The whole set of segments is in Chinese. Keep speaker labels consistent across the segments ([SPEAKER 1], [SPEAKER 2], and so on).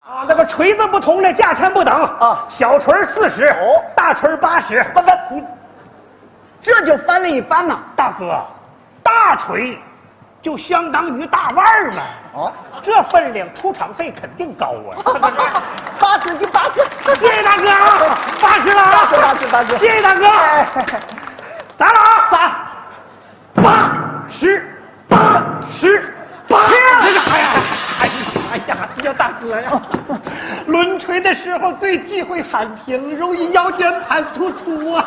[SPEAKER 1] 啊，那个锤子不同呢，价钱不等
[SPEAKER 2] 啊
[SPEAKER 1] 小锤四十，哦，大锤八十。
[SPEAKER 2] 不不，你这就翻了一番呐！
[SPEAKER 1] 大哥，大锤就相当于大腕儿嘛。
[SPEAKER 2] 哦，
[SPEAKER 1] 这分量出场费肯定高 啊！
[SPEAKER 2] 八十就八十，
[SPEAKER 1] 谢谢大哥啊，八十了啊，
[SPEAKER 2] 八十八十八十
[SPEAKER 1] 谢谢大哥，砸了啊，砸，八十，八十，八十，哎呀哎呀，哎呀哎呀，哎呀大哥呀，抡锤的时候最忌讳喊停，容易腰间盘突出啊。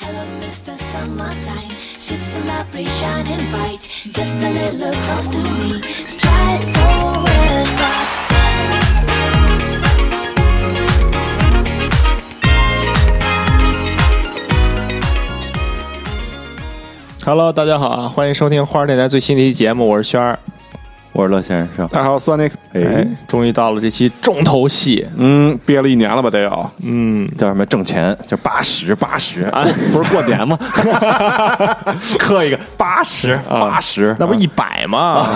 [SPEAKER 3] Hello, Mr. Summertime. Should still up, be shining bright. Just a little close to me. Stride forever.
[SPEAKER 4] Hello，大家好啊，欢迎收听花儿电台最新的一期节目，我是轩儿。
[SPEAKER 5] 我是乐先生。
[SPEAKER 6] 大家好，Sonic。
[SPEAKER 4] 哎
[SPEAKER 5] 哎，，
[SPEAKER 4] 终于到了这期重头戏，
[SPEAKER 6] 嗯，憋了一年了吧？得有，
[SPEAKER 4] 嗯，
[SPEAKER 5] 叫什么挣钱？就八十八十，
[SPEAKER 4] 啊
[SPEAKER 5] 不不是过年吗？刻一个八十八 十，
[SPEAKER 4] 啊那不是一
[SPEAKER 5] 一
[SPEAKER 4] 百 吗？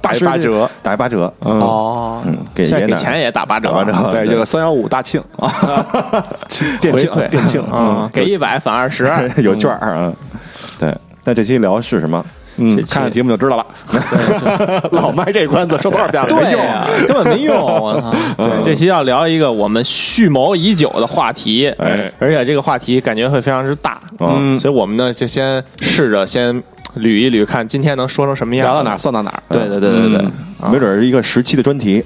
[SPEAKER 6] 八十
[SPEAKER 5] 八折，打一八折。嗯，
[SPEAKER 4] 哦，
[SPEAKER 5] 给
[SPEAKER 4] 现在
[SPEAKER 5] 爷
[SPEAKER 4] 给
[SPEAKER 5] 点
[SPEAKER 4] 钱也打八折，
[SPEAKER 5] 打八折
[SPEAKER 6] 对，有个三幺五大庆啊，
[SPEAKER 5] 店
[SPEAKER 4] 回
[SPEAKER 5] 庆
[SPEAKER 4] 馈
[SPEAKER 5] 店庆
[SPEAKER 4] 啊
[SPEAKER 5] 嗯，
[SPEAKER 4] 给一百返二十。
[SPEAKER 5] 有券儿啊。对，那这期聊是什么？
[SPEAKER 6] 嗯
[SPEAKER 4] 这，期
[SPEAKER 6] 看看节目就知道了。
[SPEAKER 4] 老卖这关 子，说多少遍了？对呀，根本没用。我操！对，这期要聊一个我们蓄谋已久的话题，
[SPEAKER 5] 哎
[SPEAKER 4] 而且这个话题感觉会非常之大，
[SPEAKER 5] 嗯
[SPEAKER 4] 所以我们呢就先试着先捋一捋，看今天能说成什么样。
[SPEAKER 6] 聊到哪儿算到哪儿。
[SPEAKER 4] 对对对对
[SPEAKER 5] 嗯
[SPEAKER 4] 啊对，
[SPEAKER 5] 没准儿是一个时期的专题。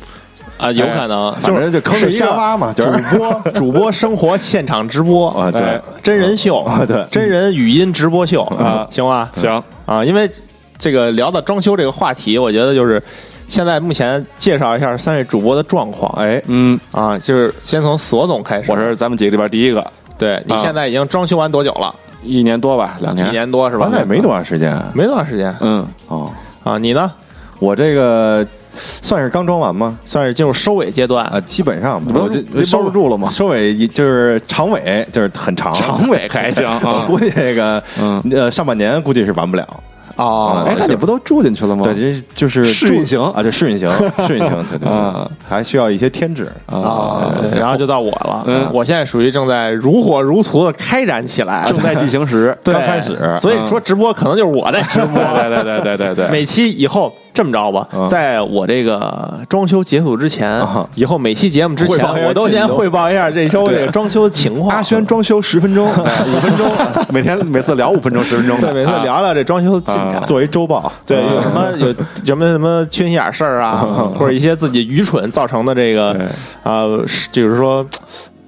[SPEAKER 4] 啊，有可能，
[SPEAKER 5] 反正
[SPEAKER 4] 嗯就
[SPEAKER 5] 这
[SPEAKER 4] 是
[SPEAKER 5] 坑
[SPEAKER 4] 是
[SPEAKER 5] 里
[SPEAKER 4] 一
[SPEAKER 5] 瞎
[SPEAKER 4] 个
[SPEAKER 5] 挖嘛，就
[SPEAKER 4] 主
[SPEAKER 5] 是
[SPEAKER 4] 播 主播生活现场直播
[SPEAKER 5] 啊，对
[SPEAKER 6] 哎，
[SPEAKER 4] 真人秀
[SPEAKER 5] 啊对
[SPEAKER 4] 真人语音直播秀
[SPEAKER 5] 啊
[SPEAKER 4] 行吧，
[SPEAKER 6] 行，
[SPEAKER 4] 啊，因为这个聊到装修这个话题，我觉得就是现在目前介绍一下三位主播的状况，哎，
[SPEAKER 6] 嗯，
[SPEAKER 4] 啊，就是先从索总开始，
[SPEAKER 6] 我是咱们几个里边第一个，
[SPEAKER 4] 对你
[SPEAKER 6] 啊
[SPEAKER 4] 现在已经装修完多久了？
[SPEAKER 6] 一年多吧，两
[SPEAKER 4] 一
[SPEAKER 6] 年。
[SPEAKER 4] 年多是吧？
[SPEAKER 5] 那也没多长时间啊。
[SPEAKER 4] 没多长时间
[SPEAKER 6] 嗯，
[SPEAKER 5] 哦，
[SPEAKER 4] 啊，你呢？
[SPEAKER 5] 我这个算是刚装完吗？
[SPEAKER 4] 算是进入收尾阶段
[SPEAKER 5] 啊，，基本上吧
[SPEAKER 6] 不
[SPEAKER 5] 我
[SPEAKER 6] 是
[SPEAKER 5] 这
[SPEAKER 6] 收不住了吗
[SPEAKER 5] 收尾也就是长尾，就是很长。
[SPEAKER 6] 长尾还行啊
[SPEAKER 5] 估计这个
[SPEAKER 6] 嗯
[SPEAKER 5] 呃上半年估计是完不了。
[SPEAKER 4] 哦
[SPEAKER 5] 啊
[SPEAKER 6] 哎，那你不都住进去了吗？
[SPEAKER 5] 对，这就是
[SPEAKER 6] 试
[SPEAKER 5] 住
[SPEAKER 6] 运行
[SPEAKER 5] 啊，对，试运行， 试运行，对对
[SPEAKER 6] 啊
[SPEAKER 5] 对，还需要一些添置
[SPEAKER 4] 啊
[SPEAKER 6] 啊，，
[SPEAKER 4] 对然后就到我了。
[SPEAKER 6] 嗯
[SPEAKER 4] 我现在属于正在如火如荼的开展起来，
[SPEAKER 6] 正在进行时，
[SPEAKER 4] 对
[SPEAKER 5] 刚开始
[SPEAKER 4] 所以说直播可能就是我在直播。
[SPEAKER 6] 对对对对对对 对，
[SPEAKER 4] 每期以后这么着吧，
[SPEAKER 5] 嗯
[SPEAKER 4] 在我这个装修结束之前
[SPEAKER 5] 啊，
[SPEAKER 4] 以后每期节目之
[SPEAKER 5] 汇报一
[SPEAKER 4] 前，
[SPEAKER 5] 下
[SPEAKER 4] 我都先
[SPEAKER 5] 进度
[SPEAKER 4] 汇报一下这周这个装修情况。
[SPEAKER 6] 阿轩装修十分钟，哎五分 钟，每天每次聊五分钟十分钟
[SPEAKER 4] 对，
[SPEAKER 6] 的，
[SPEAKER 4] 每次
[SPEAKER 6] 啊
[SPEAKER 4] 聊聊这装修进展
[SPEAKER 5] 啊，。作为周报，
[SPEAKER 4] 对，
[SPEAKER 5] 啊
[SPEAKER 4] 有什么有什么什么缺心眼事儿啊，或者一些自己愚蠢造成的这个
[SPEAKER 5] 对
[SPEAKER 4] 啊，是就是说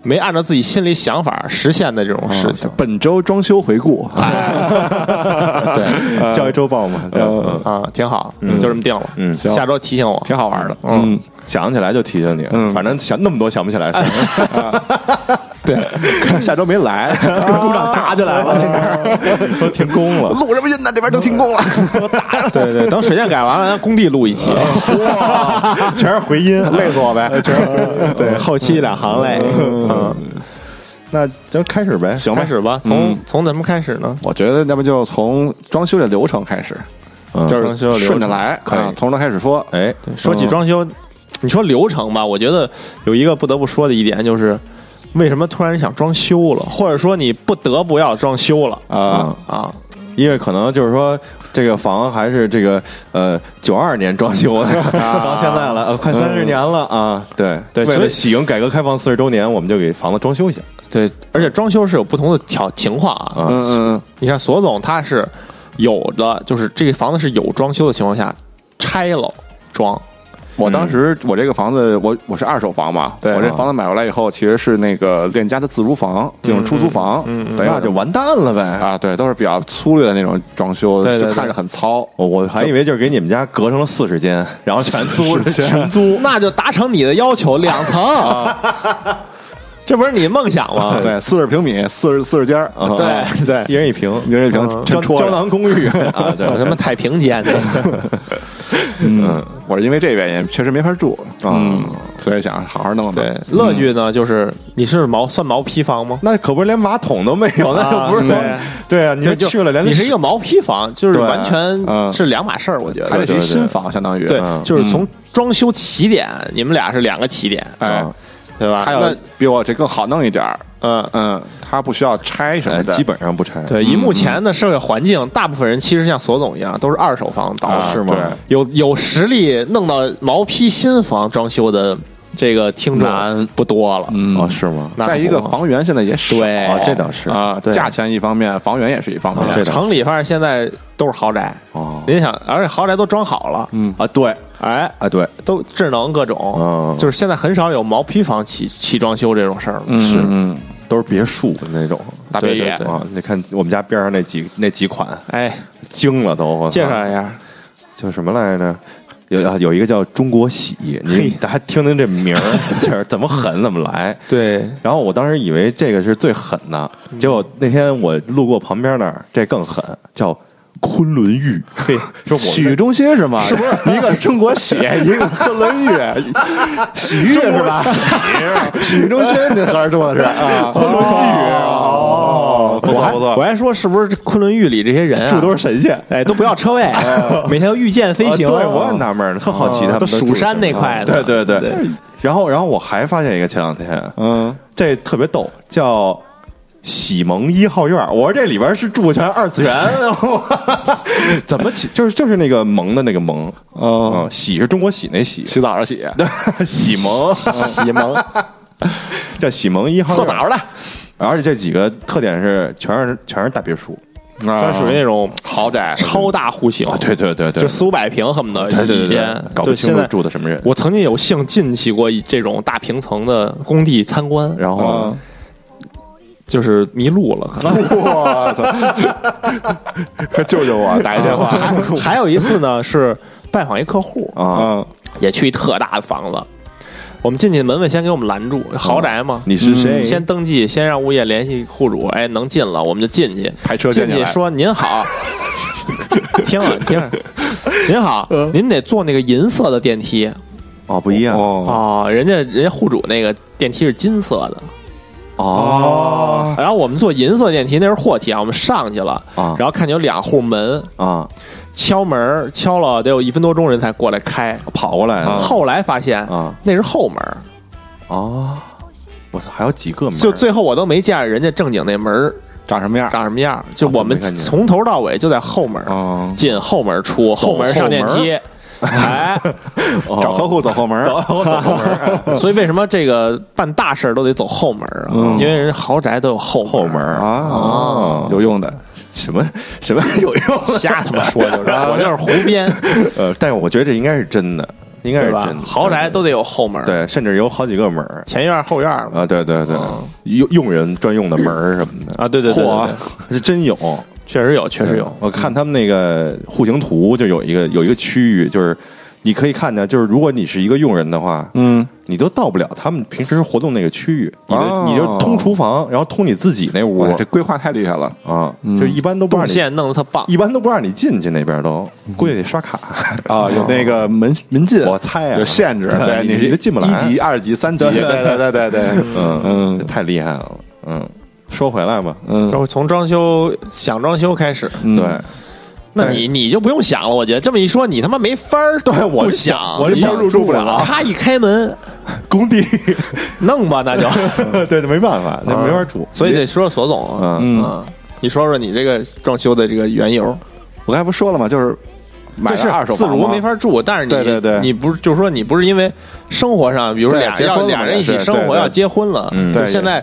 [SPEAKER 4] 没按照自己心里想法实现的这种事情。
[SPEAKER 6] 本周装修回顾，
[SPEAKER 4] 对
[SPEAKER 5] 教育周报嘛，对嗯
[SPEAKER 4] 啊，挺好，就这么定了。
[SPEAKER 5] 嗯行
[SPEAKER 4] 下周提醒我，
[SPEAKER 6] 挺好 玩的。
[SPEAKER 4] 嗯，
[SPEAKER 5] 想起来就提醒你，
[SPEAKER 6] 嗯哎
[SPEAKER 5] 反正想那么多想不起来，
[SPEAKER 4] 对，
[SPEAKER 5] 下周没 来，跟鼓掌打起来了，那
[SPEAKER 6] 嗯
[SPEAKER 5] 边都停工了，
[SPEAKER 6] 录什么音呢？这边都停工了。
[SPEAKER 4] 对对，等水电改完了，咱工地录一 期，
[SPEAKER 5] 全是回音，累死我呗，全是
[SPEAKER 4] 对，后期两行泪。嗯，
[SPEAKER 5] 那就开始呗，
[SPEAKER 6] 行吧
[SPEAKER 4] 开始吧，从从咱们开始呢？
[SPEAKER 6] 我觉得要不就从装修的流程开始，
[SPEAKER 5] 嗯
[SPEAKER 6] 就是顺着来，
[SPEAKER 5] 可以
[SPEAKER 6] 啊从头开始说。
[SPEAKER 5] 哎，
[SPEAKER 4] 说起装修，你说流程吧，我觉得有一个不得不说的一点就是，为什么突然想装修了，或者说你不得不要装修了
[SPEAKER 5] 嗯
[SPEAKER 6] 啊，
[SPEAKER 4] 啊？
[SPEAKER 5] 因为可能就是说，这个房还是这个呃九二年装修 的，到现在了，呃快三十年了啊。
[SPEAKER 6] 对，
[SPEAKER 5] 对，
[SPEAKER 4] 所以
[SPEAKER 5] 为了喜迎改革开放四十周年，我们就给房子装修一下。
[SPEAKER 4] 对，而且装修是有不同的条情况啊。
[SPEAKER 5] 啊
[SPEAKER 6] 嗯嗯嗯，
[SPEAKER 4] 你看，索总他是有的，就是这个房子是有装修的情况下拆了装，
[SPEAKER 6] 我当时我这个房子，我我是二手房嘛，
[SPEAKER 4] 对
[SPEAKER 6] 我这房子买回来以后，其实是那个链家的自如房，这种出租房，等于
[SPEAKER 5] 那就完蛋了呗。
[SPEAKER 6] 啊，对，都是比较粗略的那种装修，
[SPEAKER 4] 对对
[SPEAKER 6] 就看着很糙。
[SPEAKER 5] 我我还以为就是给你们家隔成了四十 间，然后全租全 租。
[SPEAKER 4] 租，那就达成你的要求，两层，
[SPEAKER 5] 啊
[SPEAKER 4] 这不是你梦想吗？
[SPEAKER 6] 对，四十平米，四十四十间儿，啊
[SPEAKER 4] 对对，
[SPEAKER 5] 一人一平，
[SPEAKER 6] 一人一平全
[SPEAKER 5] 胶
[SPEAKER 6] 戳着
[SPEAKER 5] 胶囊公寓 啊，对
[SPEAKER 4] 我他妈太 平间的，
[SPEAKER 5] 嗯
[SPEAKER 6] 我是因为这原因确实没法住啊，所以想好好弄弄。
[SPEAKER 4] 对，乐趣呢就是你是毛算毛坯房吗？
[SPEAKER 5] 那可不是连马桶都没有，那
[SPEAKER 4] 啊
[SPEAKER 5] 就不是
[SPEAKER 4] 对
[SPEAKER 5] 光对啊，你
[SPEAKER 4] 就
[SPEAKER 5] 就去了连
[SPEAKER 4] 你是一个毛坯房，就是
[SPEAKER 5] 对
[SPEAKER 4] 完全
[SPEAKER 5] 嗯
[SPEAKER 4] 是两码事儿，我觉
[SPEAKER 6] 它
[SPEAKER 4] 得
[SPEAKER 6] 这。是
[SPEAKER 5] 对对
[SPEAKER 6] 一新房，相当于
[SPEAKER 4] 对
[SPEAKER 5] 嗯，
[SPEAKER 4] 就是从装修起点，你们俩是两个起点，
[SPEAKER 6] 哎，
[SPEAKER 4] 对吧？
[SPEAKER 6] 它要
[SPEAKER 4] 那
[SPEAKER 6] 比我这更好弄一点儿。
[SPEAKER 4] 嗯，
[SPEAKER 6] 嗯，它不需要拆什么
[SPEAKER 5] 哎
[SPEAKER 6] 的，
[SPEAKER 5] 基本上不拆，
[SPEAKER 4] 对，以目前的社会环境，大部分人其实像索总一样，都是二手房倒
[SPEAKER 5] 啊
[SPEAKER 4] 是
[SPEAKER 5] 是吗？
[SPEAKER 6] 对
[SPEAKER 4] 有有实力弄到毛坯新房装修的这个听众
[SPEAKER 5] 难
[SPEAKER 4] 不多了，啊
[SPEAKER 6] 嗯
[SPEAKER 5] 哦，是吗？
[SPEAKER 4] 那
[SPEAKER 6] 再一个
[SPEAKER 4] 不多啊
[SPEAKER 6] 房源现在也少，
[SPEAKER 4] 对
[SPEAKER 5] 哦，这倒是
[SPEAKER 6] 啊，
[SPEAKER 4] 对
[SPEAKER 6] 价钱一方面，房源也是一方面
[SPEAKER 5] 啊。
[SPEAKER 4] 对
[SPEAKER 5] 这倒是
[SPEAKER 4] 城里反正现在都是豪宅，
[SPEAKER 5] 哦
[SPEAKER 4] 您想，而且豪宅都装好了，
[SPEAKER 5] 嗯啊，对
[SPEAKER 4] 哎，
[SPEAKER 5] 啊，对，
[SPEAKER 4] 都智能各种
[SPEAKER 5] 嗯，
[SPEAKER 4] 就是现在很少有毛坯房起起装修这种事儿了。
[SPEAKER 6] 是
[SPEAKER 5] 嗯，都是别墅的那种
[SPEAKER 6] 大别野
[SPEAKER 5] 对对对啊。你看我们家边上那几那几款，
[SPEAKER 4] 哎，
[SPEAKER 5] 惊了都。我操
[SPEAKER 4] 介绍一下，
[SPEAKER 5] 叫什么来着呢？有啊，有一个叫中国喜，你大家听听这名儿，就是怎么狠怎么来。
[SPEAKER 4] 对，
[SPEAKER 5] 然后我当时以为这个是最狠的，结果那天我路过旁边那儿，这更狠，叫昆仑玉。嘿，是我
[SPEAKER 6] 许中心是吗？是不是一个中国喜， 一个昆仑乐，喜乐是吧？许中心那词儿说的是啊，昆仑
[SPEAKER 5] 哦，不错不
[SPEAKER 4] 我还我
[SPEAKER 5] 错，
[SPEAKER 4] 还说是不是昆仑玉里这些人啊，
[SPEAKER 5] 住都是神仙。
[SPEAKER 4] 哎都不要车位， 每天都御剑飞
[SPEAKER 5] 啊
[SPEAKER 4] 行。哦
[SPEAKER 5] 对，我也纳闷儿，特好奇他们
[SPEAKER 4] 都
[SPEAKER 5] 都
[SPEAKER 4] 蜀
[SPEAKER 5] 住
[SPEAKER 4] 山
[SPEAKER 5] 什
[SPEAKER 4] 那
[SPEAKER 5] 么
[SPEAKER 4] 块的
[SPEAKER 5] 对嗯对对
[SPEAKER 4] 对。
[SPEAKER 5] 然后，然后我还发现一个，前两天，
[SPEAKER 6] 嗯，
[SPEAKER 5] 这特别逗，叫喜蒙一号院儿。我说这里边是住全二次元， 怎么起？就是就是那个蒙的那个蒙，
[SPEAKER 6] 哦
[SPEAKER 5] 嗯，喜是中国喜那喜，
[SPEAKER 6] 洗澡的洗，
[SPEAKER 5] 喜蒙
[SPEAKER 4] 启蒙，
[SPEAKER 5] 叫喜蒙一号
[SPEAKER 4] 搓
[SPEAKER 5] 院
[SPEAKER 4] 澡
[SPEAKER 5] 儿。
[SPEAKER 4] 的，
[SPEAKER 5] 而且这几个特点是全是全是大别墅，
[SPEAKER 4] 专
[SPEAKER 6] 专
[SPEAKER 4] 属于那种
[SPEAKER 6] 豪宅，
[SPEAKER 4] 超大户型，
[SPEAKER 5] 哦对对对 对，
[SPEAKER 4] 就四五百平恨不得
[SPEAKER 5] 对对
[SPEAKER 4] 一
[SPEAKER 5] 对对
[SPEAKER 4] 间，，
[SPEAKER 5] 搞
[SPEAKER 4] 就
[SPEAKER 5] 不清
[SPEAKER 4] 现
[SPEAKER 5] 楚
[SPEAKER 4] 在
[SPEAKER 5] 住的什么人。
[SPEAKER 4] 我曾经有幸进去过一这种大平层的工地参观，
[SPEAKER 6] 哦
[SPEAKER 5] 然后呢
[SPEAKER 4] 就是迷路了。可能
[SPEAKER 6] 我操！快救救我，打一
[SPEAKER 5] 哦
[SPEAKER 6] 电话。
[SPEAKER 4] 还 还有一次呢，是拜访一客户，
[SPEAKER 5] 啊，
[SPEAKER 6] 嗯，
[SPEAKER 4] 也去一特大的房子，我们进去门卫先给我们拦住，豪宅嘛，
[SPEAKER 5] 嗯你是谁？
[SPEAKER 4] 先登记，先让物业联系户主，哎，能进了我们就进去，
[SPEAKER 6] 派车
[SPEAKER 4] 进
[SPEAKER 6] 进
[SPEAKER 4] 去
[SPEAKER 6] 来
[SPEAKER 4] 说您好，听着听着，您好，您得坐那个银色的电梯
[SPEAKER 5] 哦，不一样
[SPEAKER 6] 哦，
[SPEAKER 4] 哦，人家人家户主那个电梯是金色的，
[SPEAKER 5] 哦
[SPEAKER 4] 然后我们坐银色电梯，那是货梯啊，我们上去了，
[SPEAKER 5] 啊
[SPEAKER 4] 然后看见有两户门，
[SPEAKER 5] 啊，
[SPEAKER 4] 敲门儿敲了得有一分多钟，人才过来开。
[SPEAKER 5] 跑过来的
[SPEAKER 4] 后来发现
[SPEAKER 5] 啊
[SPEAKER 4] 那是后门儿，
[SPEAKER 5] 哦，我操，还有几个门儿？
[SPEAKER 4] 就最后我都没见着人家正经那门儿
[SPEAKER 6] 长什么样？
[SPEAKER 4] 长什么样儿，就
[SPEAKER 5] 啊都
[SPEAKER 4] 我们
[SPEAKER 5] 没看见哦
[SPEAKER 4] 从头到尾就在后门儿
[SPEAKER 6] 嗯，
[SPEAKER 4] 进后门儿出，后门儿上电 梯。哎，
[SPEAKER 5] 哦
[SPEAKER 6] 找客户走后门，
[SPEAKER 4] 啊所以为什么这个办大事儿都得走后门儿啊？因为人家豪宅都有后后
[SPEAKER 5] 嗯后门儿哦
[SPEAKER 6] 啊，有用的。
[SPEAKER 5] 什么什 么有用？
[SPEAKER 4] 瞎他妈说就是， 我就是胡编，
[SPEAKER 5] 呃，但是我觉得这应该是真的，应该
[SPEAKER 4] 对
[SPEAKER 5] 是
[SPEAKER 4] 吧
[SPEAKER 5] 真？的。
[SPEAKER 4] 豪宅都得有后门儿，
[SPEAKER 5] 对，甚至有好几个门儿
[SPEAKER 4] 前院儿后院儿嘛。
[SPEAKER 5] 啊，对对对，用用人专用的门儿什么的
[SPEAKER 4] 啊，对对对对
[SPEAKER 5] 嚯
[SPEAKER 4] 对，，
[SPEAKER 5] 是真有，
[SPEAKER 4] 确实有，确实有。
[SPEAKER 5] 我看他们那个户型图，就有一个有一个区域，就是你可以看见，就是如果你是一个佣人的话，
[SPEAKER 6] 嗯，
[SPEAKER 5] 你都到不了他们平时活动那个区域，你的
[SPEAKER 6] 哦
[SPEAKER 5] 你就通厨房，然后通你自己那屋
[SPEAKER 6] 哇，这规划太厉害了。
[SPEAKER 5] 啊，就一般都不让
[SPEAKER 4] 动
[SPEAKER 5] 你，
[SPEAKER 4] 线弄得特棒，
[SPEAKER 5] 一般都不让你进去那边都，估计得刷 卡。
[SPEAKER 6] 啊，有那个门门禁，
[SPEAKER 5] 我猜啊
[SPEAKER 6] 有限制，
[SPEAKER 5] 对
[SPEAKER 6] 对，
[SPEAKER 5] 你
[SPEAKER 6] 是
[SPEAKER 5] 你就进不来
[SPEAKER 6] 一级、二级、三级，对对对对对，
[SPEAKER 5] 嗯，
[SPEAKER 6] 嗯
[SPEAKER 5] 太厉害了，嗯。说回来吧，
[SPEAKER 6] 嗯，
[SPEAKER 4] 就从装修想装修开始，
[SPEAKER 6] 嗯
[SPEAKER 5] 对，
[SPEAKER 4] 那你你就不用想了，我觉得这么一说，你他妈没法儿，
[SPEAKER 5] 对我
[SPEAKER 4] 不
[SPEAKER 5] 就
[SPEAKER 4] 想，
[SPEAKER 5] 我就
[SPEAKER 4] 想
[SPEAKER 5] 想入住不了
[SPEAKER 4] 他一开门，
[SPEAKER 5] 工 地，
[SPEAKER 4] 弄吧， 那就
[SPEAKER 5] 对，那没办法，那没法住，
[SPEAKER 4] 所以得说说索总，
[SPEAKER 5] 嗯
[SPEAKER 4] 嗯，你说说你这个装修的这个缘由，
[SPEAKER 6] 我刚才不说了吗？就是买
[SPEAKER 4] 这是
[SPEAKER 6] 了二手
[SPEAKER 4] 自
[SPEAKER 6] 房
[SPEAKER 4] 如
[SPEAKER 6] 嘛
[SPEAKER 4] 没法住，但是你
[SPEAKER 6] 对对对
[SPEAKER 4] 你不是就是说你不是因为生活上，比如
[SPEAKER 6] 对
[SPEAKER 4] 俩
[SPEAKER 6] 结婚
[SPEAKER 4] 要
[SPEAKER 6] 了
[SPEAKER 4] 俩人
[SPEAKER 6] 也
[SPEAKER 4] 一起
[SPEAKER 6] 是
[SPEAKER 4] 生
[SPEAKER 6] 对
[SPEAKER 4] 活
[SPEAKER 6] 对
[SPEAKER 4] 要结婚了，
[SPEAKER 5] 嗯
[SPEAKER 4] 就
[SPEAKER 6] 对
[SPEAKER 4] 现在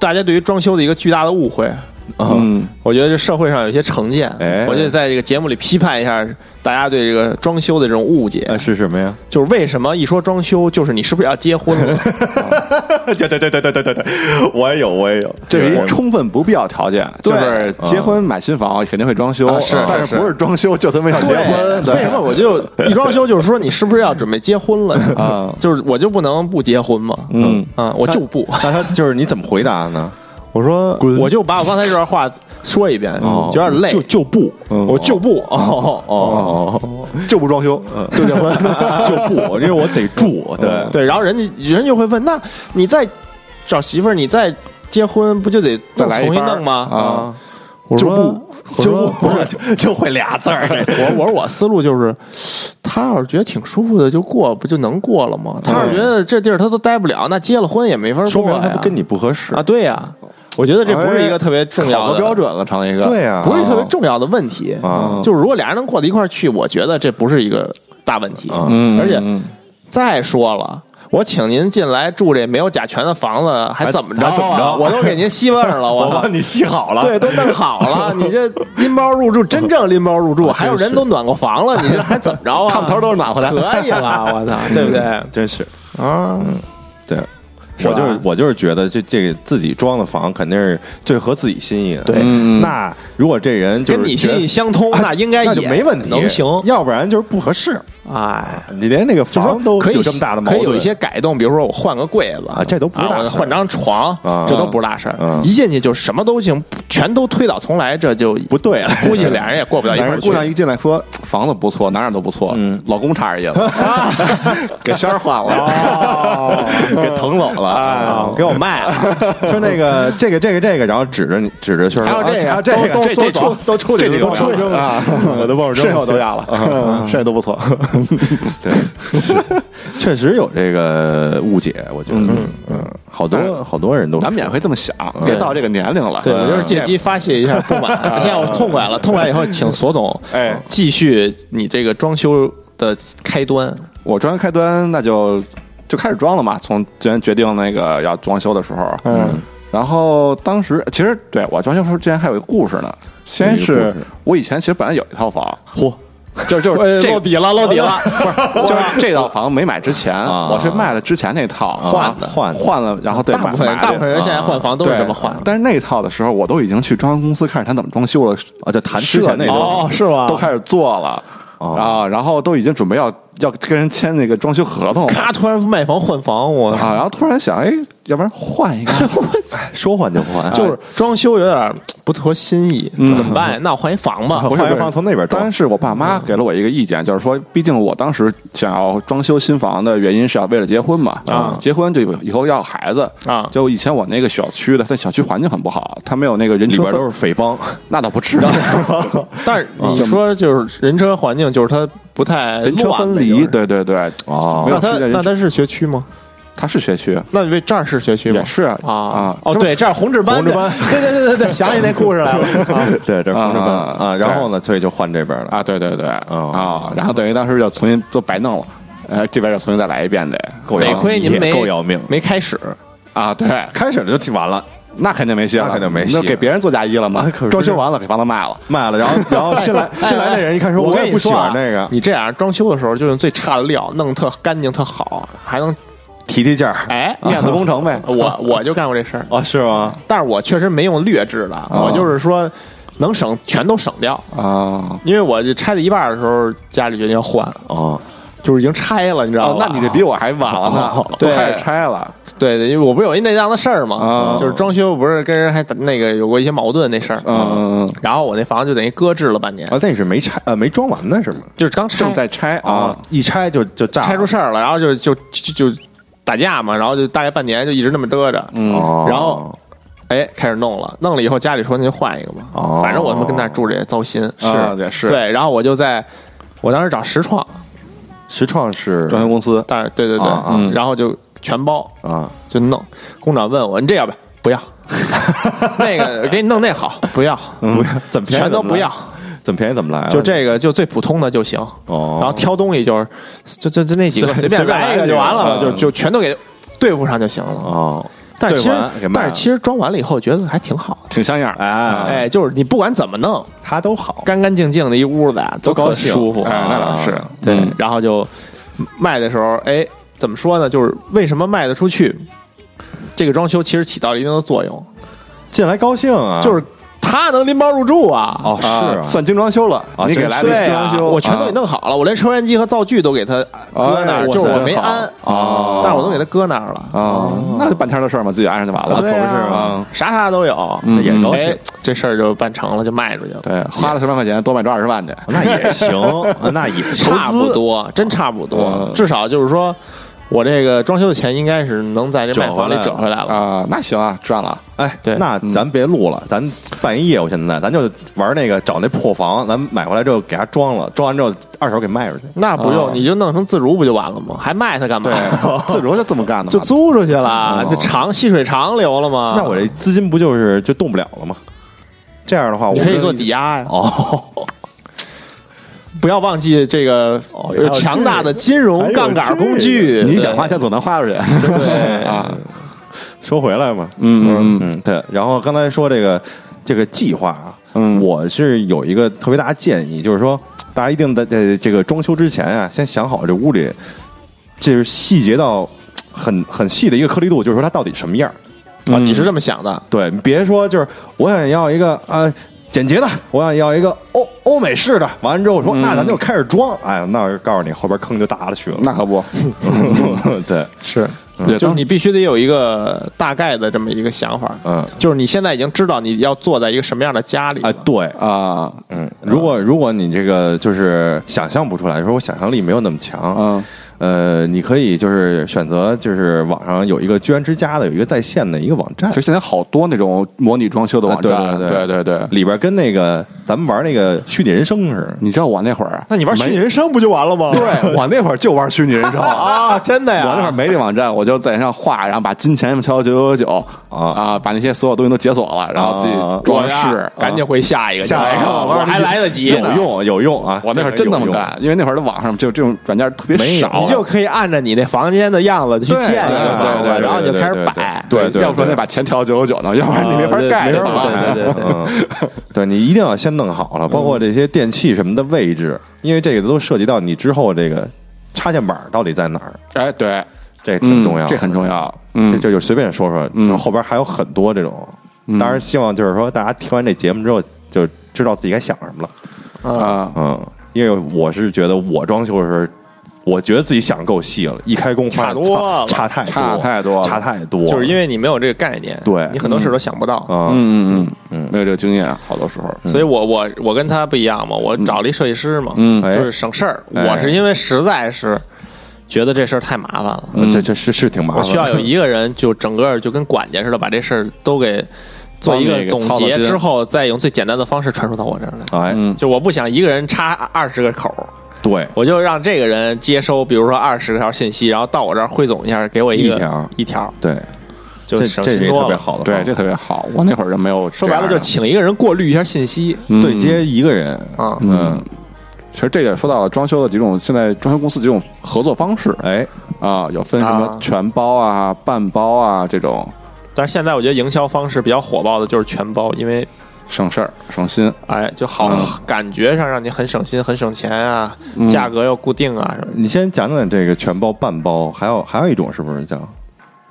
[SPEAKER 4] 大家对于装修的一个巨大的误会，
[SPEAKER 6] 嗯，
[SPEAKER 4] 我觉得这社会上有一些成见，
[SPEAKER 5] 哎
[SPEAKER 4] 我就在这个节目里批判一下大家对这个装修的这种误解，
[SPEAKER 5] 呃，是什么呀？
[SPEAKER 4] 就是为什么一说装修，就是你是不是要结婚了？
[SPEAKER 5] 对对对对对对对对，我也有，我也有，
[SPEAKER 6] 这是一
[SPEAKER 5] 我
[SPEAKER 6] 充分不必要条件，就是结婚买新房肯定会装修，
[SPEAKER 4] 嗯啊是
[SPEAKER 6] 但
[SPEAKER 4] 是
[SPEAKER 6] 是不是装修就他妈要结婚？
[SPEAKER 4] 对为什么我就一装修就是说你是不是要准备结婚了？
[SPEAKER 6] 啊
[SPEAKER 4] 就是我就不能不结婚吗？
[SPEAKER 6] 嗯
[SPEAKER 4] 啊，我就不。
[SPEAKER 5] 那他就是你怎么回答呢？
[SPEAKER 4] 我说
[SPEAKER 5] 滚
[SPEAKER 4] 我就把我刚才这段话说一遍，
[SPEAKER 5] 哦
[SPEAKER 4] 有点累，
[SPEAKER 5] 就就不，
[SPEAKER 4] 嗯我就不
[SPEAKER 5] 哦哦哦，
[SPEAKER 6] 就不装修，
[SPEAKER 4] 嗯
[SPEAKER 5] 就结婚 就不，因为我得住，对
[SPEAKER 4] 对，然后人家人就会问，那你再找媳妇儿，你再结婚不就得
[SPEAKER 6] 再来一
[SPEAKER 4] 重新
[SPEAKER 6] 番儿
[SPEAKER 4] 弄吗？
[SPEAKER 6] 啊，
[SPEAKER 4] 我
[SPEAKER 5] 就
[SPEAKER 4] 说
[SPEAKER 5] 不
[SPEAKER 4] 我
[SPEAKER 5] 就
[SPEAKER 4] 说
[SPEAKER 5] 不就就会俩字儿， 这
[SPEAKER 4] 我我说我思路就是，他要是觉得挺舒服的就过，不就能过了吗？他要是觉得这地儿他都待不了，那结了婚也没法过呀。
[SPEAKER 5] 说明他不跟你不合适
[SPEAKER 4] 啊，，对呀、我觉得这不是一哎个特别重要
[SPEAKER 5] 考
[SPEAKER 4] 的
[SPEAKER 5] 核标，准了，成一个
[SPEAKER 6] 对呀
[SPEAKER 4] 不是
[SPEAKER 5] 哦
[SPEAKER 4] 特别重要的问题
[SPEAKER 5] 啊
[SPEAKER 4] 就是如果俩人能过到一块儿去，我觉得这不是一个大问题。
[SPEAKER 5] 嗯
[SPEAKER 4] 而且再说了。我请您进来住这没有甲醛的房子，还怎么着、啊？
[SPEAKER 5] 还怎么着
[SPEAKER 4] 我都给您吸味 儿了，
[SPEAKER 5] 我
[SPEAKER 4] 操
[SPEAKER 5] 帮哦你啊吸好了，
[SPEAKER 4] 对，都弄好了， 你这拎包入住，真正拎包入住，
[SPEAKER 5] 啊
[SPEAKER 4] 还有人都暖过房了，你这还怎么着 啊？
[SPEAKER 5] 炕头都是暖和的
[SPEAKER 4] 可以了，我操，对不对？
[SPEAKER 5] 嗯真是
[SPEAKER 4] 啊，
[SPEAKER 5] 对。
[SPEAKER 4] 是
[SPEAKER 5] 我
[SPEAKER 4] 吧
[SPEAKER 5] 就是我就是觉得这这个自己装的房肯定是最合自己心意的。
[SPEAKER 4] 对
[SPEAKER 5] 嗯那如果这人 就是
[SPEAKER 4] 跟你
[SPEAKER 5] 觉得
[SPEAKER 4] 心意相通，那应该
[SPEAKER 5] 啊那就
[SPEAKER 4] 也
[SPEAKER 5] 没问题，
[SPEAKER 4] 能行。
[SPEAKER 5] 要不然就是不合适。
[SPEAKER 4] 哎，
[SPEAKER 5] 你连那个
[SPEAKER 4] 就说
[SPEAKER 5] 房都
[SPEAKER 4] 可以
[SPEAKER 5] 有这么大的矛
[SPEAKER 4] 可
[SPEAKER 5] 盾，
[SPEAKER 4] 以有一 些改动，比如说我换个柜子
[SPEAKER 5] 啊这都不是大
[SPEAKER 4] 啊我
[SPEAKER 5] 事儿
[SPEAKER 4] 换张床
[SPEAKER 5] 啊，
[SPEAKER 4] 这都不是大事儿
[SPEAKER 5] 嗯。
[SPEAKER 4] 一进去就什么都行，全都推倒重来，这就
[SPEAKER 5] 不对了，
[SPEAKER 4] 估计俩人也过不到一块
[SPEAKER 6] 但
[SPEAKER 4] 儿
[SPEAKER 6] 是
[SPEAKER 4] 去
[SPEAKER 6] 姑。娘一进来说房子不错，哪哪都不错，
[SPEAKER 5] 嗯
[SPEAKER 6] 老公 差点意思，给轩儿换
[SPEAKER 4] 哦
[SPEAKER 6] 了，给腾走了，
[SPEAKER 4] 啊
[SPEAKER 6] 啊，
[SPEAKER 4] 给我卖了，
[SPEAKER 5] 说那个这个这个这个，然后指着你指着轩
[SPEAKER 4] 还有
[SPEAKER 5] 说，
[SPEAKER 4] 这个
[SPEAKER 5] 啊这个
[SPEAKER 6] 都
[SPEAKER 5] 这
[SPEAKER 6] 都
[SPEAKER 5] 这
[SPEAKER 6] 出都出去
[SPEAKER 5] 这几个
[SPEAKER 6] 都出去
[SPEAKER 5] 我要
[SPEAKER 6] 啊，
[SPEAKER 5] 我都忘了扔
[SPEAKER 6] 剩
[SPEAKER 5] 了
[SPEAKER 6] 下我都要了，嗯 剩下都不错，
[SPEAKER 5] 啊 对， 是确实有这个误解，我觉得，嗯嗯，好多好多人都
[SPEAKER 6] 难免会这么想，别到这个年龄了，
[SPEAKER 4] 对我就是借机发泄一下不满。啊 现在我痛快了，痛快以后请索 总
[SPEAKER 6] 哎
[SPEAKER 4] 继续你这个装修的开端。
[SPEAKER 6] 我装修开端，那就就开始装了嘛。从之前决定那个要装修的时候，嗯，然后当时其实对我装修时候之前还有一个故事呢。先
[SPEAKER 5] 有一个
[SPEAKER 6] 是
[SPEAKER 5] 故事
[SPEAKER 6] 我以前其实本来有一套房，嚯，就就是这
[SPEAKER 4] 哎
[SPEAKER 6] 个
[SPEAKER 4] 露底了，露底 了。
[SPEAKER 6] 就是这套房没买之前，我是卖了之前那套
[SPEAKER 5] 换的
[SPEAKER 6] 换换了，然后对
[SPEAKER 4] 大部分
[SPEAKER 6] 买
[SPEAKER 4] 人，大部分人现在换房都是
[SPEAKER 6] 对
[SPEAKER 4] 这么换的。
[SPEAKER 6] 但是那套的时候，我都已经去装修公司看着他怎么装修了
[SPEAKER 5] 啊就谈
[SPEAKER 6] 之前那
[SPEAKER 5] 设那
[SPEAKER 6] 套
[SPEAKER 4] 种哦是吗
[SPEAKER 6] 都开始做了
[SPEAKER 5] 哦
[SPEAKER 6] 啊，然后都已经准备要要跟人签那个装修合同了，
[SPEAKER 4] 咔，突然卖房换房，我
[SPEAKER 6] 啊，然后突然想，哎，要不然换一个，
[SPEAKER 5] 说换就换，啊
[SPEAKER 4] 就是装修有点儿不合心意，怎么办 呀？那我换一房吧。
[SPEAKER 5] 不
[SPEAKER 6] 不
[SPEAKER 5] 嗯
[SPEAKER 6] 是
[SPEAKER 5] 换一
[SPEAKER 6] 不
[SPEAKER 5] 房
[SPEAKER 6] 是
[SPEAKER 5] 从那边装
[SPEAKER 6] 当然是我爸妈给了我一个意见，就是说，毕竟我当时想要装修新房的原因是要为了结婚嘛，
[SPEAKER 4] 啊
[SPEAKER 6] 结婚就以后要孩子
[SPEAKER 4] 啊
[SPEAKER 6] 就以前我那个小区的，但小区环境很不好，它没有那个人
[SPEAKER 5] 里
[SPEAKER 6] 车
[SPEAKER 5] 边
[SPEAKER 6] 分
[SPEAKER 5] 都是匪帮，
[SPEAKER 6] 那倒不至于，
[SPEAKER 4] 但是
[SPEAKER 5] 啊
[SPEAKER 4] 你说就是人车环境，就是它不太啊
[SPEAKER 6] 人车
[SPEAKER 4] 乱呗
[SPEAKER 6] 分
[SPEAKER 4] 就
[SPEAKER 6] 离，
[SPEAKER 4] 是
[SPEAKER 6] 对对对，
[SPEAKER 5] 哦
[SPEAKER 6] 没
[SPEAKER 4] 那
[SPEAKER 6] 有
[SPEAKER 4] 它
[SPEAKER 6] 世
[SPEAKER 4] 那
[SPEAKER 6] 界人，
[SPEAKER 4] 它是学区吗？
[SPEAKER 6] 它是学区，
[SPEAKER 4] 那为这儿是学区吗？
[SPEAKER 6] 也是
[SPEAKER 4] 啊
[SPEAKER 6] 啊啊
[SPEAKER 4] 哦，
[SPEAKER 6] 这不
[SPEAKER 4] 对，这儿红志班，
[SPEAKER 5] 红志班
[SPEAKER 4] 对，对对对对 对，想起那故事来了。啊
[SPEAKER 5] 对，这是红石班
[SPEAKER 6] 啊
[SPEAKER 5] 啊，然后呢，所以就换这边了，
[SPEAKER 6] 啊，对对对，
[SPEAKER 5] 哦
[SPEAKER 6] 啊，然后等于当时就重新都白弄了，呃，这边就重新再来一遍得
[SPEAKER 5] 够
[SPEAKER 4] 啊得
[SPEAKER 5] 要
[SPEAKER 4] 亏您
[SPEAKER 5] 也
[SPEAKER 4] 没
[SPEAKER 5] 够要命，
[SPEAKER 4] 没开始，
[SPEAKER 6] 啊，对，
[SPEAKER 5] 开始就听完了，
[SPEAKER 6] 那肯定没戏了，
[SPEAKER 5] 那肯定没戏
[SPEAKER 6] 那给别人做嫁衣了嘛
[SPEAKER 5] 啊可是，
[SPEAKER 6] 装修完了给房子卖了。
[SPEAKER 5] 卖了，然 后然后新来新来的人一看说，
[SPEAKER 4] 哎哎
[SPEAKER 5] 也不喜欢
[SPEAKER 4] 我跟
[SPEAKER 5] 那
[SPEAKER 4] 你说啊
[SPEAKER 5] 个，
[SPEAKER 4] 你这样装修的时候就用最差的料，弄得特干净特好，还能
[SPEAKER 5] 提提价儿
[SPEAKER 4] 哎，，
[SPEAKER 6] 面子 工程呗
[SPEAKER 4] 我我就干过这事儿，
[SPEAKER 5] 啊，是吗？
[SPEAKER 4] 但是我确实没用劣质的，
[SPEAKER 6] 哦
[SPEAKER 4] 我就是说能省全都省掉，
[SPEAKER 6] 啊
[SPEAKER 4] 因为我就拆到一半儿的时候，家里决定要换，
[SPEAKER 5] 哦，
[SPEAKER 4] 就是已经拆了，你知道
[SPEAKER 6] 哦，
[SPEAKER 4] 吗？
[SPEAKER 6] 那你这比我还晚了呢，都
[SPEAKER 4] 对
[SPEAKER 6] 开始拆了
[SPEAKER 4] 对对，因为我不是有一那样的事儿嘛，
[SPEAKER 6] 啊
[SPEAKER 4] 就是装修不是跟人还那个有过一些矛盾那事儿，
[SPEAKER 6] 嗯嗯嗯，
[SPEAKER 4] 然后我那房子就等于搁置了半年，
[SPEAKER 5] 啊，那是没拆呃没装完呢是吗？
[SPEAKER 4] 就是刚拆
[SPEAKER 6] 哦正在拆啊
[SPEAKER 5] 啊，，一拆就就炸了，
[SPEAKER 4] 哎哦拆出事儿了，然后就就就就打架嘛，然后就大概半年就一直那么嘚着，嗯
[SPEAKER 5] 哦，
[SPEAKER 4] 然后哎开始弄了，弄了以后家里说那就换一个吧，
[SPEAKER 5] 哦
[SPEAKER 4] 反正我他妈跟那儿住着也糟心，
[SPEAKER 6] 啊也是
[SPEAKER 4] 对，然后我就在我当时找实创，
[SPEAKER 5] 实创是
[SPEAKER 6] 装修公司
[SPEAKER 4] 但是对对对，
[SPEAKER 5] 啊啊
[SPEAKER 4] 嗯然后就全包
[SPEAKER 5] 啊，
[SPEAKER 4] 就弄，工长问我你这要不要？不 要，那个给你弄那好，不要，
[SPEAKER 5] 嗯不要怎么便宜
[SPEAKER 4] 全都
[SPEAKER 5] 怎么
[SPEAKER 4] 不
[SPEAKER 5] 来
[SPEAKER 4] 要，
[SPEAKER 5] 怎么便宜怎么来啊，
[SPEAKER 4] 就这个就最普通的就行。
[SPEAKER 5] 哦
[SPEAKER 4] 然后挑东西就是，就就就那几个
[SPEAKER 5] 随
[SPEAKER 4] 随
[SPEAKER 5] 便
[SPEAKER 4] 便来一个就完
[SPEAKER 5] 来
[SPEAKER 4] 了，
[SPEAKER 5] 一个
[SPEAKER 4] 就就全都给对付上就行了。
[SPEAKER 5] 嗯哦，
[SPEAKER 4] 但是其
[SPEAKER 5] 对
[SPEAKER 4] 实
[SPEAKER 5] 完给卖
[SPEAKER 4] 但
[SPEAKER 5] 了
[SPEAKER 4] 是其实装完了以后觉得还挺好的，
[SPEAKER 6] 挺像样的。啊
[SPEAKER 5] 哎
[SPEAKER 4] 哎，就是你不管怎么弄，
[SPEAKER 5] 他都好，
[SPEAKER 4] 干干净净的一屋子啊，
[SPEAKER 5] 都
[SPEAKER 4] 都
[SPEAKER 5] 高
[SPEAKER 4] 很
[SPEAKER 5] 兴
[SPEAKER 4] 舒服。
[SPEAKER 6] 哎，那倒是
[SPEAKER 5] 啊，
[SPEAKER 4] 对
[SPEAKER 6] 嗯，
[SPEAKER 4] 然后就卖的时候，哎，怎么说呢？就是为什么卖得出去？这个装修其实起到了一定的作用，
[SPEAKER 5] 进来高兴啊，
[SPEAKER 4] 就是他能拎包入住啊？
[SPEAKER 5] 哦，是
[SPEAKER 6] 啊，
[SPEAKER 5] 啊
[SPEAKER 6] 算精装修了，
[SPEAKER 5] 啊
[SPEAKER 6] 你给
[SPEAKER 5] 真
[SPEAKER 6] 来
[SPEAKER 5] 是
[SPEAKER 6] 的
[SPEAKER 4] 对
[SPEAKER 6] 精
[SPEAKER 4] 啊
[SPEAKER 6] 装修，
[SPEAKER 4] 我全都给弄好了，我连抽烟机和灶具都给他搁那
[SPEAKER 5] 哎
[SPEAKER 4] 儿，
[SPEAKER 5] 我
[SPEAKER 4] 就是我
[SPEAKER 5] 真
[SPEAKER 4] 没
[SPEAKER 5] 好
[SPEAKER 4] 安，
[SPEAKER 6] 啊，
[SPEAKER 4] 但是我都给他搁那儿了。
[SPEAKER 6] 啊，那就半天的事儿嘛，自己安上就完了，可不
[SPEAKER 4] 对
[SPEAKER 6] 是
[SPEAKER 4] 哦啊
[SPEAKER 6] 吗？，
[SPEAKER 4] 啥啥都有，
[SPEAKER 6] 哦嗯
[SPEAKER 4] 也
[SPEAKER 5] 高兴
[SPEAKER 4] 哎，这事儿就办成了，就卖出去了。
[SPEAKER 6] 对，花了十万块钱，多买这二十万去，
[SPEAKER 5] 那也行，啊那也
[SPEAKER 4] 差
[SPEAKER 5] 投
[SPEAKER 4] 不
[SPEAKER 5] 资
[SPEAKER 4] 多，真差不多
[SPEAKER 6] 嗯，
[SPEAKER 4] 至少就是说，我这个装修的钱应该是能在这卖房里折回来了。
[SPEAKER 6] 啊，那行啊，赚了，
[SPEAKER 5] 哎，
[SPEAKER 4] 对嗯
[SPEAKER 5] 那咱别录了，咱办一夜，我现在咱就玩那个找那破房，咱买回来之后给它装了，装完之后二手给卖出去。
[SPEAKER 4] 那不
[SPEAKER 6] 哦
[SPEAKER 4] 用，你就弄成自如不就完了吗？还卖它干嘛
[SPEAKER 6] 对？，自如就这么干的 嘛，
[SPEAKER 4] 哦就租出去了
[SPEAKER 6] 哦，
[SPEAKER 4] 这长细水长流了吗？
[SPEAKER 5] 那我这资金不就是就动不了了吗？这样的话，我
[SPEAKER 4] 你可以做
[SPEAKER 5] 就
[SPEAKER 4] 抵押呀，
[SPEAKER 5] 哦，
[SPEAKER 4] 不要忘记这个
[SPEAKER 5] 还有
[SPEAKER 4] 呃强大的金融杠杆工具。
[SPEAKER 6] 你
[SPEAKER 4] 对
[SPEAKER 6] 想花钱总能 花出去，对啊，
[SPEAKER 5] 说回来嘛，
[SPEAKER 6] 嗯嗯嗯
[SPEAKER 5] 嗯，对。然后刚才说这个这个计划啊，
[SPEAKER 6] 嗯
[SPEAKER 5] 我是有一个特别大的建议，就是说大家一定在在这个装修之前啊，先想好这屋里就是细节到很很细的一个颗粒度，就是说它到底什么样儿。
[SPEAKER 4] 啊，你是这么想的？
[SPEAKER 5] 对，别说就是我想要一个呃简洁的，我想要一个欧欧美式的。完了之后
[SPEAKER 6] 嗯
[SPEAKER 5] 说，那咱就开始装。哎，那我就告诉你，后边坑就大了去了。
[SPEAKER 6] 那可不， 嗯
[SPEAKER 5] 对，
[SPEAKER 4] 是，
[SPEAKER 6] 也
[SPEAKER 4] 就是
[SPEAKER 6] 当
[SPEAKER 4] 你必须得有一个大概的这么一个想法。
[SPEAKER 5] 嗯，
[SPEAKER 4] 就是你现在已经知道你要坐在一个什么样的家里了
[SPEAKER 5] 哎，对，
[SPEAKER 6] 啊，
[SPEAKER 5] 嗯，如果如果你这个就是想象不出来，说我想象力没有那么强，
[SPEAKER 6] 嗯，
[SPEAKER 5] 呃，你可以就是选择就是网上有一个居然之家的有一个在线的一个网站
[SPEAKER 6] 其实，现在好多那种模拟装修的
[SPEAKER 5] 啊
[SPEAKER 6] 网站，
[SPEAKER 5] 对对
[SPEAKER 6] 对对对，
[SPEAKER 5] 里边跟那个咱们玩那个虚拟人生似的。
[SPEAKER 6] 你知道我那会儿，
[SPEAKER 4] 那你玩虚拟人生不就完了吗？
[SPEAKER 6] 对我那会儿就玩虚拟人 生
[SPEAKER 4] 啊，真的呀！
[SPEAKER 6] 我那会儿没这网站，我就在那上画，然后把金钱敲九九九
[SPEAKER 5] 啊
[SPEAKER 6] 啊，把那些所有东西都解锁了，然后自己
[SPEAKER 5] 啊
[SPEAKER 6] 装饰
[SPEAKER 4] 是，，赶紧回下一个，
[SPEAKER 5] 下一个
[SPEAKER 4] 啊
[SPEAKER 5] 玩
[SPEAKER 4] 我还来得及，
[SPEAKER 5] 有用有用啊！
[SPEAKER 6] 我那会儿真那么
[SPEAKER 5] 有用
[SPEAKER 6] 干，因为那会儿的网上就这种软件特别
[SPEAKER 5] 没有
[SPEAKER 6] 少，啊
[SPEAKER 4] 你就可以按照你那房间的样子去
[SPEAKER 5] 对
[SPEAKER 4] 建一个
[SPEAKER 5] 对对
[SPEAKER 4] 房子
[SPEAKER 5] 对，对
[SPEAKER 4] 然后你就
[SPEAKER 5] 对
[SPEAKER 4] 开始
[SPEAKER 5] 对
[SPEAKER 4] 摆。
[SPEAKER 5] 对对
[SPEAKER 6] 要不说
[SPEAKER 5] 对
[SPEAKER 6] 得把钱调九九九呢，要不然你没法
[SPEAKER 4] 啊对
[SPEAKER 6] 盖
[SPEAKER 4] 没
[SPEAKER 6] 这
[SPEAKER 4] 法
[SPEAKER 6] 房
[SPEAKER 4] 盖
[SPEAKER 6] 子。
[SPEAKER 4] 对对对
[SPEAKER 5] 嗯， 对你一定要先弄好
[SPEAKER 6] 嗯
[SPEAKER 5] 了，包括这些电器什么的位置，因为这个都涉及到你之后这个插线板到底在哪儿，
[SPEAKER 6] 哎，对，
[SPEAKER 5] 这挺重要
[SPEAKER 6] 嗯
[SPEAKER 5] 的，
[SPEAKER 6] 这很重要。
[SPEAKER 5] 这
[SPEAKER 6] 嗯，
[SPEAKER 5] 这就随便说说，
[SPEAKER 6] 嗯
[SPEAKER 5] 然后后边还有很多这种。当然，希望就是说大家听完这节目之后，就知道自己该想什么了。
[SPEAKER 6] 啊，
[SPEAKER 5] 嗯，因为我是觉得我装修的时候，我觉得自己想得够细了，一开工发现
[SPEAKER 4] 差多了
[SPEAKER 5] 差太
[SPEAKER 6] 差太多了
[SPEAKER 5] 差太多了，
[SPEAKER 4] 就是因为你没有这个概念，
[SPEAKER 5] 对
[SPEAKER 4] 你很多事都想不到，
[SPEAKER 5] 啊，
[SPEAKER 6] 嗯嗯嗯
[SPEAKER 5] 嗯，
[SPEAKER 6] 没有这个经验，好多时候。
[SPEAKER 4] 所以我我我跟他不一样嘛，我找了一设计师嘛，
[SPEAKER 6] 嗯
[SPEAKER 5] 哎
[SPEAKER 4] 就是省事儿。
[SPEAKER 5] 哎
[SPEAKER 4] 我是因为实在是觉得这事儿太麻烦了，
[SPEAKER 6] 嗯
[SPEAKER 5] 这这是是挺麻
[SPEAKER 4] 我
[SPEAKER 5] 烦的，
[SPEAKER 4] 需要有一个人就整个就跟管家似的把这事儿都给做一
[SPEAKER 6] 帮
[SPEAKER 4] 个
[SPEAKER 6] 你给
[SPEAKER 4] 总
[SPEAKER 6] 操到
[SPEAKER 4] 结
[SPEAKER 6] 心
[SPEAKER 4] 之后，再用最简单的方式传输到我这儿来。
[SPEAKER 5] 哎，
[SPEAKER 6] 嗯
[SPEAKER 4] 就我不想一个人插二十个口儿，
[SPEAKER 5] 对，
[SPEAKER 4] 我就让这个人接收，比如说二十条信息，然后到我这儿汇总一下，给我一个
[SPEAKER 5] 一条
[SPEAKER 4] 一条，
[SPEAKER 5] 对，
[SPEAKER 4] 就
[SPEAKER 5] 这
[SPEAKER 4] 省
[SPEAKER 5] 这是
[SPEAKER 4] 心
[SPEAKER 5] 一个特
[SPEAKER 4] 多
[SPEAKER 5] 别
[SPEAKER 4] 了。
[SPEAKER 5] 好的方法，
[SPEAKER 6] 对，这特别好。我那会儿就没有这
[SPEAKER 4] 说白
[SPEAKER 6] 样的，
[SPEAKER 4] 了，就请一个人过滤一下信息
[SPEAKER 6] 嗯
[SPEAKER 5] 对接一个人，
[SPEAKER 4] 啊。
[SPEAKER 5] 嗯，
[SPEAKER 6] 其实这也说到了装修的几种，现在装修公司几种合作方式
[SPEAKER 5] 哎，
[SPEAKER 6] 啊，有分什么
[SPEAKER 4] 啊
[SPEAKER 6] 全包啊、半包啊这种，
[SPEAKER 4] 但是现在我觉得营销方式比较火爆的就是全包，因为
[SPEAKER 6] 省事儿省心。
[SPEAKER 4] 哎就好、
[SPEAKER 5] 嗯
[SPEAKER 4] 感觉上让你很省心、很省钱啊，价格又固定啊什么的，
[SPEAKER 5] 你先讲讲这个全包、半包，还有还有一种是不是叫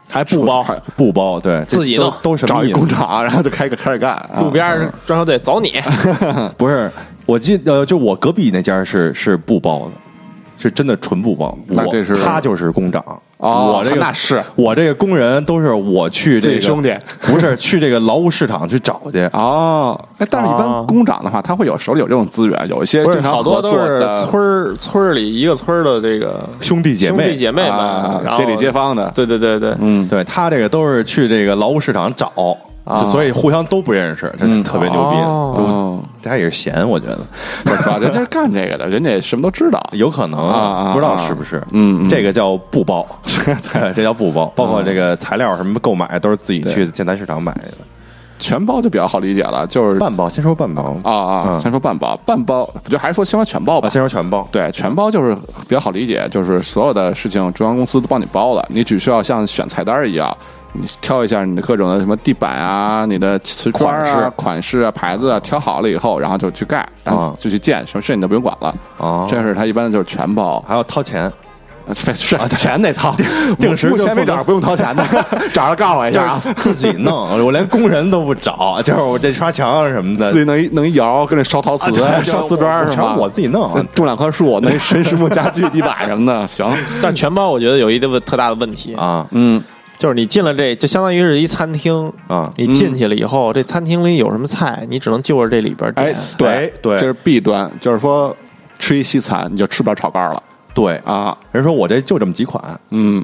[SPEAKER 4] 还不包。
[SPEAKER 5] 不包？对，这
[SPEAKER 4] 自己
[SPEAKER 5] 都
[SPEAKER 4] 弄
[SPEAKER 5] 都什
[SPEAKER 6] 找
[SPEAKER 5] 么
[SPEAKER 6] 一
[SPEAKER 5] 意思
[SPEAKER 6] 工厂，然后就开个开始干。啊
[SPEAKER 4] 路边儿
[SPEAKER 5] 嗯
[SPEAKER 4] 装修队走 你，
[SPEAKER 5] 不是，我记呃，就我隔壁那家是是不包的，是真的纯不包。
[SPEAKER 6] 那
[SPEAKER 5] 我
[SPEAKER 6] 这是
[SPEAKER 5] 他就是工长，
[SPEAKER 6] 哦
[SPEAKER 5] 我这个
[SPEAKER 6] 那是
[SPEAKER 5] 我这个工人都是我去这
[SPEAKER 6] 自
[SPEAKER 5] 个
[SPEAKER 6] 己兄弟，
[SPEAKER 5] 不是去这个劳务市场去找 去。
[SPEAKER 6] 哦，哎，但是一般
[SPEAKER 4] 哦
[SPEAKER 6] 工厂的话，他会有手里有这种资源，有一些
[SPEAKER 4] 不是
[SPEAKER 6] 正常
[SPEAKER 4] 好多
[SPEAKER 6] 合
[SPEAKER 4] 都
[SPEAKER 6] 作
[SPEAKER 4] 是
[SPEAKER 6] 的
[SPEAKER 4] 村儿村儿里一个村儿的这个
[SPEAKER 5] 兄弟姐妹，
[SPEAKER 4] 兄弟姐妹们，
[SPEAKER 6] 啊
[SPEAKER 4] 然后
[SPEAKER 6] 街里街坊的，
[SPEAKER 4] 对对对对，
[SPEAKER 5] 嗯，对他这个都是去这个劳务市场找，就所以互相都不认识，这是特别牛逼的。
[SPEAKER 4] 哦
[SPEAKER 6] 啊嗯哦，
[SPEAKER 5] 他也是闲，我觉得
[SPEAKER 6] 我知道人家是干这个的，人家也什么都知道。
[SPEAKER 5] 有可能
[SPEAKER 6] 啊啊
[SPEAKER 5] 不知道是不是。
[SPEAKER 6] 嗯嗯嗯
[SPEAKER 5] 这个叫不 包，对，这叫不包，包括这个材料什么购买都是自己去建材市场买的。
[SPEAKER 6] 全包就比较好理解了，就是
[SPEAKER 5] 半包，先说半包
[SPEAKER 6] 啊啊，
[SPEAKER 5] 嗯
[SPEAKER 6] 先说半包，半包，我觉得还是说先说全包吧
[SPEAKER 5] 啊，。先说全包。
[SPEAKER 6] 对，全包就是比较好理解，就是所有的事情中央公司都帮你包了，你只需要像选菜单儿一样，你挑一下你的各种的什么地板啊、你的瓷砖
[SPEAKER 5] 款式
[SPEAKER 6] 啊、款式啊、牌子啊，挑好了以后，然后就去盖，然后
[SPEAKER 5] 啊
[SPEAKER 6] 就去建，什么事你都不用管了。
[SPEAKER 5] 哦
[SPEAKER 6] 这是他一般就是全包，
[SPEAKER 5] 还要掏钱，
[SPEAKER 6] 是啊钱得掏，
[SPEAKER 5] 定时
[SPEAKER 6] 目
[SPEAKER 5] 就
[SPEAKER 6] 前为
[SPEAKER 5] 付
[SPEAKER 6] 止
[SPEAKER 5] 到
[SPEAKER 6] 不用掏钱 的，找人告诉我一
[SPEAKER 5] 就
[SPEAKER 6] 下啊。
[SPEAKER 5] 是自己 弄，我连工人都不找，就是我这刷墙啊什么的，
[SPEAKER 6] 自己弄一弄一窑，跟那烧陶瓷、烧瓷砖是
[SPEAKER 5] 全
[SPEAKER 6] 吧？
[SPEAKER 5] 我自己弄。
[SPEAKER 6] 种两棵 树，弄一神石木家具、地板什么的，啊 行。
[SPEAKER 4] 但全包我觉得有一个特大的问题，
[SPEAKER 5] 啊，
[SPEAKER 6] 嗯，
[SPEAKER 4] 就是你进了这就相当于是一餐厅
[SPEAKER 5] 啊
[SPEAKER 4] 你进去了以后，这餐厅里有什么菜，你只能就着这里边点。
[SPEAKER 6] 嗯哎，对
[SPEAKER 5] 哎对
[SPEAKER 6] 这是弊端，就是说吃一西餐你就吃不了炒肝了
[SPEAKER 5] 对，
[SPEAKER 6] 啊。
[SPEAKER 5] 人说我这就这么几款，
[SPEAKER 6] 嗯，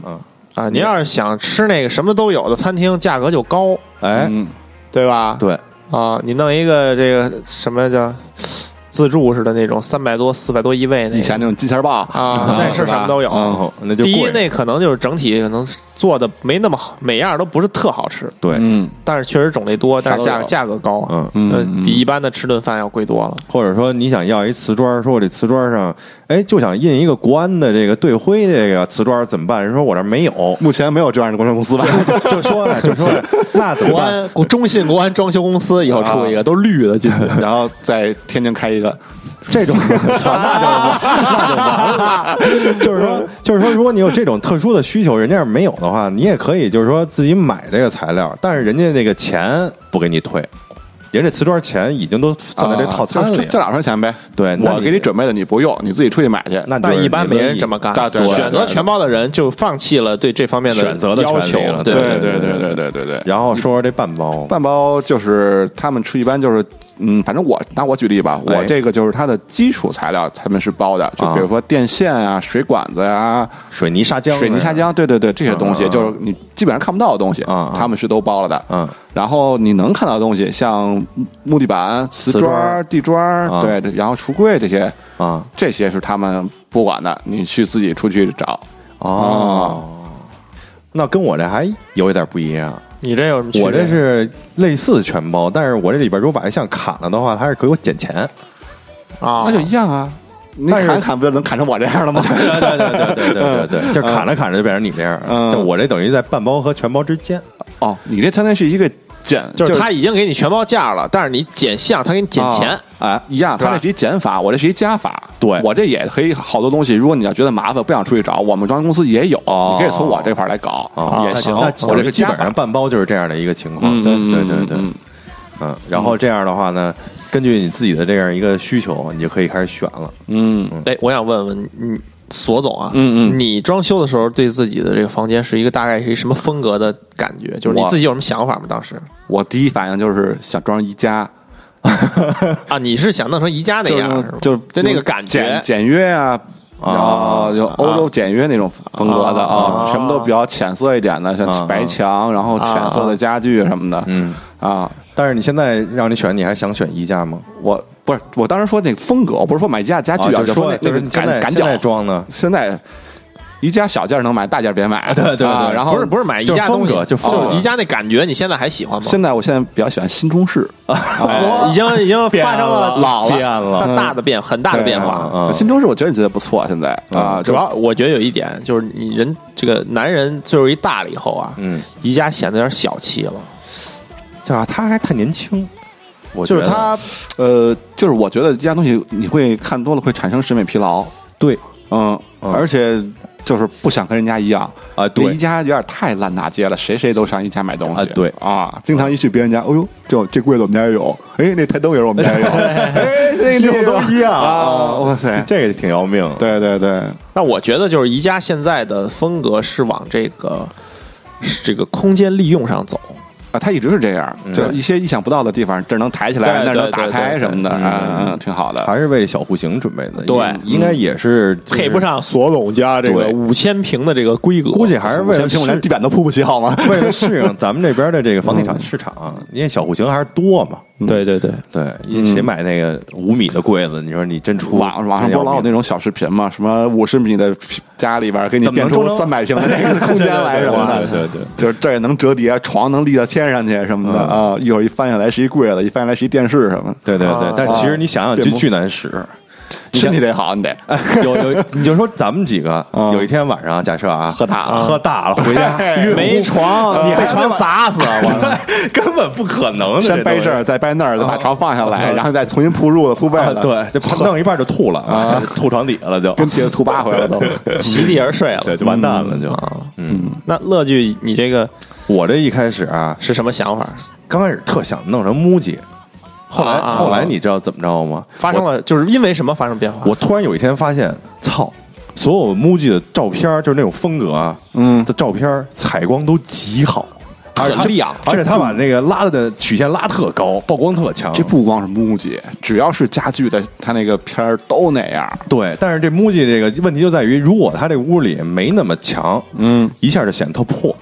[SPEAKER 4] 啊，您要是想吃那个什么都有的餐厅，价格就高，
[SPEAKER 5] 哎，
[SPEAKER 6] 嗯
[SPEAKER 4] 对吧？
[SPEAKER 5] 对，
[SPEAKER 4] 啊，你弄一个这个什么叫自助式的那种，三百多、四百多一位那
[SPEAKER 6] 以前
[SPEAKER 4] 个
[SPEAKER 6] 那种鸡钱棒
[SPEAKER 4] 啊，那
[SPEAKER 6] 是
[SPEAKER 4] 是
[SPEAKER 6] 吧
[SPEAKER 4] 什么都有。
[SPEAKER 5] 然后那就
[SPEAKER 4] 第一，
[SPEAKER 5] 贵
[SPEAKER 4] 那可能就是整体可能做的没那么好，每样都不是特好吃，
[SPEAKER 5] 对，
[SPEAKER 6] 嗯，
[SPEAKER 4] 但是确实种类多，但是价
[SPEAKER 6] 啥都有
[SPEAKER 4] 价格高，
[SPEAKER 5] 嗯
[SPEAKER 6] 嗯
[SPEAKER 4] 呃
[SPEAKER 6] 嗯，
[SPEAKER 4] 比一般的吃顿饭要贵多了。
[SPEAKER 5] 或者说你想要一瓷砖，说我这瓷砖上，哎，就想印一个国安的这个队徽，这个瓷砖怎么办？人说我这儿没有
[SPEAKER 6] 目前没有这样的工程公司吧？
[SPEAKER 5] 就说呢就说呢那怎么
[SPEAKER 4] 国
[SPEAKER 5] 办？
[SPEAKER 4] 安国中信国安装修公司以后出一个都绿的进去，
[SPEAKER 6] 啊 然后在天津开一个，
[SPEAKER 5] 这种，操，那就完了，那就完了。 就是说，就是说，如果你有这种特殊的需求，人家要是没有的话，你也可以就是说自己买这个材料，但是人家那个钱不给你退，人家瓷砖钱已经都算在这套餐
[SPEAKER 6] 啊
[SPEAKER 5] 里
[SPEAKER 6] 就
[SPEAKER 5] 了
[SPEAKER 6] 就。两份钱呗。
[SPEAKER 5] 对那
[SPEAKER 6] 我
[SPEAKER 5] 你
[SPEAKER 6] 给你准备的你不用，你自己出去买去。
[SPEAKER 5] 那就是
[SPEAKER 4] 但一般没人
[SPEAKER 5] 你
[SPEAKER 4] 这么干
[SPEAKER 6] 对对。对
[SPEAKER 4] 选择全包的人就放弃了对这方面
[SPEAKER 5] 选择的权
[SPEAKER 4] 要
[SPEAKER 5] 利了
[SPEAKER 4] 求，
[SPEAKER 5] 对
[SPEAKER 6] 对对对对对对对。
[SPEAKER 5] 然后说说这半包，
[SPEAKER 6] 半包就是他们吃，一般就是，嗯，反正我拿我举例吧，
[SPEAKER 5] 哎
[SPEAKER 6] 我这个就是它的基础材料，他们是包的，就
[SPEAKER 5] 啊
[SPEAKER 6] 比如说电线啊、水管子呀、
[SPEAKER 5] 水泥砂浆，
[SPEAKER 6] 水泥砂浆，嗯对对对，这些东西就是你基本上看不到的东西
[SPEAKER 5] 啊啊，
[SPEAKER 6] 他们是都包了的。
[SPEAKER 5] 嗯，
[SPEAKER 6] 然后你能看到的东西，像木地板、瓷
[SPEAKER 5] 瓷砖
[SPEAKER 6] 砖、嗯地砖，
[SPEAKER 5] 啊
[SPEAKER 6] 对，然后橱柜这些，
[SPEAKER 5] 啊
[SPEAKER 6] 这些是他们不管的，你去自己出去找。
[SPEAKER 5] 哦。那跟我这还有一点不一样，
[SPEAKER 4] 你这有什么区别？
[SPEAKER 5] 我这是类似全包，但是我这里边如果把一项砍了的话，它是给我减钱。
[SPEAKER 4] 啊，
[SPEAKER 6] 那就一样啊，你
[SPEAKER 5] 但是
[SPEAKER 6] 砍砍不就能砍成我这样了吗？
[SPEAKER 5] 对对对对对对 对，就砍着砍着就变成你这样了。
[SPEAKER 6] 嗯
[SPEAKER 5] 就我这等于在半包和全包之间。
[SPEAKER 6] 哦，你这相当于是一个减，
[SPEAKER 4] 就是他已经给你全包价了，但是你减项，他给你减钱。
[SPEAKER 6] 啊哎一样，
[SPEAKER 4] 对吧
[SPEAKER 6] 他这是一减法，我这是一加法。
[SPEAKER 5] 对
[SPEAKER 6] 我这也可以好多东西，如果你要觉得麻烦，不想出去找，我们装修公司也有，
[SPEAKER 5] 哦
[SPEAKER 6] 你可以从我这块儿来搞啊也行。
[SPEAKER 5] 那
[SPEAKER 6] 我
[SPEAKER 5] 我
[SPEAKER 6] 这
[SPEAKER 5] 这
[SPEAKER 6] 是
[SPEAKER 5] 基
[SPEAKER 6] 加
[SPEAKER 5] 本
[SPEAKER 6] 法
[SPEAKER 5] 上。半包就是这样的一个情况。
[SPEAKER 6] 嗯
[SPEAKER 5] 对
[SPEAKER 6] 嗯
[SPEAKER 5] 对对对
[SPEAKER 6] 嗯，
[SPEAKER 5] 嗯。然后这样的话呢，根据你自己的这样一个需求，你就可以开始选了。
[SPEAKER 6] 嗯，
[SPEAKER 4] 哎，我想问问你，索总啊，
[SPEAKER 6] 嗯嗯
[SPEAKER 4] 你装修的时候对自己的这个房间是一个大概是一什么风格的感觉？就是你
[SPEAKER 6] 我
[SPEAKER 4] 自己有什么想法吗？当时
[SPEAKER 6] 我第一反应就是想装宜家，
[SPEAKER 4] 啊，你是想弄成宜家那
[SPEAKER 6] 就是
[SPEAKER 4] 样
[SPEAKER 6] 那
[SPEAKER 4] 是吗
[SPEAKER 6] 种就是
[SPEAKER 4] 就那个感觉
[SPEAKER 6] 简，简约啊。
[SPEAKER 5] 哦
[SPEAKER 6] 然后就欧洲简约那种风格的
[SPEAKER 4] 啊
[SPEAKER 6] 啊，什么都比较浅色一点的，
[SPEAKER 5] 啊
[SPEAKER 6] 像白墙，然后浅色的家具什么的。
[SPEAKER 5] 哦嗯
[SPEAKER 6] 啊，
[SPEAKER 5] 但是你现在让你选，你还想选宜家吗？
[SPEAKER 6] 我不是我当时说那个风格，我不是说买宜家家具
[SPEAKER 5] 啊
[SPEAKER 6] 啊，
[SPEAKER 5] 就
[SPEAKER 6] 说
[SPEAKER 5] 说
[SPEAKER 6] 那
[SPEAKER 5] 就是
[SPEAKER 6] 那个
[SPEAKER 5] 你现在
[SPEAKER 6] 感啊感
[SPEAKER 5] 现
[SPEAKER 6] 脚
[SPEAKER 5] 在装呢，
[SPEAKER 6] 现在宜家小件儿能买，大件儿别买。对
[SPEAKER 5] 对对
[SPEAKER 6] 然后
[SPEAKER 4] 不是不是买宜
[SPEAKER 5] 就是
[SPEAKER 4] 家
[SPEAKER 5] 风
[SPEAKER 4] 东西
[SPEAKER 5] 格就风
[SPEAKER 4] 啊就
[SPEAKER 5] 格
[SPEAKER 4] 是宜家那感觉，你现在还喜欢吗？
[SPEAKER 6] 现在我现在比较喜欢新中式，
[SPEAKER 4] 哎已经已经
[SPEAKER 5] 变
[SPEAKER 4] 发生
[SPEAKER 5] 了
[SPEAKER 4] 老
[SPEAKER 5] 变了嗯
[SPEAKER 4] 大大的变，很大的变
[SPEAKER 6] 对
[SPEAKER 4] 化嗯
[SPEAKER 6] 啊。就新中式我觉得觉得不错，现在啊，
[SPEAKER 4] 主
[SPEAKER 6] 就
[SPEAKER 4] 要我觉得有一点就是，你人这个男人岁数一大了以后啊，
[SPEAKER 5] 嗯，
[SPEAKER 4] 宜家显得有点小气了，
[SPEAKER 5] 啊，他还太年轻，我
[SPEAKER 4] 就是
[SPEAKER 5] 觉得
[SPEAKER 4] 他
[SPEAKER 6] 呃，就是我觉得这样东西你会看多了会产生审美疲劳，
[SPEAKER 5] 对
[SPEAKER 6] 嗯，
[SPEAKER 5] 嗯
[SPEAKER 6] 而且就是不想跟人家一样。
[SPEAKER 5] 啊，
[SPEAKER 6] 那
[SPEAKER 5] 对
[SPEAKER 6] 宜家有点太烂大街了，谁谁都上宜家买东西
[SPEAKER 5] 啊对
[SPEAKER 6] 啊，经常一去别人家，哎呦，这这柜子我们家也有，哎，那台灯也是我们家 也有，哎，那
[SPEAKER 5] 用都一样
[SPEAKER 6] 啊，哇塞，
[SPEAKER 5] 这个挺要命。
[SPEAKER 6] 对对对，
[SPEAKER 4] 那我觉得就是宜家现在的风格是往这个是这个空间利用上走，
[SPEAKER 6] 啊，他一直是这样，就一些意想不到的地方，这儿能抬起来，
[SPEAKER 4] 对
[SPEAKER 6] 那儿能
[SPEAKER 4] 对
[SPEAKER 6] 打
[SPEAKER 4] 对
[SPEAKER 6] 开
[SPEAKER 4] 对
[SPEAKER 6] 什么的，
[SPEAKER 5] 对
[SPEAKER 6] 嗯嗯，挺好的。
[SPEAKER 5] 还是为小户型准备的，
[SPEAKER 4] 对嗯
[SPEAKER 5] 应应该也是
[SPEAKER 4] 配不，上索总家这个
[SPEAKER 5] 对
[SPEAKER 4] 五千平的这个规格，
[SPEAKER 5] 就是估计还是为
[SPEAKER 6] 我
[SPEAKER 5] 了
[SPEAKER 6] 先我连
[SPEAKER 5] 适
[SPEAKER 6] 地板都铺不起，好吗？
[SPEAKER 5] 为了适应咱们这边的这个房地产市场，因为小户型还是多嘛，
[SPEAKER 4] 对对对，
[SPEAKER 5] 对，一起买那个五米的柜子，你说你真出
[SPEAKER 6] 网网上不是老有那种小视频嘛，什么五十米的家里边给你
[SPEAKER 5] 怎么
[SPEAKER 6] 变
[SPEAKER 5] 能
[SPEAKER 6] 出
[SPEAKER 5] 装
[SPEAKER 6] 三百平的那个空间来什么
[SPEAKER 5] 对对对对
[SPEAKER 6] 的，
[SPEAKER 5] 对
[SPEAKER 6] 就是这也能折叠，床能立到天上去什么的啊，一会儿一翻下来是一柜子，一翻下来是一电视什么的。
[SPEAKER 5] 对对对
[SPEAKER 4] 啊
[SPEAKER 5] 对，但其实你想想，
[SPEAKER 6] 变
[SPEAKER 5] 就
[SPEAKER 6] 魔
[SPEAKER 5] 巨难使，
[SPEAKER 6] 身体得好，你得
[SPEAKER 5] 哎， 有有，你就说咱们几个
[SPEAKER 6] 嗯
[SPEAKER 5] 有一天晚上，假设啊，
[SPEAKER 6] 喝大了
[SPEAKER 5] 喝大了哎回 家
[SPEAKER 6] 对
[SPEAKER 4] 没床，
[SPEAKER 6] 呃
[SPEAKER 4] 你还
[SPEAKER 5] 床
[SPEAKER 4] 床砸死啊！我
[SPEAKER 5] 根本不可能的，
[SPEAKER 6] 先掰
[SPEAKER 5] 东西
[SPEAKER 6] 这儿，再掰那儿，再把床放下来，然后再重新铺褥子、铺被
[SPEAKER 5] 啊，
[SPEAKER 6] 子，，
[SPEAKER 5] 对，就 碰弄一半就吐了啊，吐床底下了就，
[SPEAKER 6] 跟鞋吐八回了都。
[SPEAKER 4] 席地而睡了，
[SPEAKER 5] 对，就完蛋了就。
[SPEAKER 4] 啊。嗯，那乐剧你这个
[SPEAKER 5] 我这一开始啊，
[SPEAKER 4] 是什么想法？
[SPEAKER 5] 刚开始特想弄成木屐，后来
[SPEAKER 4] 啊
[SPEAKER 5] 后来你知道怎么着吗？
[SPEAKER 4] 发生了，就是因为什么发生变化？
[SPEAKER 5] 我突然有一天发现，操，所有 MUJI 的照片儿就是那种风格啊，
[SPEAKER 6] 嗯
[SPEAKER 5] 的照片儿采光都极好，
[SPEAKER 4] 很
[SPEAKER 5] 而且
[SPEAKER 4] 亮
[SPEAKER 5] 而且他把那个拉的曲线拉特高，曝光特强。
[SPEAKER 6] 这不光是木姐，只要是家具的，它那个片儿都那样。
[SPEAKER 5] 对，但是这 MUJI 这个问题就在于，如果他这屋里没那么强，
[SPEAKER 6] 嗯，
[SPEAKER 5] 一下就显得特破。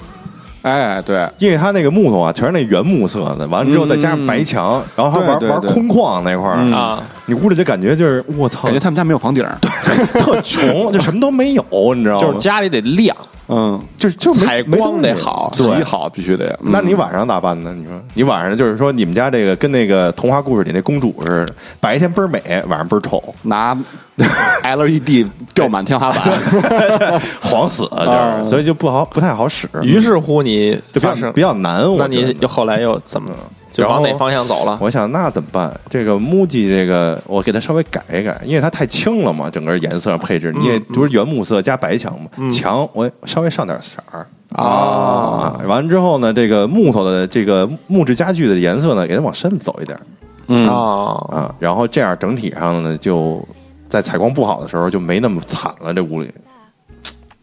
[SPEAKER 6] 哎，对，
[SPEAKER 5] 因为它那个木头啊，全是那原木色的，完了之后再加上白墙，然后还玩
[SPEAKER 6] 对对
[SPEAKER 5] 玩
[SPEAKER 6] 对
[SPEAKER 5] 空旷那块儿、
[SPEAKER 6] 嗯
[SPEAKER 4] 啊，
[SPEAKER 5] 你屋里就感觉就是我 操，
[SPEAKER 6] 感觉他们家没有房顶儿。
[SPEAKER 5] 特穷，就什么都没有，你知道吗？
[SPEAKER 4] 就是家里得亮，
[SPEAKER 6] 嗯，
[SPEAKER 5] 就就没
[SPEAKER 4] 采光得好
[SPEAKER 5] 没东西
[SPEAKER 6] 极
[SPEAKER 5] 对。
[SPEAKER 6] 好必须得。嗯
[SPEAKER 5] 那你
[SPEAKER 6] 晚
[SPEAKER 5] 晚上咋办呢？你说你晚上就是说你们家这个跟那个童话故事里那公主似的，白天倍儿美，晚上倍儿丑，
[SPEAKER 6] 拿 LED 吊满天花板，
[SPEAKER 5] 晃死了
[SPEAKER 6] 啊
[SPEAKER 5] 就是，所以就不好不太好使，
[SPEAKER 4] 于是乎你
[SPEAKER 5] 就比
[SPEAKER 4] 发
[SPEAKER 5] 较
[SPEAKER 4] 生
[SPEAKER 5] 比较难。我
[SPEAKER 4] 那
[SPEAKER 5] 觉
[SPEAKER 4] 你
[SPEAKER 5] 得
[SPEAKER 4] 又后来又怎么就
[SPEAKER 5] 然
[SPEAKER 4] 往
[SPEAKER 5] 后
[SPEAKER 4] 哪方向走了？
[SPEAKER 5] 我想那怎么办？这个 MUJI 这个我给它稍微改一改，因为它太青了嘛，整个颜色配置，你也不是原木色加白墙嘛，墙我稍微上点色儿。
[SPEAKER 4] 啊，
[SPEAKER 5] 啊，完了之后呢，这个木头的这个木质家具的颜色呢，给它往深了走一点
[SPEAKER 6] 嗯
[SPEAKER 4] 啊，
[SPEAKER 5] 啊，然后这样整体上呢，就在采光不好的时候就没那么惨了，这屋里，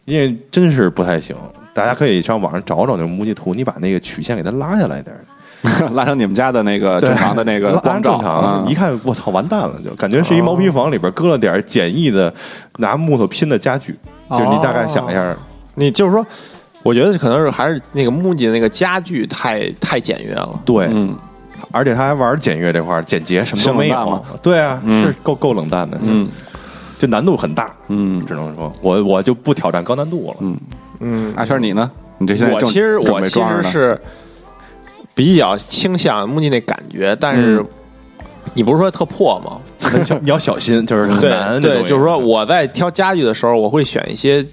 [SPEAKER 5] 因为真是不太行。大家可以上网上找找那个木地图，你把那个曲线给它拉下来一点儿，
[SPEAKER 6] 拉成你们家的那个啊正常的那个
[SPEAKER 5] 拉
[SPEAKER 6] 光照
[SPEAKER 5] 正常。
[SPEAKER 6] 嗯
[SPEAKER 5] 一看，我操，完蛋了，就感觉是一毛坯房里边搁了点儿简易的拿木头拼的家具，就是你大概想一
[SPEAKER 6] 哦
[SPEAKER 5] 下，
[SPEAKER 4] 你就是说，我觉得可能是还是那个木吉那个家具太太简约了。
[SPEAKER 5] 对，
[SPEAKER 6] 嗯，
[SPEAKER 5] 而且他还玩简约这块儿，简洁什么都
[SPEAKER 6] 性冷
[SPEAKER 5] 没
[SPEAKER 6] 淡
[SPEAKER 5] 有
[SPEAKER 6] 吗。
[SPEAKER 5] 对啊，
[SPEAKER 6] 嗯
[SPEAKER 5] 是够够冷淡的。
[SPEAKER 6] 嗯，
[SPEAKER 5] 这难度很大。
[SPEAKER 6] 嗯
[SPEAKER 5] 只能说我我就不挑战高难度了。
[SPEAKER 6] 嗯
[SPEAKER 4] 嗯，
[SPEAKER 6] 阿轩你呢？你这现在
[SPEAKER 4] 我
[SPEAKER 6] 正
[SPEAKER 4] 其实
[SPEAKER 6] 准
[SPEAKER 4] 我
[SPEAKER 6] 备
[SPEAKER 4] 其
[SPEAKER 6] 装
[SPEAKER 4] 实
[SPEAKER 6] 着呢
[SPEAKER 4] 是比较倾向木吉那感觉，但是
[SPEAKER 6] 嗯
[SPEAKER 4] 你不是说特破吗？
[SPEAKER 5] 你要小心，就是很
[SPEAKER 4] 对对，
[SPEAKER 5] 难。这东西
[SPEAKER 4] 就是说我在挑家具的时候，我会选一些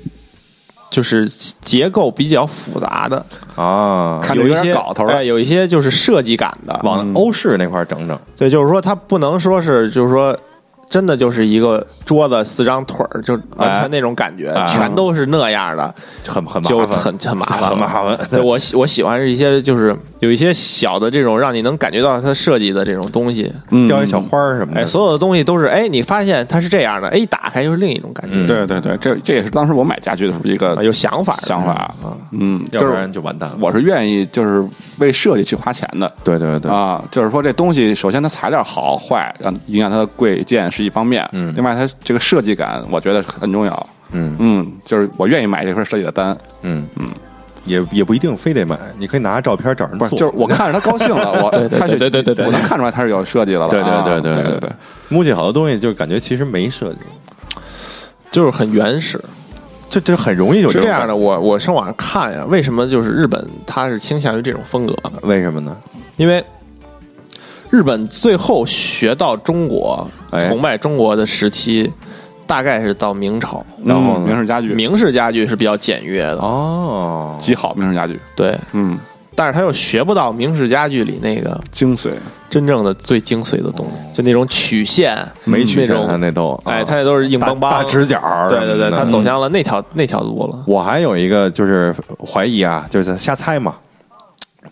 [SPEAKER 4] 就是结构比较复杂的，
[SPEAKER 5] 啊，
[SPEAKER 6] 看着
[SPEAKER 4] 有
[SPEAKER 6] 有
[SPEAKER 4] 一
[SPEAKER 6] 点
[SPEAKER 4] 些
[SPEAKER 6] 搞头了
[SPEAKER 4] 哎，有一些就是设计感的。
[SPEAKER 5] 往欧式那块儿整整。
[SPEAKER 4] 对，就是说它不能说是，就是说真的就是一个桌子四张腿儿，就完
[SPEAKER 5] 哎
[SPEAKER 4] 全那种感觉，
[SPEAKER 5] 哎
[SPEAKER 4] 全都是那样的，
[SPEAKER 5] 很很麻
[SPEAKER 4] 就
[SPEAKER 5] 烦
[SPEAKER 4] 很很麻烦，嗯
[SPEAKER 5] 很麻烦
[SPEAKER 4] 对我喜我喜欢是一些就是有一些小的这种让你能感觉到它设计的这种东西。
[SPEAKER 6] 嗯
[SPEAKER 5] 雕一小花儿什么的。
[SPEAKER 4] 哎，所有的东西都是哎，你发现它是这样的，哎，一打开又是另一种感觉，
[SPEAKER 5] 嗯
[SPEAKER 6] 对对对，这这也是当时我买家具的时候一个
[SPEAKER 4] 啊有想法的
[SPEAKER 6] 想法。嗯，就
[SPEAKER 5] 要不然
[SPEAKER 6] 是
[SPEAKER 5] 就完蛋了。
[SPEAKER 6] 我是愿意就是为设计去花钱的。
[SPEAKER 5] 对对对，
[SPEAKER 6] 啊，就是说这东西，首先它材料好坏，让影响它的贵贱是一方面，
[SPEAKER 5] 嗯
[SPEAKER 6] 另外它这个设计感，我觉得很重要，
[SPEAKER 5] 嗯
[SPEAKER 6] 嗯，就是我愿意买这份设计的单，
[SPEAKER 5] 嗯嗯，也也不一定非得买，你可以拿照片儿找人
[SPEAKER 6] 不
[SPEAKER 5] 做。
[SPEAKER 6] 是，就是我看着他高兴了，我
[SPEAKER 4] 对对
[SPEAKER 6] 他是
[SPEAKER 4] 对对对对
[SPEAKER 6] 我能看出来他是有设计了吧，
[SPEAKER 5] 对
[SPEAKER 6] 啊
[SPEAKER 5] 对
[SPEAKER 6] 对
[SPEAKER 5] 对
[SPEAKER 6] 对
[SPEAKER 5] 对。估计好多东西就感觉其实没设计，
[SPEAKER 4] 就是很原始。
[SPEAKER 5] 这这很容易就是
[SPEAKER 4] 这样的，
[SPEAKER 5] 种
[SPEAKER 4] 我我上网上看呀，为什么就是日本它是倾向于这种风格呢？
[SPEAKER 5] 感觉。为什么呢？
[SPEAKER 4] 因为日本最后学到中国、
[SPEAKER 5] 哎
[SPEAKER 4] 崇拜中国的时期，大概是到明朝。
[SPEAKER 6] 然后
[SPEAKER 5] 嗯
[SPEAKER 6] 明式家具
[SPEAKER 4] 明式家具是比较简约的，
[SPEAKER 5] 哦，
[SPEAKER 6] 极好，明式家具，
[SPEAKER 4] 对，
[SPEAKER 6] 嗯，
[SPEAKER 4] 但是他又学不到明式家具里那个
[SPEAKER 6] 精髓，
[SPEAKER 4] 真正的最精髓的东西，就那种曲线，
[SPEAKER 5] 嗯没曲
[SPEAKER 4] 那
[SPEAKER 5] 线
[SPEAKER 4] 种
[SPEAKER 5] 它那都，
[SPEAKER 4] 哎，
[SPEAKER 5] 啊
[SPEAKER 4] 他那都是硬
[SPEAKER 5] 大
[SPEAKER 4] 邦邦
[SPEAKER 5] 大直角儿什
[SPEAKER 4] 对
[SPEAKER 5] 么
[SPEAKER 4] 对
[SPEAKER 5] 的，嗯
[SPEAKER 4] 对，他走向了那条那条路了。
[SPEAKER 5] 我还有一个就是怀疑啊，就是瞎猜嘛。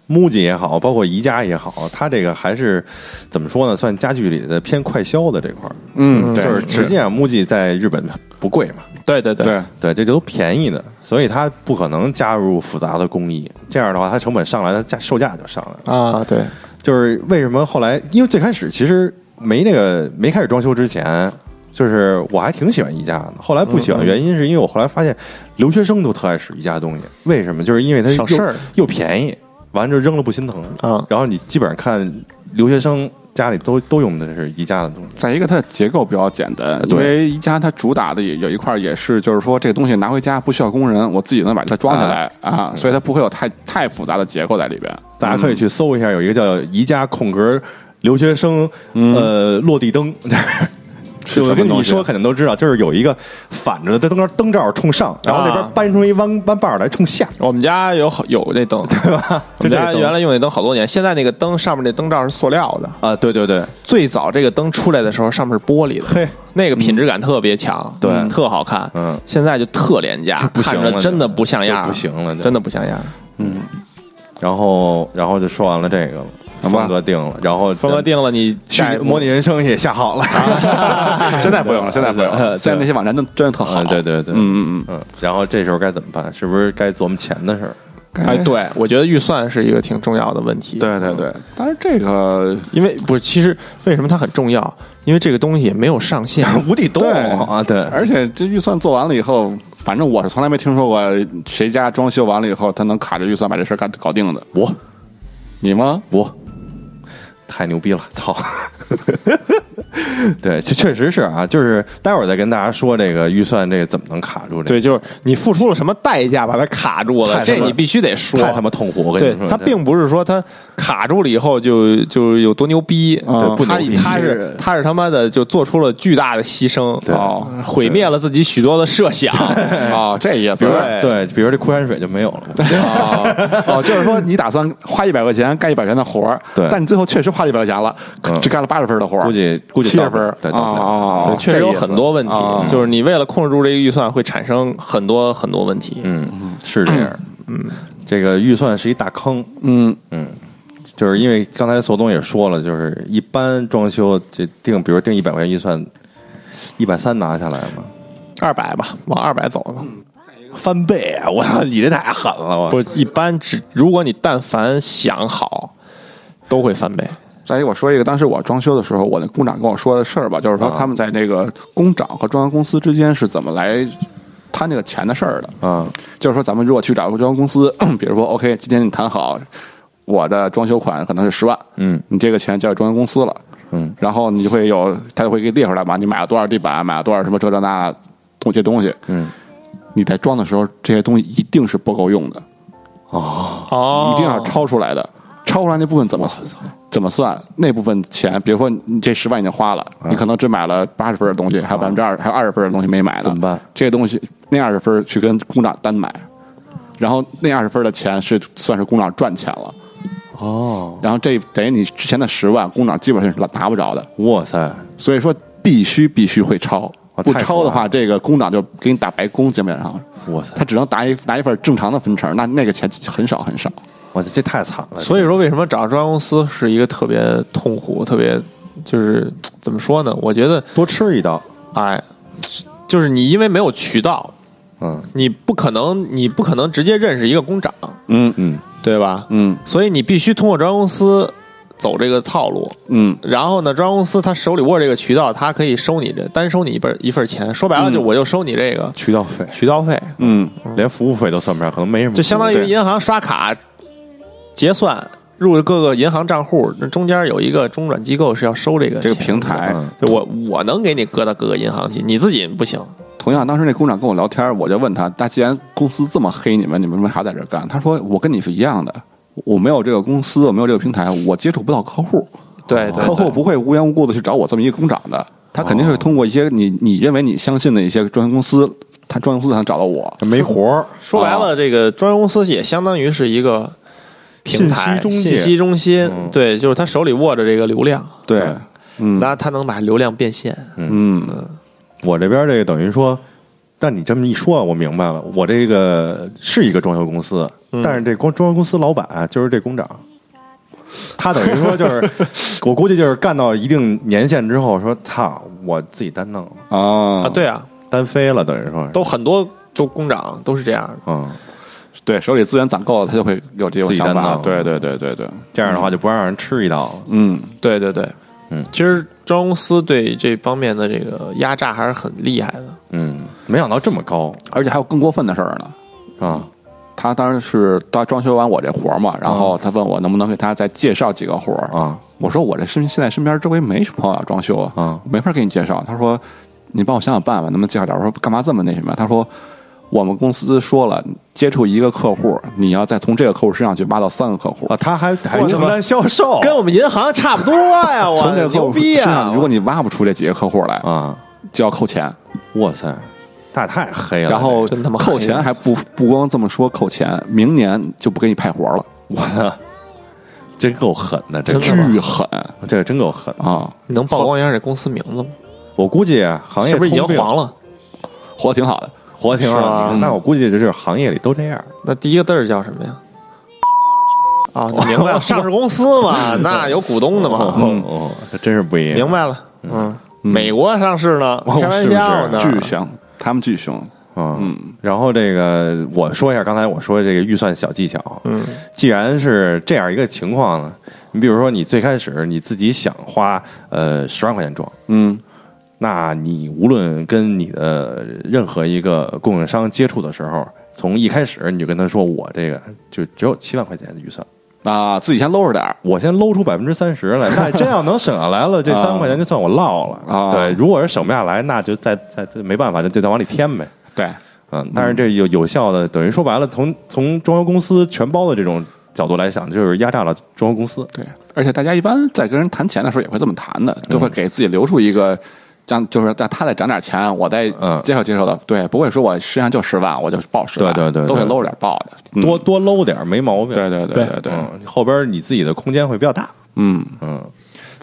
[SPEAKER 5] 木吉也好，包括宜家也好，它这个还是怎么说呢？算家具里的偏快销的这块儿，
[SPEAKER 6] 嗯，对
[SPEAKER 5] 就是实际上木吉在日本不贵嘛，
[SPEAKER 4] 对对对，
[SPEAKER 6] 对，
[SPEAKER 5] 对，这都便宜的，所以它不可能加入复杂的工艺。这样的话，它成本上来，它价售价就上来了。
[SPEAKER 4] 啊，对，
[SPEAKER 5] 就是为什么后来，因为最开始其实没那个没开始装修之前，就是我还挺喜欢宜家的。后来不喜欢原因是因为我后来发现，留学生都特爱使宜家的东西。为什么？就是因为它
[SPEAKER 4] 省事儿
[SPEAKER 5] 又又便宜，完了之后扔了不心疼
[SPEAKER 4] 啊
[SPEAKER 5] 然后你基本上看留学生家里都都用的是宜家的东西。
[SPEAKER 6] 再一个它的结构比较简单，因为宜家它主打的也有一块儿也是，就是说这个东西拿回家不需要工人，我自己能把它装起来啊，所以它不会有太太复杂的结构在里边，
[SPEAKER 5] 大家可以 去搜一下，嗯 有一个叫宜家空格留学生、呃落地灯，
[SPEAKER 6] 是
[SPEAKER 5] 我
[SPEAKER 6] 什
[SPEAKER 5] 跟
[SPEAKER 6] 么
[SPEAKER 5] 你
[SPEAKER 6] 东西
[SPEAKER 5] 说，肯定都知道，就是有一个反着的灯灯罩冲上，然后那
[SPEAKER 4] 啊
[SPEAKER 5] 边搬出一弯弯把儿来冲下，
[SPEAKER 4] 我们家有好有那 灯，对吧？我们
[SPEAKER 5] 这
[SPEAKER 4] 家
[SPEAKER 5] 灯
[SPEAKER 4] 原来用那灯好多年，现在那个灯上面那灯罩是塑料的。
[SPEAKER 5] 啊，对对对，
[SPEAKER 4] 最早这个灯出来的时候，上面是玻璃的，
[SPEAKER 5] 嘿，
[SPEAKER 4] 那个品质感特别强，
[SPEAKER 5] 对
[SPEAKER 4] 特好看。
[SPEAKER 5] 嗯
[SPEAKER 4] 现在就特廉价，
[SPEAKER 5] 不行了
[SPEAKER 4] 看着真的不像样，
[SPEAKER 5] 就不行了就
[SPEAKER 4] 真的不像样。
[SPEAKER 5] 然后然后就说完了这个，
[SPEAKER 6] 好吧
[SPEAKER 5] 风格定了，然后
[SPEAKER 4] 峰哥定了，你
[SPEAKER 5] 去
[SPEAKER 4] 下一步
[SPEAKER 5] 模拟人生也下好了，啊
[SPEAKER 6] 现在不用了， 现在不用了，
[SPEAKER 5] 对
[SPEAKER 6] 现在那些网站都真的特好。
[SPEAKER 5] 啊对对对，
[SPEAKER 6] 嗯嗯嗯，
[SPEAKER 5] 嗯，然后这时候该怎么办？是不是该琢磨钱的事儿？
[SPEAKER 4] 哎，对，我觉得预算是一个挺重要的问题。，
[SPEAKER 6] 对对对，但是这个
[SPEAKER 4] 因为不是，其实为什么它很重要？因为这个东西没有上 限，
[SPEAKER 5] 无底洞
[SPEAKER 6] 对
[SPEAKER 5] 啊，对，
[SPEAKER 6] 而且这预算做完了以后，反正我是从来没听说过谁家装修完了以后，他能卡着预算把这事儿干搞定的。
[SPEAKER 5] 我
[SPEAKER 6] 你吗？
[SPEAKER 5] 我太牛逼了， 操！对，这确实是啊，就是待会儿再跟大家说这个预算这个怎么能卡住这
[SPEAKER 4] 对，
[SPEAKER 5] 个，
[SPEAKER 4] 就是你付出了什么代价把它卡住了，
[SPEAKER 5] 太他
[SPEAKER 4] 这
[SPEAKER 5] 妈
[SPEAKER 4] 你必须得说。
[SPEAKER 5] 太他妈痛苦！我跟
[SPEAKER 4] 对
[SPEAKER 5] 你说，
[SPEAKER 4] 他
[SPEAKER 5] 这
[SPEAKER 4] 并不是说他卡住了以后就就有多牛逼，
[SPEAKER 6] 啊
[SPEAKER 4] 对他
[SPEAKER 5] 不牛逼
[SPEAKER 4] 他是他是他妈的就做出了巨大的牺牲，
[SPEAKER 5] 对
[SPEAKER 4] 哦，毁灭了自己许多的设想，
[SPEAKER 6] 啊，这意
[SPEAKER 5] 比
[SPEAKER 6] 思
[SPEAKER 5] 如。说
[SPEAKER 4] 对
[SPEAKER 5] 对，比如说这枯山水就没有了嘛，
[SPEAKER 6] 哦，哦就是说你打算花一百块钱干一百元的活儿，
[SPEAKER 5] 对
[SPEAKER 6] 但你最后确实花一百块钱了，
[SPEAKER 5] 嗯
[SPEAKER 6] 只干了八十分的活儿，
[SPEAKER 5] 估计估计
[SPEAKER 6] 七
[SPEAKER 5] 到
[SPEAKER 6] 十
[SPEAKER 5] 不
[SPEAKER 6] 分
[SPEAKER 5] 了对
[SPEAKER 6] 啊
[SPEAKER 5] 到不了
[SPEAKER 6] 啊，
[SPEAKER 4] 对
[SPEAKER 6] 啊
[SPEAKER 4] 哦确实有很多问题，
[SPEAKER 6] 这意思
[SPEAKER 4] 就是你为了控制住这个预算，会产生很多很多问题。
[SPEAKER 5] 嗯，是这样，嗯，这个预算是一大坑，
[SPEAKER 6] 嗯
[SPEAKER 5] 就是因为刚才索总也说了，就是一般装修这定，比如定一百块钱预算，一百三拿下来嘛，
[SPEAKER 4] 二百吧，往二百走吧。
[SPEAKER 5] 翻倍啊！我操，你这太狠了！我
[SPEAKER 4] 不，一般只如果你但凡想好，都会翻倍。
[SPEAKER 6] 再一，我说一个，当时我装修的时候，我的工长跟我说的事儿吧，就是
[SPEAKER 5] 啊
[SPEAKER 6] 说他们在那个工长和装修公司之间是怎么来摊这个钱的事儿的。
[SPEAKER 5] 啊，
[SPEAKER 6] 就是说，咱们如果去找个装修公司， 比如说，OK，今天你谈好我的装修款可能是十万，
[SPEAKER 5] 嗯
[SPEAKER 6] 你这个钱交给装修公司了，
[SPEAKER 5] 嗯，
[SPEAKER 6] 然后你就会有，他就会给你列出来嘛，你买了多少地板，买了多少什么这这那这些东西，
[SPEAKER 5] 嗯，
[SPEAKER 6] 你在装的时候，这些东西一定是不够用的，
[SPEAKER 4] 哦
[SPEAKER 6] 一定
[SPEAKER 5] 哦
[SPEAKER 6] 要超出来的。超出来那部分怎么怎么算？那部分钱，比如说你这十万已经花了，
[SPEAKER 5] 啊
[SPEAKER 6] 你可能只买了八十分的东西，还有百分之二，还有二十分的东西没买呢。
[SPEAKER 5] 怎么办？
[SPEAKER 6] 这些东西那二十分去跟工厂单买，然后那二十分的钱是算是工厂赚钱了。哦，然后这等于你之前的十万，工厂基本上是拿拿不着的。
[SPEAKER 5] 哇塞，
[SPEAKER 6] 所以说必须必须会超，
[SPEAKER 5] 哦
[SPEAKER 6] 不
[SPEAKER 5] 太
[SPEAKER 6] 超的
[SPEAKER 5] 苦
[SPEAKER 6] 话，这个工长就给你打白工，基本上，
[SPEAKER 5] 哇塞
[SPEAKER 6] 他只能拿一拿一份正常的分成，那那个钱很少很少。
[SPEAKER 5] 我这这太惨了！
[SPEAKER 4] 所
[SPEAKER 5] 以
[SPEAKER 4] 以说，为什么找装修公司是一个特别痛苦、特别就是怎么说呢？我觉得，
[SPEAKER 5] 多吃一刀，
[SPEAKER 4] 哎，就是你因为没有渠道，
[SPEAKER 5] 嗯
[SPEAKER 4] 你不可能，你不可能直接认识一个工长，
[SPEAKER 6] 嗯
[SPEAKER 5] 嗯
[SPEAKER 4] 对吧？
[SPEAKER 6] 嗯
[SPEAKER 4] 所以你必须通过装修公司走这个套路。
[SPEAKER 6] 嗯，
[SPEAKER 4] 然后呢，装修公司他手里握这个渠道，他可以收你这单收你一份一份钱，说白了就我就收你这个
[SPEAKER 5] 渠道费，
[SPEAKER 4] 渠道费，
[SPEAKER 6] 嗯，
[SPEAKER 5] 连服务费都算不上，可能没什么服务，
[SPEAKER 4] 就相当于
[SPEAKER 5] 对
[SPEAKER 4] 银行刷卡结算入各个银行账户，那中间有一个中转机构是要收这个
[SPEAKER 6] 这个
[SPEAKER 4] 钱
[SPEAKER 6] 平台。
[SPEAKER 5] 嗯
[SPEAKER 4] 就我我能给你搁到各个银行去，你自己不行。
[SPEAKER 6] 同样，当时那工长跟我聊天，我就问他：那既然公司这么黑你们，你们为啥在这儿干？他说：我跟你是一样的，我没有这个公司，我没有这个平台，我接触不到客户，
[SPEAKER 4] 对对
[SPEAKER 6] 客户不会无缘无故的去找我这么一个工长的，他肯定是通过一些你你认为你相信的一些装修公司，他装修公司才能找到我。
[SPEAKER 5] 没活儿，
[SPEAKER 4] 说白
[SPEAKER 5] 哦
[SPEAKER 4] 了，这个装修公司也相当于是一个平台
[SPEAKER 5] 信息中介嗯
[SPEAKER 4] 信息中心，对，就是他手里握着这个流量，
[SPEAKER 6] 对，嗯
[SPEAKER 4] 那他能把流量变现。
[SPEAKER 6] 嗯，
[SPEAKER 5] 我这边这个等于说，但你这么一说，我明白了，我这个是一个装修公司，
[SPEAKER 4] 嗯
[SPEAKER 5] 但是这光装修公司老板就是这工长。他等于说就是，我估计就是干到一定年限之后，说操，我自己单弄了
[SPEAKER 6] 啊
[SPEAKER 4] 啊，对啊，
[SPEAKER 5] 单飞了，等于说是
[SPEAKER 4] 都很多都工长都是这样的。
[SPEAKER 5] 嗯，
[SPEAKER 6] 对，手里资源攒够了，他就会有这种
[SPEAKER 5] 自己
[SPEAKER 6] 想
[SPEAKER 5] 担
[SPEAKER 6] 法。
[SPEAKER 5] 当
[SPEAKER 6] 对对对对对，
[SPEAKER 5] 这样的话就不让人吃一刀了。
[SPEAKER 6] 嗯，
[SPEAKER 4] 对对对，
[SPEAKER 5] 嗯
[SPEAKER 4] 其实装修公司对这方面的这个压榨还是很厉害的。
[SPEAKER 5] 嗯，没想到这么高
[SPEAKER 6] 而且还有更过分的事儿呢。
[SPEAKER 5] 啊！
[SPEAKER 6] 他当时是他装修完我这活儿嘛，然后他问我能不能给他再介绍几个活儿
[SPEAKER 5] 啊。
[SPEAKER 6] 我说我这身现在身边周围没朋友要装修
[SPEAKER 5] 啊
[SPEAKER 6] 没法给你介绍。他说你帮我想想办法，能不能介绍点儿？我说干嘛这么那什么呀？他说我们公司说了，接触一个客户，你要再从这个客户身上去挖到三个客户
[SPEAKER 5] 啊，。他还还
[SPEAKER 4] 我他
[SPEAKER 5] 承
[SPEAKER 4] 妈
[SPEAKER 5] 担销售，
[SPEAKER 4] 跟我们银行差不多 呀，我
[SPEAKER 6] 从这个客
[SPEAKER 4] 牛
[SPEAKER 6] 户
[SPEAKER 4] 逼啊
[SPEAKER 6] 身
[SPEAKER 4] 呀！
[SPEAKER 6] 上，如果你挖不出这几个客户来，
[SPEAKER 5] 啊，
[SPEAKER 6] 就要扣钱。
[SPEAKER 5] 哇塞，那太黑了。
[SPEAKER 6] 然后
[SPEAKER 4] 真他妈
[SPEAKER 6] 扣
[SPEAKER 4] 黑
[SPEAKER 6] 钱
[SPEAKER 4] 了
[SPEAKER 6] 还不不光这么说扣钱，明年就不给你派活了，
[SPEAKER 5] 真够狠的， 这个
[SPEAKER 4] 真的吗
[SPEAKER 6] 巨狠
[SPEAKER 5] 这个真够狠。
[SPEAKER 6] 啊！
[SPEAKER 4] 你能曝光一下这公司名字吗？
[SPEAKER 5] 我估计啊行业
[SPEAKER 4] 是不是已经
[SPEAKER 5] 通病
[SPEAKER 4] 黄了？
[SPEAKER 6] 活得挺好的，
[SPEAKER 5] 活挺
[SPEAKER 4] 是吧
[SPEAKER 5] 好的。那我估计就是行业里都这样。
[SPEAKER 4] 那第一个字儿叫什么呀？哦，你明白 了，上市公司嘛，那有股东的嘛，
[SPEAKER 5] 哦哦，这真是不一
[SPEAKER 4] 嗯
[SPEAKER 5] 样。
[SPEAKER 4] 明白了。嗯，美国上市呢，
[SPEAKER 5] 哦
[SPEAKER 4] 开玩笑呢，
[SPEAKER 6] 巨凶，他们巨凶。
[SPEAKER 5] 嗯，然后这个我说一下刚才我说这个预算小技巧。嗯，既然是这样一个情况呢，你比如说你最开始你自己想花呃十万块钱装，
[SPEAKER 6] 嗯
[SPEAKER 5] 那你无论跟你的任何一个供应商接触的时候，从一开始你就跟他说我这个就只有七万块钱的预算，
[SPEAKER 6] 啊，自己先搂着点儿。
[SPEAKER 5] 我先搂出百分之三十来，那真要能省下来了，这
[SPEAKER 6] 啊
[SPEAKER 5] 三万块钱就算我落了
[SPEAKER 6] 啊
[SPEAKER 5] 对，如果是省不下来，那就再再再没办法，就就再往里添呗。
[SPEAKER 6] 对，
[SPEAKER 5] 嗯，但是这有有效的，等于说白了，从从中油公司全包的这种角度来讲，就是压榨了中油公司。
[SPEAKER 6] 对，而且大家一般在跟人谈钱的时候也会这么谈的，
[SPEAKER 5] 嗯
[SPEAKER 6] 就会给自己留出一个，让就是让他再攒点钱，我再
[SPEAKER 5] 嗯
[SPEAKER 6] 接受接受的。对，不会说我身上就十万，我就报十万，
[SPEAKER 5] 对对对
[SPEAKER 6] 都会
[SPEAKER 5] 对
[SPEAKER 6] 搂着点报的，嗯
[SPEAKER 5] 多多搂点儿没毛病。
[SPEAKER 6] 对对对对对，
[SPEAKER 5] 嗯，后边你自己的空间会比较大。
[SPEAKER 6] 嗯，
[SPEAKER 5] 嗯，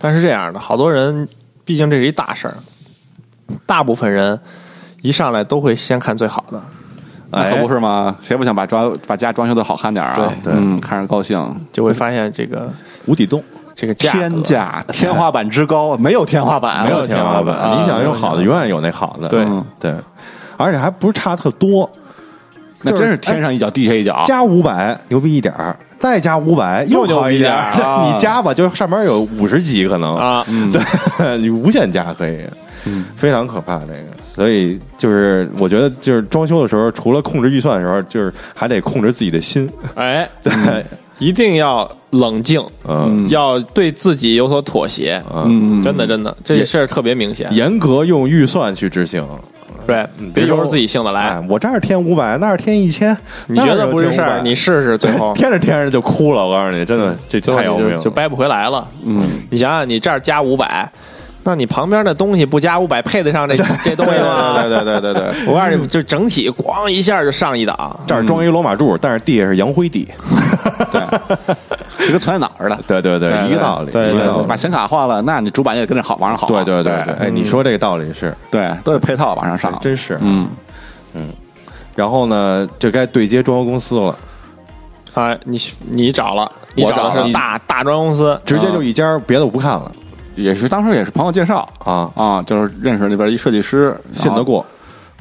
[SPEAKER 4] 但是这样的，好多人，毕竟这是一大事儿，大部分人一上来都会先看最好的。
[SPEAKER 6] 那可
[SPEAKER 5] 哎
[SPEAKER 6] 不是吗？谁不想把装把家装修的好看点儿啊？
[SPEAKER 5] 对对
[SPEAKER 6] 嗯，看着高兴。
[SPEAKER 4] 就会发现这个
[SPEAKER 5] 无底洞
[SPEAKER 4] 这个价格
[SPEAKER 6] 嗯 天价，天花板之高，没有天花板，
[SPEAKER 5] 没有哎天花
[SPEAKER 6] 啊
[SPEAKER 5] 板，你想用好的，永远有那好的。
[SPEAKER 4] 对
[SPEAKER 5] 嗯对，而且还不是差特多，
[SPEAKER 6] 那真是天上一脚地下一脚。
[SPEAKER 5] 加五百牛逼一点儿，再加五百又
[SPEAKER 4] 又牛
[SPEAKER 5] 好一
[SPEAKER 4] 逼
[SPEAKER 5] 点
[SPEAKER 4] 点
[SPEAKER 6] 儿啊
[SPEAKER 5] 儿。你加吧，就上边有五十级可能
[SPEAKER 4] 啊，
[SPEAKER 6] 嗯
[SPEAKER 5] 对， 你无限加可以，
[SPEAKER 4] 嗯
[SPEAKER 5] 非常可怕这个。所以就是我觉得就是装修的时候，除了控制预算的时候，就是还得控制自己 的心。
[SPEAKER 4] 哎，对，一定要冷静，
[SPEAKER 5] 嗯，
[SPEAKER 4] 要对自己有所妥协。
[SPEAKER 6] 嗯，
[SPEAKER 4] 真的，真的，这事儿特别明显。
[SPEAKER 5] 严格用预算去执行。
[SPEAKER 4] 对，别由着自己性子来
[SPEAKER 6] 嗯
[SPEAKER 5] 哎。，我这儿添五百，那儿添一千，
[SPEAKER 4] 你觉得不是事
[SPEAKER 5] 那儿
[SPEAKER 4] 儿，
[SPEAKER 5] 又添500
[SPEAKER 4] 你试试，最后嗯
[SPEAKER 5] 添着添着就哭了。我告诉你，真的这
[SPEAKER 4] 最后
[SPEAKER 5] 太要
[SPEAKER 4] 你
[SPEAKER 5] 命
[SPEAKER 4] 就
[SPEAKER 5] 了
[SPEAKER 4] 就。掰不回来了。
[SPEAKER 6] 嗯，
[SPEAKER 4] 你想想，你这儿加五百，那你旁边的东西不加五百，配得上这这东西吗？
[SPEAKER 6] 对对对对对，
[SPEAKER 4] 我告诉你，就整体咣一下就上一档。
[SPEAKER 5] 这儿装一罗马柱，但是地下是洋灰地。
[SPEAKER 6] 就跟存在脑似的。
[SPEAKER 5] 对对对，一个道理，
[SPEAKER 4] 对
[SPEAKER 5] 一
[SPEAKER 4] 对
[SPEAKER 5] 个道理
[SPEAKER 6] 把显卡换了，那你主板也跟着好往上好。
[SPEAKER 5] 对对对对。
[SPEAKER 6] 对
[SPEAKER 5] 哎，你说这个道理是，
[SPEAKER 6] 对，都得配套往上上。
[SPEAKER 5] 哎真是。啊
[SPEAKER 6] 嗯，
[SPEAKER 5] 然后呢，就该对接装修公司了。
[SPEAKER 4] 啊，你你找了，你
[SPEAKER 6] 我
[SPEAKER 4] 找
[SPEAKER 6] 找
[SPEAKER 4] 的
[SPEAKER 6] 了
[SPEAKER 4] 是大大专公司，啊
[SPEAKER 5] 直
[SPEAKER 6] 啊
[SPEAKER 5] 接就一家，别的我不看了
[SPEAKER 6] 也是当时也是朋友介绍
[SPEAKER 5] 啊，
[SPEAKER 6] 啊，就是认识那边一设计师，
[SPEAKER 5] 信得过。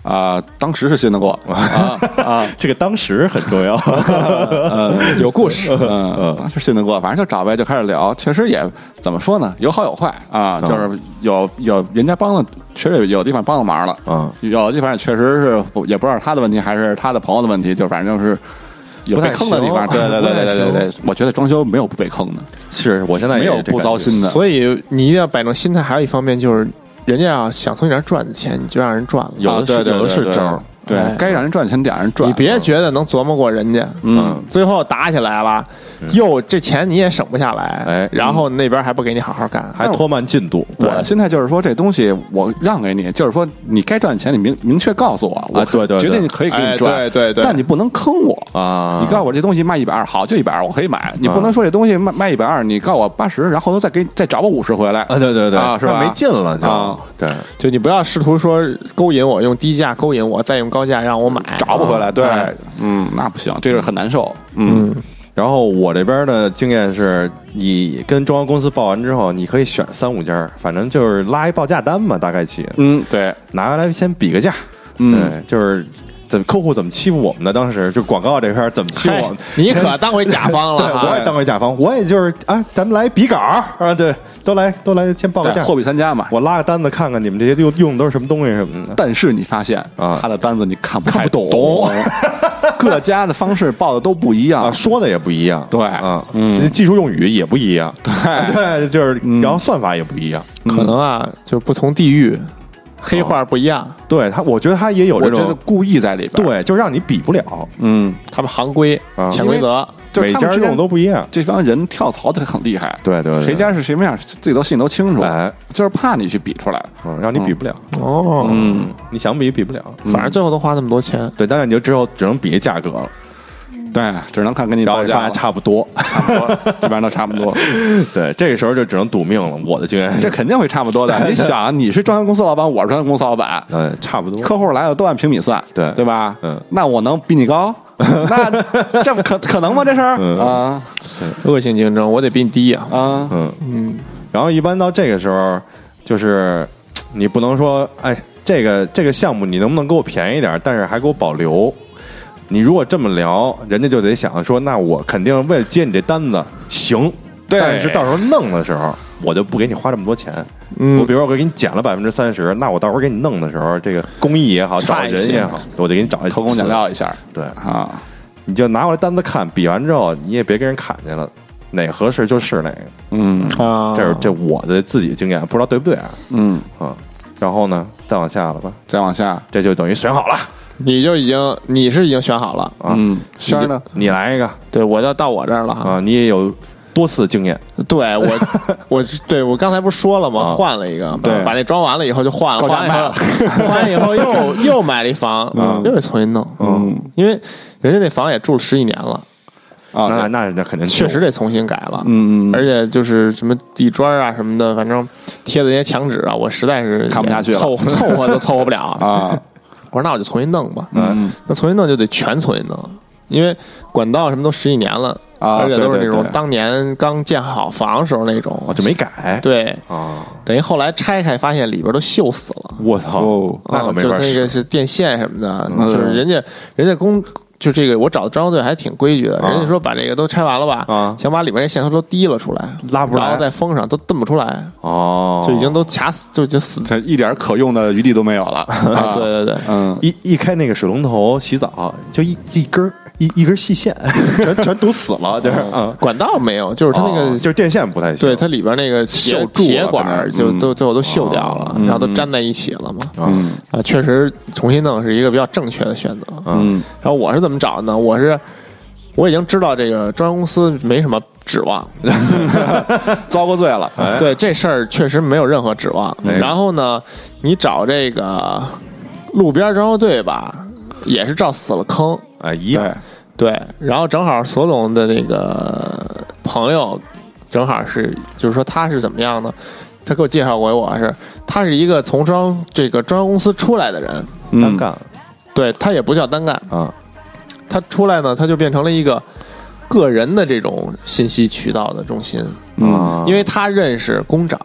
[SPEAKER 6] 啊，当时是信得过啊啊，
[SPEAKER 5] 这个当时很重 要，
[SPEAKER 4] 有故 事。
[SPEAKER 6] 嗯，嗯，是信得过，反正就找呗，就开始聊。确实也怎么说呢，有好有坏啊，就是有有人家帮了，确实有有地方帮了忙了，
[SPEAKER 5] 嗯
[SPEAKER 6] 有的地方确实是不也不知道是他的问题还是他的朋友的问题，就反正就是有
[SPEAKER 5] 不太
[SPEAKER 6] 被坑的地
[SPEAKER 5] 行
[SPEAKER 6] 方。对对对对对
[SPEAKER 5] 不太
[SPEAKER 6] 对对，我觉得装修没有不被坑的，
[SPEAKER 5] 是我现在也
[SPEAKER 6] 没有
[SPEAKER 5] 这感觉
[SPEAKER 6] 不糟心的，
[SPEAKER 4] 所以你一定要摆正心态。还有一方面就是，人家要想从你这儿赚的钱，你就让人赚了。
[SPEAKER 6] 有
[SPEAKER 5] 啊
[SPEAKER 6] 的是
[SPEAKER 5] 对对
[SPEAKER 6] 有的
[SPEAKER 5] 对
[SPEAKER 6] 是
[SPEAKER 5] 对
[SPEAKER 6] 招儿，对
[SPEAKER 4] 哎
[SPEAKER 6] 该让人赚钱得让人赚，
[SPEAKER 4] 你别觉得能琢磨过人家，啊
[SPEAKER 6] 嗯，
[SPEAKER 4] 最后打起来了，哟，这钱你也省不下来，
[SPEAKER 5] 哎
[SPEAKER 4] 然后那边还不给你好好干，
[SPEAKER 6] 嗯
[SPEAKER 5] 还拖慢进度，
[SPEAKER 6] 我的心态就是说，这东西我让给你，就是说你该赚钱，你明明确告诉我，我
[SPEAKER 5] 啊对对对
[SPEAKER 6] 绝对你可以给你赚，
[SPEAKER 4] 哎对对对
[SPEAKER 6] 但你不能坑我
[SPEAKER 5] 啊
[SPEAKER 6] 你告诉我这东西卖一百二，好就一百二，我可以买，你不能说这东西卖卖一百二，你告诉我八十，然后头再给再找我五十回来
[SPEAKER 5] 啊，对对对，
[SPEAKER 6] 啊，是吧？
[SPEAKER 5] 那没劲了
[SPEAKER 6] 啊
[SPEAKER 5] 就，对，
[SPEAKER 4] 就你不要试图说勾引我，用低价勾引我，再用高价让我买，
[SPEAKER 6] 找不回来，对
[SPEAKER 4] 哎，
[SPEAKER 6] 嗯，那不行，这个很难受，嗯，
[SPEAKER 5] 然后我这边的经验是，你跟装修公司报完之后，你可以选三五家，反正就是拉一报价单嘛，大概起
[SPEAKER 6] 嗯，对，
[SPEAKER 5] 拿回来先比个价，
[SPEAKER 6] 嗯
[SPEAKER 5] 对，就是怎么客户怎么欺负我们的，当时就广告这块儿怎么欺负
[SPEAKER 4] 嘿
[SPEAKER 5] 我们，
[SPEAKER 4] 哎你可当回甲 方
[SPEAKER 5] 对，
[SPEAKER 4] 了
[SPEAKER 5] 我
[SPEAKER 4] 啊！
[SPEAKER 5] 也当过甲方，我也就是啊，咱们来比稿儿啊，对，都来都来，先报个
[SPEAKER 6] 对，
[SPEAKER 5] 价，
[SPEAKER 6] 货比三家嘛。
[SPEAKER 5] 哦我拉个单子看看你们这些用用的都是什么东西什么的。
[SPEAKER 6] 但是你发现
[SPEAKER 5] 啊
[SPEAKER 6] 他的单子你看不太
[SPEAKER 5] 看不
[SPEAKER 6] 懂
[SPEAKER 5] 懂，
[SPEAKER 6] 各家的方式报的都不一
[SPEAKER 5] 啊，
[SPEAKER 6] 样，
[SPEAKER 5] 说的也不一样，
[SPEAKER 6] 对
[SPEAKER 5] 啊，
[SPEAKER 6] 嗯，
[SPEAKER 5] 技术用语也不一 嗯样，对，对，就是，然后算法也不一样，
[SPEAKER 4] 可能啊，就不同地域，黑画不一样，
[SPEAKER 5] 对他，我觉得他也有
[SPEAKER 6] 我
[SPEAKER 5] 这
[SPEAKER 6] 觉得
[SPEAKER 5] 种，啊
[SPEAKER 6] 故意在里边。，
[SPEAKER 5] 对，就让你比不了，
[SPEAKER 6] 嗯，
[SPEAKER 4] 他们行规
[SPEAKER 5] 啊
[SPEAKER 4] 潜规则，
[SPEAKER 6] 就是
[SPEAKER 5] 每
[SPEAKER 6] 他
[SPEAKER 5] 家
[SPEAKER 6] 们之
[SPEAKER 5] 用
[SPEAKER 6] 间
[SPEAKER 5] 的都不一样。
[SPEAKER 6] 这帮人跳槽的很厉害，
[SPEAKER 5] 对对对
[SPEAKER 6] 谁家是什么样，自己都心里都清楚
[SPEAKER 5] 哎，
[SPEAKER 6] 就是怕你去比出来。
[SPEAKER 5] 嗯，让你比不了，
[SPEAKER 4] 哦，
[SPEAKER 6] 嗯，
[SPEAKER 5] 你想比比不了。
[SPEAKER 4] 反正最后都花那么多钱，
[SPEAKER 5] 对，当然你就只有只能比价格了，
[SPEAKER 6] 对，只能看跟你
[SPEAKER 5] 然后
[SPEAKER 6] 报
[SPEAKER 5] 你发
[SPEAKER 6] 价
[SPEAKER 5] 现差不多。
[SPEAKER 6] 差不多，一般都差不多。
[SPEAKER 5] 对，这个时候就只能赌命了。我的经验
[SPEAKER 6] 这
[SPEAKER 5] 是，
[SPEAKER 6] 肯定会差不多的。你想，你是装修公司老板，我是装修公司老板，
[SPEAKER 5] 嗯，差不多。
[SPEAKER 6] 客户来了都按平米算，
[SPEAKER 5] 对
[SPEAKER 6] 对吧？
[SPEAKER 5] 嗯
[SPEAKER 6] 那我能比 你高？那这不可可能吗？这事儿
[SPEAKER 5] 嗯
[SPEAKER 6] 啊
[SPEAKER 4] 恶性竞争，我得比你低呀。
[SPEAKER 6] 啊，
[SPEAKER 5] 嗯嗯，然后一般到这个时候，就是嘖你不能说，哎，这个这个项目你能不能给我便宜点儿，但是还给我保留。你如果这么聊，人家就得想说，那我肯定为了接你这单子，行，
[SPEAKER 6] 对
[SPEAKER 5] 但是到时候弄的时候，我就不给你花这么多钱。
[SPEAKER 4] 嗯
[SPEAKER 5] 我比如说我给你减了百分之三十，那我到时候给你弄的时候，这个工艺也好，找
[SPEAKER 4] 差一些
[SPEAKER 5] 人也好，我就给你找一
[SPEAKER 6] 偷工减料一下
[SPEAKER 5] 对，
[SPEAKER 6] 啊，
[SPEAKER 5] 你就拿过来单子看，比完之后你也别跟人砍去了，哪合适就是哪个。
[SPEAKER 6] 嗯
[SPEAKER 4] 啊，
[SPEAKER 5] 这是这我的自己经验，不知道对不对啊？
[SPEAKER 6] 嗯，
[SPEAKER 5] 啊，然后呢，再往下了吧，
[SPEAKER 6] 再往下，
[SPEAKER 5] 这就等于选好了
[SPEAKER 4] 你就已经你是已经选好了，
[SPEAKER 5] 啊。
[SPEAKER 6] 嗯，
[SPEAKER 5] 你就
[SPEAKER 6] 轩儿呢？
[SPEAKER 5] 你来一个
[SPEAKER 4] 对我要到我这儿了哈。
[SPEAKER 5] 啊，你也有多次经验，
[SPEAKER 4] 对 我，我对我刚才不是说了吗？
[SPEAKER 5] 啊
[SPEAKER 4] 换了一个，
[SPEAKER 6] 对
[SPEAKER 4] 把那装完了以后就换了，
[SPEAKER 6] 高价
[SPEAKER 4] 换完以后，换完以后 又又买了一房，又得重新弄，
[SPEAKER 6] 嗯
[SPEAKER 4] 因为人家那房也住了十几年了，
[SPEAKER 6] 啊，
[SPEAKER 5] 那
[SPEAKER 6] 对
[SPEAKER 5] 那那肯定
[SPEAKER 4] 确实
[SPEAKER 5] 这
[SPEAKER 4] 得重新改了，
[SPEAKER 6] 嗯嗯嗯
[SPEAKER 4] 而且就是什么地砖啊什么的，反正贴的那些墙纸啊，我实在是
[SPEAKER 6] 看不下去了
[SPEAKER 4] 凑凑合都凑合不了啊
[SPEAKER 6] 啊，
[SPEAKER 4] 我说那我就重新弄吧，
[SPEAKER 6] 嗯，
[SPEAKER 4] 那重新弄就得全重新弄，因为管道什么都十几年了，
[SPEAKER 6] 啊
[SPEAKER 4] 而且都是那
[SPEAKER 6] 对对哦
[SPEAKER 4] 种
[SPEAKER 6] 对
[SPEAKER 4] 当年刚建好房时候那种，
[SPEAKER 5] 哦就没改
[SPEAKER 4] 对。
[SPEAKER 5] 啊。
[SPEAKER 4] 等于后来拆开发现里边都锈死了，
[SPEAKER 5] 我操
[SPEAKER 6] 哦，
[SPEAKER 5] 那可
[SPEAKER 4] 啊
[SPEAKER 5] 没
[SPEAKER 4] 就
[SPEAKER 5] 法
[SPEAKER 4] 那个
[SPEAKER 5] 使。
[SPEAKER 4] 是电线什么的，
[SPEAKER 6] 嗯
[SPEAKER 4] 就是人家人家工就这个我找的装修队还挺规矩的，人家说把这个都拆完了吧，
[SPEAKER 5] 啊
[SPEAKER 4] 想把里边这线头都提了出来，
[SPEAKER 5] 拉不出来
[SPEAKER 4] 然后再封上都蹬不出来，
[SPEAKER 5] 哦，
[SPEAKER 4] 就已经都卡死，就就死。
[SPEAKER 6] 这一点可用的余地都没 有了。啊
[SPEAKER 4] 对 对对，
[SPEAKER 6] 嗯，
[SPEAKER 5] 一一开那个水龙头洗澡，就一一根儿一一根 细线全全堵死了，就是
[SPEAKER 6] 哦
[SPEAKER 5] 啊，
[SPEAKER 4] 管道没有，就是它那
[SPEAKER 5] 哦
[SPEAKER 4] 个
[SPEAKER 5] 就是电线不太行，啊
[SPEAKER 4] 对它里边那个铁
[SPEAKER 6] 锈住了
[SPEAKER 4] 铁管儿
[SPEAKER 6] 可能
[SPEAKER 4] 就
[SPEAKER 6] 嗯
[SPEAKER 4] 都最后都锈掉了，然后都粘在一起了嘛。
[SPEAKER 5] 哦嗯
[SPEAKER 4] 啊，确实重新弄是一个比较正确的选择。
[SPEAKER 5] 嗯
[SPEAKER 4] 然后我是怎么找的呢？我是我已经知道这个装修公司没什么指望，
[SPEAKER 6] 遭过罪了，
[SPEAKER 4] 对这事儿确实没有任何指望。
[SPEAKER 5] 哎
[SPEAKER 4] 然后呢，你找这个路边装修队吧，也是照死了坑。
[SPEAKER 5] 啊一
[SPEAKER 6] 对
[SPEAKER 5] 样，
[SPEAKER 4] 对，然后正好索总的那个朋友，正好是就是说他是怎么样呢？他给我介绍过，我是他是一个从装这个装修公司出来的人，
[SPEAKER 6] 嗯
[SPEAKER 5] 单干
[SPEAKER 4] 对他也不叫单干，
[SPEAKER 5] 啊
[SPEAKER 4] 他出来呢，他就变成了一个个人的这种信息渠道的中心，
[SPEAKER 6] 嗯，
[SPEAKER 4] 因为他认识工长，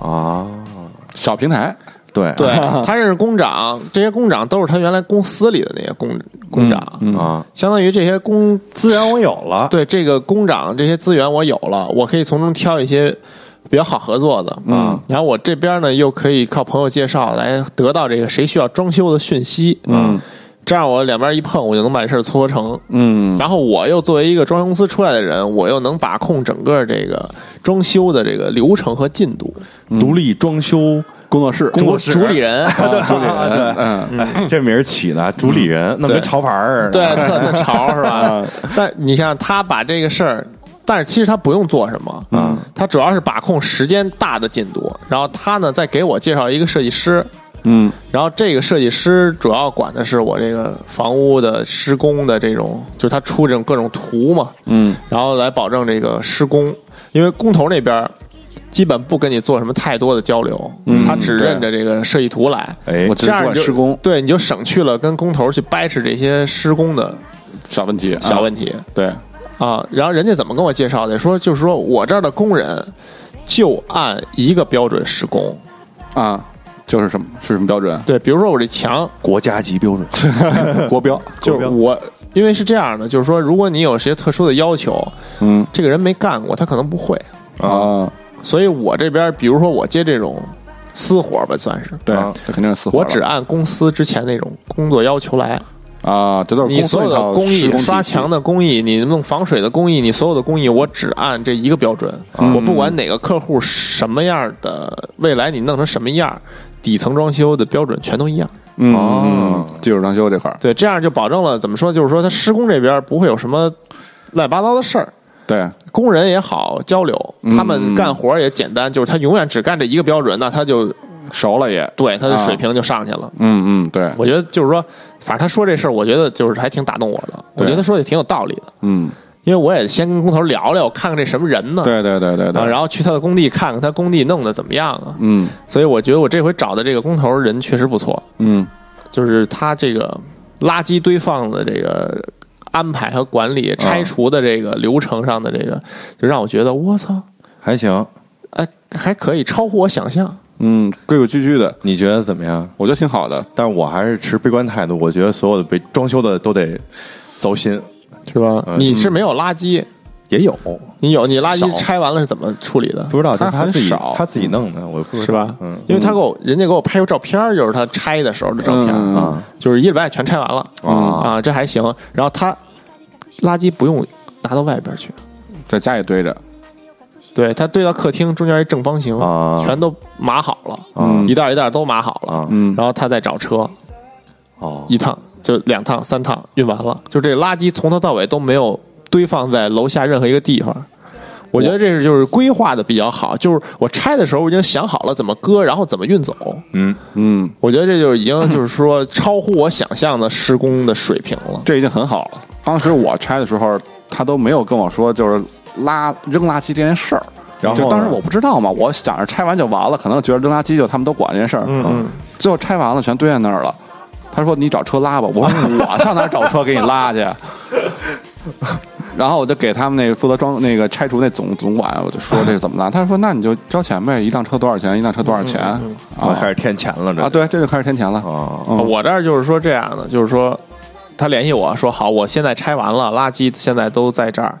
[SPEAKER 5] 啊，
[SPEAKER 6] 小平台，
[SPEAKER 5] 对
[SPEAKER 4] 对他认识工长，这些工长都是他原来公司里的那些工工长，
[SPEAKER 6] 嗯
[SPEAKER 5] 啊，
[SPEAKER 4] 相当于这些工
[SPEAKER 5] 资源我有了，
[SPEAKER 4] 对这个工长这些资源我有了，我可以从中挑一些比较好合作的，嗯，然后我这边呢又可以靠朋友介绍来得到这个谁需要装修的讯息，嗯，这样我两边一碰，我就能把这事儿撮合成，
[SPEAKER 6] 嗯，
[SPEAKER 4] 然后我又作为一个装修公司出来的人，我又能把控整个这个装修的这个流程和进度，
[SPEAKER 5] 独立装修
[SPEAKER 6] 工作室，
[SPEAKER 4] 主主理 人，
[SPEAKER 5] 嗯主理人，嗯
[SPEAKER 6] 嗯，
[SPEAKER 5] 啊哎，这名儿起的主理人，那
[SPEAKER 4] 对
[SPEAKER 5] 跟潮牌儿似
[SPEAKER 4] 对，
[SPEAKER 5] 的，
[SPEAKER 4] 特 特潮是吧？
[SPEAKER 6] 嗯
[SPEAKER 4] 但你像他把这个事儿，但是其实他不用做什么，
[SPEAKER 5] 嗯，
[SPEAKER 4] 他主要是把控时间大的进度，然后他呢再给我介绍一个设计师，
[SPEAKER 6] 嗯，
[SPEAKER 4] 然后这个设计师主要管的是我这个房屋的施工的这种，就是他出这种各种图嘛，
[SPEAKER 6] 嗯，
[SPEAKER 4] 然后来保证这个施工，因为工头那边儿基本不跟你做什么太多的交流，他只
[SPEAKER 6] 嗯对
[SPEAKER 4] 认着这个设计图来。
[SPEAKER 5] 哎
[SPEAKER 6] 我，
[SPEAKER 4] 这
[SPEAKER 6] 只
[SPEAKER 4] 样你
[SPEAKER 6] 管
[SPEAKER 4] 就
[SPEAKER 6] 施工
[SPEAKER 4] 对，你就省去了跟工头去掰扯这些施工的
[SPEAKER 6] 小问题，
[SPEAKER 4] 小问
[SPEAKER 6] 题，
[SPEAKER 4] 题
[SPEAKER 6] 对，
[SPEAKER 4] 啊。然后人家怎么跟我介绍的？说就是说我这儿的工人就按一个标准施工。
[SPEAKER 6] 啊，就是什么是什么标准？
[SPEAKER 4] 对，比如说我这墙，
[SPEAKER 5] 国家级标准，
[SPEAKER 6] 国标，
[SPEAKER 4] 就是我，因为是这样的，就是说如果你有些特殊的要求，
[SPEAKER 6] 嗯
[SPEAKER 4] 这个人没干过，他可能不会。
[SPEAKER 6] 啊，
[SPEAKER 4] 所以我这边，比如说我接这种私活儿吧，算是
[SPEAKER 6] 对
[SPEAKER 5] 啊，
[SPEAKER 6] 这肯定是死活
[SPEAKER 4] 我
[SPEAKER 6] 了
[SPEAKER 4] 只按公司之前那种工作要求来。
[SPEAKER 6] 啊，这都是
[SPEAKER 4] 你
[SPEAKER 6] 公司
[SPEAKER 4] 所有
[SPEAKER 6] 一套
[SPEAKER 4] 的工
[SPEAKER 6] 施
[SPEAKER 4] 艺、
[SPEAKER 6] 工体
[SPEAKER 4] 刷
[SPEAKER 6] 系
[SPEAKER 4] 墙的工艺、你弄防水的工艺，你所有的工艺，我只按这一
[SPEAKER 6] 啊
[SPEAKER 4] 个标准。我不管哪个客户什么样的，未来你弄成什么样，底层装修的标准全都一样。
[SPEAKER 6] 嗯，
[SPEAKER 5] 哦
[SPEAKER 6] 嗯技术装修这块儿，
[SPEAKER 4] 对，这样就保证了怎么说，就是说它施工这边不会有什么乱七八糟的事儿，
[SPEAKER 6] 对，
[SPEAKER 4] 工人也好交流，
[SPEAKER 6] 嗯
[SPEAKER 4] 他们干活也简单，就是他永远只干这一个标准，那他就
[SPEAKER 6] 熟了也，
[SPEAKER 4] 对他的
[SPEAKER 6] 啊
[SPEAKER 4] 水平就上去了。
[SPEAKER 6] 嗯嗯，对，
[SPEAKER 4] 我觉得就是说，反正他说这事儿，我觉得就是还挺打动我的，我
[SPEAKER 6] 对
[SPEAKER 4] 觉得他说的挺有道理的，
[SPEAKER 6] 嗯，
[SPEAKER 4] 因为我也先跟工头聊聊，看看这什么人呢。
[SPEAKER 6] 对对对对
[SPEAKER 4] 啊，
[SPEAKER 6] 对，
[SPEAKER 4] 然后去他的工地看看他工地弄得怎么样啊，
[SPEAKER 6] 嗯
[SPEAKER 4] 所以我觉得我这回找的这个工头人确实不错，
[SPEAKER 6] 嗯
[SPEAKER 4] 就是他这个垃圾堆放的这个安排和管理、拆除的这个流程上的这个，就让我觉得我操，
[SPEAKER 5] 还行。
[SPEAKER 4] 哎，还可以超乎我想象。
[SPEAKER 6] 嗯，规规矩矩的，
[SPEAKER 5] 你觉得怎么样？
[SPEAKER 6] 我觉得挺好的，
[SPEAKER 5] 但是我还是持悲观态度，我觉得所有的被装修的都得糟心，
[SPEAKER 4] 是吧
[SPEAKER 5] 嗯
[SPEAKER 4] 你是没有垃圾，
[SPEAKER 5] 也有
[SPEAKER 4] 你有你垃圾
[SPEAKER 5] 少
[SPEAKER 4] 拆完了是怎么处理的？
[SPEAKER 5] 不知道
[SPEAKER 6] 他
[SPEAKER 5] 他
[SPEAKER 6] 很
[SPEAKER 5] 自己
[SPEAKER 6] 少
[SPEAKER 5] 他自己弄的，我不知道
[SPEAKER 4] 是吧？
[SPEAKER 5] 嗯，
[SPEAKER 4] 因为他给我人家给我拍过照片儿，就是他拆的时候的照片儿，啊
[SPEAKER 6] 嗯嗯嗯
[SPEAKER 4] 就是一礼拜全拆完了、啊，这还行。然后他垃圾不用拿到外边去，
[SPEAKER 6] 在家里堆着，
[SPEAKER 4] 对他堆到客厅中间一正方形，
[SPEAKER 5] 啊
[SPEAKER 4] 全都码好了，
[SPEAKER 5] 嗯
[SPEAKER 4] 一袋一袋都码好了，
[SPEAKER 5] 啊
[SPEAKER 6] 嗯
[SPEAKER 4] 然后他再找车
[SPEAKER 5] 哦
[SPEAKER 4] 一趟就两趟三趟运完了，就这垃圾从头到尾都没有堆放在楼下任何一个地方。我觉得这是就是规划的比较好，就是我拆的时候我已经想好了怎么搁，然后怎么运走。
[SPEAKER 5] 嗯
[SPEAKER 6] 嗯，
[SPEAKER 4] 我觉得这就已经就是说超乎我想象的施工的水平了。
[SPEAKER 6] 这已经很好了。当时我拆的时候，他都没有跟我说就是拉扔垃圾这件事儿。
[SPEAKER 5] 然后呢
[SPEAKER 6] 就当时我不知道嘛，我想着拆完就完了，可能觉得扔垃圾就他们都管这件事儿。
[SPEAKER 4] 嗯嗯，
[SPEAKER 6] 最后拆完了全堆在那儿了。他说：“你找车拉吧。”我说：“我上哪儿找车给你拉去？” 然后我就给他们那个负责装那个拆除那总总管，我就说这是怎么拉。他说：“那你就交钱呗，一辆车多少钱？一辆车多少钱？”
[SPEAKER 5] 啊，
[SPEAKER 6] 啊
[SPEAKER 5] 开始添钱了这
[SPEAKER 6] 啊，对，这就开始添钱了。
[SPEAKER 5] 啊
[SPEAKER 6] 嗯
[SPEAKER 4] 我这儿就是说这样的，就是说他联系我说好，我现在拆完了，垃圾现在都在这儿，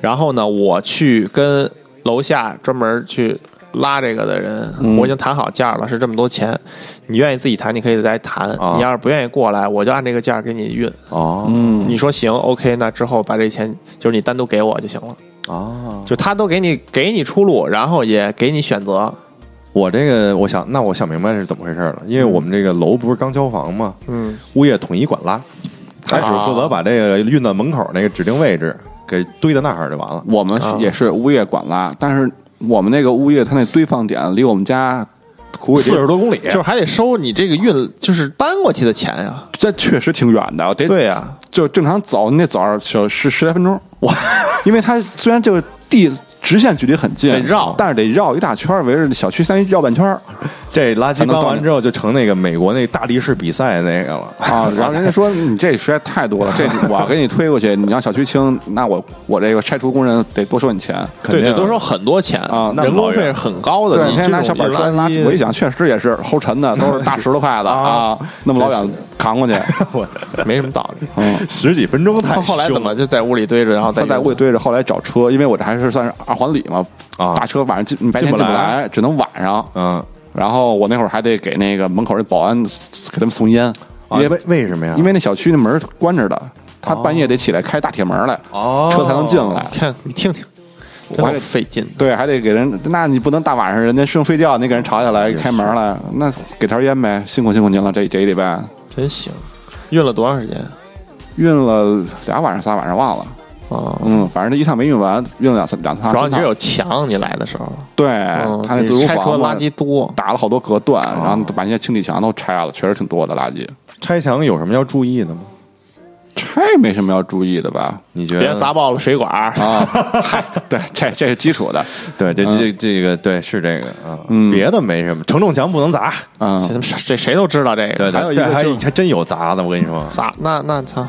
[SPEAKER 4] 然后呢，我去跟楼下专门去。拉这个的人，
[SPEAKER 6] 嗯
[SPEAKER 4] 我已经谈好价了，是这么多钱。你愿意自己谈，你可以来谈。
[SPEAKER 5] 啊
[SPEAKER 4] 你要是不愿意过来，我就按这个价给你运。
[SPEAKER 5] 哦
[SPEAKER 6] 嗯
[SPEAKER 4] 你说行，OK，那之后把这钱就是你单独给我就行了。
[SPEAKER 5] 啊！
[SPEAKER 4] 就他都给你给你出路，然后也给你选择。
[SPEAKER 5] 我这个我想，那我想明白是怎么回事了，因为我们这个楼不是刚交房吗？
[SPEAKER 4] 嗯，
[SPEAKER 5] 物业统一管拉，他只负责把这个运到门口那个指定位置给堆到那儿就完了。
[SPEAKER 6] 我们是
[SPEAKER 4] 啊
[SPEAKER 6] 也是物业管拉，但是我们那个物业它那堆放点离我们家胡伟
[SPEAKER 5] 四十多公里，
[SPEAKER 4] 就是还得收你这个运，就是搬过去的钱呀。
[SPEAKER 6] 这确实挺远的，我得
[SPEAKER 4] 对呀
[SPEAKER 6] 就正常走，你得走上小十十来分钟。 哇，因为它虽然就是地直线距离很近，
[SPEAKER 4] 得绕
[SPEAKER 6] 但是得绕一大圈儿，围着小区三绕半圈 儿
[SPEAKER 5] 这垃圾搬
[SPEAKER 6] 能到
[SPEAKER 5] 完
[SPEAKER 6] 你
[SPEAKER 5] 之后就成那个美国那大力士比赛那个了。
[SPEAKER 6] 啊。然后人家说你这实在太多 了，这我给你推过去，你让小区清，那我我这个拆除工人得多收你钱。
[SPEAKER 4] 对，
[SPEAKER 5] 定啊
[SPEAKER 4] 这都收很多钱
[SPEAKER 6] 啊那
[SPEAKER 4] 人
[SPEAKER 5] 老
[SPEAKER 4] 工
[SPEAKER 5] 远
[SPEAKER 4] 费是很高的。
[SPEAKER 6] 对，
[SPEAKER 4] 你
[SPEAKER 6] 天
[SPEAKER 4] 这
[SPEAKER 6] 天拿
[SPEAKER 4] 种
[SPEAKER 6] 小板
[SPEAKER 4] 运
[SPEAKER 6] 车拉
[SPEAKER 4] 垃，圾
[SPEAKER 6] 我一想，确实也是齁沉的，都是大石头块子啊，那么老远扛过去，
[SPEAKER 4] 没什么道 理。
[SPEAKER 6] 嗯。
[SPEAKER 5] 十几分钟太
[SPEAKER 4] 哦他后来
[SPEAKER 5] 凶
[SPEAKER 4] 怎么就在屋里堆着，然后再
[SPEAKER 6] 他在
[SPEAKER 4] 用
[SPEAKER 6] 屋里堆着，后来找车，因为我这还是算是二环里嘛，
[SPEAKER 5] 啊
[SPEAKER 6] 大车晚上进你白天
[SPEAKER 5] 进不
[SPEAKER 6] 进不
[SPEAKER 5] 来
[SPEAKER 6] 来，只能晚上。
[SPEAKER 5] 嗯
[SPEAKER 6] 然后我那会儿还得给那个门口那保安给他们送烟，
[SPEAKER 5] 啊
[SPEAKER 6] 因为
[SPEAKER 5] 为为什么呀？
[SPEAKER 6] 因为那小区那门关着的，他半夜得起来开大铁门来，
[SPEAKER 5] 哦
[SPEAKER 6] 车才能进来。
[SPEAKER 4] 看你听听，
[SPEAKER 6] 我
[SPEAKER 4] 真
[SPEAKER 6] 还
[SPEAKER 4] 好
[SPEAKER 6] 得
[SPEAKER 4] 费劲。
[SPEAKER 6] 对，还得给人，那你不能大晚上人家正睡觉，你给人吵起来开门来，那给条烟呗，辛苦辛苦您了，这这一礼拜
[SPEAKER 4] 真行，运了多长时间
[SPEAKER 6] 运了俩晚上仨晚上忘了，
[SPEAKER 4] 啊？
[SPEAKER 6] 嗯，反正这一趟没运完，运了两三两趟，
[SPEAKER 4] 主要你
[SPEAKER 6] 三
[SPEAKER 4] 这
[SPEAKER 6] 趟
[SPEAKER 4] 有墙，你来的时候，
[SPEAKER 6] 对
[SPEAKER 4] 嗯，
[SPEAKER 6] 哎他那
[SPEAKER 4] 你
[SPEAKER 6] 自如
[SPEAKER 4] 拆除的
[SPEAKER 6] 房嘛
[SPEAKER 4] 垃圾多，
[SPEAKER 6] 打了好多隔断，然后把那些清理墙都拆了，确实挺多的垃圾。
[SPEAKER 5] 拆墙有什么要注意的吗？
[SPEAKER 6] 拆没什么要注意的吧？
[SPEAKER 5] 你觉得？
[SPEAKER 4] 别砸爆了水管儿。
[SPEAKER 6] 啊，嗨对，这这是基础的，
[SPEAKER 5] 对，这
[SPEAKER 4] 嗯
[SPEAKER 5] 这这个对是这个啊，
[SPEAKER 6] 嗯
[SPEAKER 5] 别的没什么，承重墙不能砸。
[SPEAKER 6] 嗯，
[SPEAKER 4] 这 这谁都知道这
[SPEAKER 5] 对
[SPEAKER 4] 个。
[SPEAKER 6] 还有
[SPEAKER 5] 对
[SPEAKER 6] 一个
[SPEAKER 5] 对，还
[SPEAKER 6] 就是
[SPEAKER 5] 还真有砸的，我跟你说，
[SPEAKER 4] 砸那那操，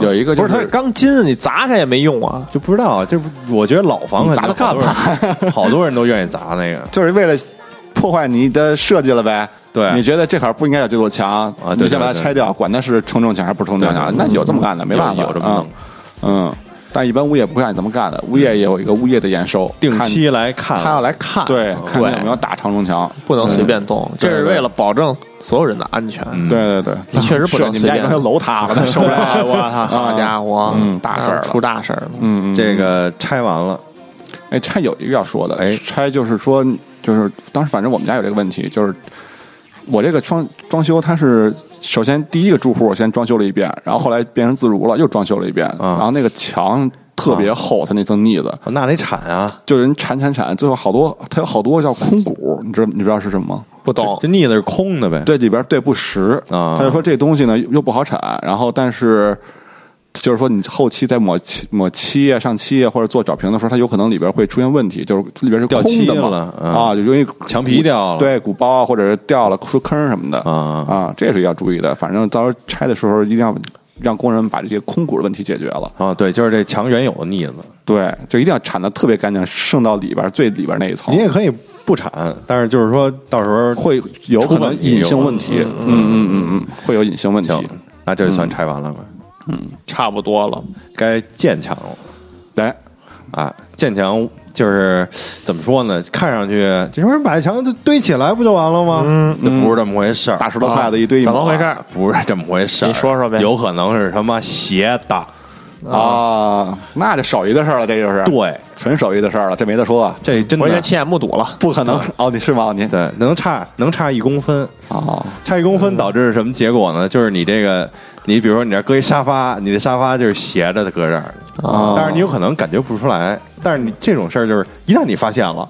[SPEAKER 6] 有一个
[SPEAKER 4] 不
[SPEAKER 6] 就是
[SPEAKER 4] 它是钢筋，你砸开也没用啊。
[SPEAKER 5] 就不知道，这不我觉得老房
[SPEAKER 6] 砸
[SPEAKER 5] 了
[SPEAKER 6] 了干嘛？
[SPEAKER 5] 好多人都愿意砸那 个。
[SPEAKER 6] 就是为了破坏你的设计了呗。
[SPEAKER 5] 对
[SPEAKER 6] 你觉得这块儿不应该有这座墙
[SPEAKER 5] 啊对
[SPEAKER 6] 你就先把它
[SPEAKER 5] 对对
[SPEAKER 6] 拆掉，管它是承重墙还是不承重墙，
[SPEAKER 5] 对
[SPEAKER 6] 那有这么干的，没办法，
[SPEAKER 5] 有有这么弄
[SPEAKER 6] 啊嗯，但一般物业不会让你这么干的，物业也有一个物业的验收，
[SPEAKER 5] 定
[SPEAKER 6] 看
[SPEAKER 5] 期来
[SPEAKER 4] 他要
[SPEAKER 5] 看，
[SPEAKER 4] 来看，
[SPEAKER 6] 啊哦对，看你有没有
[SPEAKER 4] 对，
[SPEAKER 6] 打长城墙。
[SPEAKER 4] 不能随便动，这
[SPEAKER 6] 对
[SPEAKER 4] 是
[SPEAKER 6] 对
[SPEAKER 4] 为了保证所有人的安全。
[SPEAKER 5] 嗯
[SPEAKER 6] 对对对，
[SPEAKER 4] 你确实不 能
[SPEAKER 6] 是你们家
[SPEAKER 4] 随便
[SPEAKER 6] 有那楼塌了，那受不
[SPEAKER 4] 哎
[SPEAKER 6] 了。
[SPEAKER 4] 我操，好家伙，
[SPEAKER 6] 嗯大事儿了
[SPEAKER 4] 出大事儿了。
[SPEAKER 6] 嗯，嗯
[SPEAKER 5] 这个拆完了，
[SPEAKER 6] 哎，拆有一个要说的，
[SPEAKER 5] 哎
[SPEAKER 6] 拆就是说，就是当时反正我们家有这个问题，就是我这个装装修，它是首先第一个住户我先装修了一遍，然后后来变成自如了，又装修了一遍，然后那个墙特别厚，它那层腻子，
[SPEAKER 5] 那得铲啊，
[SPEAKER 6] 就人铲铲铲，最后好多它有好多叫空鼓，你知道你知道是什么吗？
[SPEAKER 4] 不懂
[SPEAKER 5] 这腻子是空的呗。
[SPEAKER 6] 对，里边对不实
[SPEAKER 5] 啊
[SPEAKER 6] 他就说这东西呢又又不好铲，然后但是就是说你后期在抹漆、抹漆啊、上漆啊或者做找平的时候，它有可能里边会出现问题，就是里边是
[SPEAKER 5] 掉
[SPEAKER 6] 空
[SPEAKER 5] 漆
[SPEAKER 6] 的嘛
[SPEAKER 5] 了啊
[SPEAKER 6] 啊，就容易
[SPEAKER 5] 墙皮掉了
[SPEAKER 6] 对，鼓包啊或者是掉了出坑什么的
[SPEAKER 5] 啊
[SPEAKER 6] 啊，这是要注意的。反正到时候拆的时候一定要让工人把这些空鼓的问题解决了。
[SPEAKER 5] 啊，对，就是这墙原有的腻子，
[SPEAKER 6] 对，就一定要铲的特别干净，剩到里边最里边那一层
[SPEAKER 5] 你。也可以不铲，但是就是说到时候
[SPEAKER 6] 会有可能隐性问题，嗯嗯嗯嗯，会有隐性问题。
[SPEAKER 5] 行，那这就算拆完了吧，
[SPEAKER 4] 差不多了。
[SPEAKER 5] 该建墙了。
[SPEAKER 6] 来，
[SPEAKER 5] 啊，建墙就是怎么说呢？看上去这玩意儿把墙都堆起来不就完了吗？嗯，不是这么回事儿，
[SPEAKER 6] 大石头筷子一堆一
[SPEAKER 4] 怎么
[SPEAKER 6] 抹
[SPEAKER 4] 回事儿
[SPEAKER 5] 不是这么回事儿。
[SPEAKER 4] 你说说呗
[SPEAKER 5] 有可能是他妈斜的，
[SPEAKER 6] 啊？那就手艺的事儿了，这就是
[SPEAKER 5] 对，
[SPEAKER 6] 纯手艺的事儿了，这没得说，啊，
[SPEAKER 5] 这真
[SPEAKER 4] 我已经
[SPEAKER 5] 的
[SPEAKER 4] 亲眼目睹了，
[SPEAKER 6] 不可能哦，你是吗？你
[SPEAKER 5] 对，能差能差一公分，
[SPEAKER 6] 哦，
[SPEAKER 5] 差一公分导致什么结果呢？就是你这个，你比如说你这儿搁一沙发，你这沙发就是斜着的搁这儿，
[SPEAKER 6] 哦
[SPEAKER 5] 但是你有可能感觉不出来，但是你这种事儿就是一旦你发现了，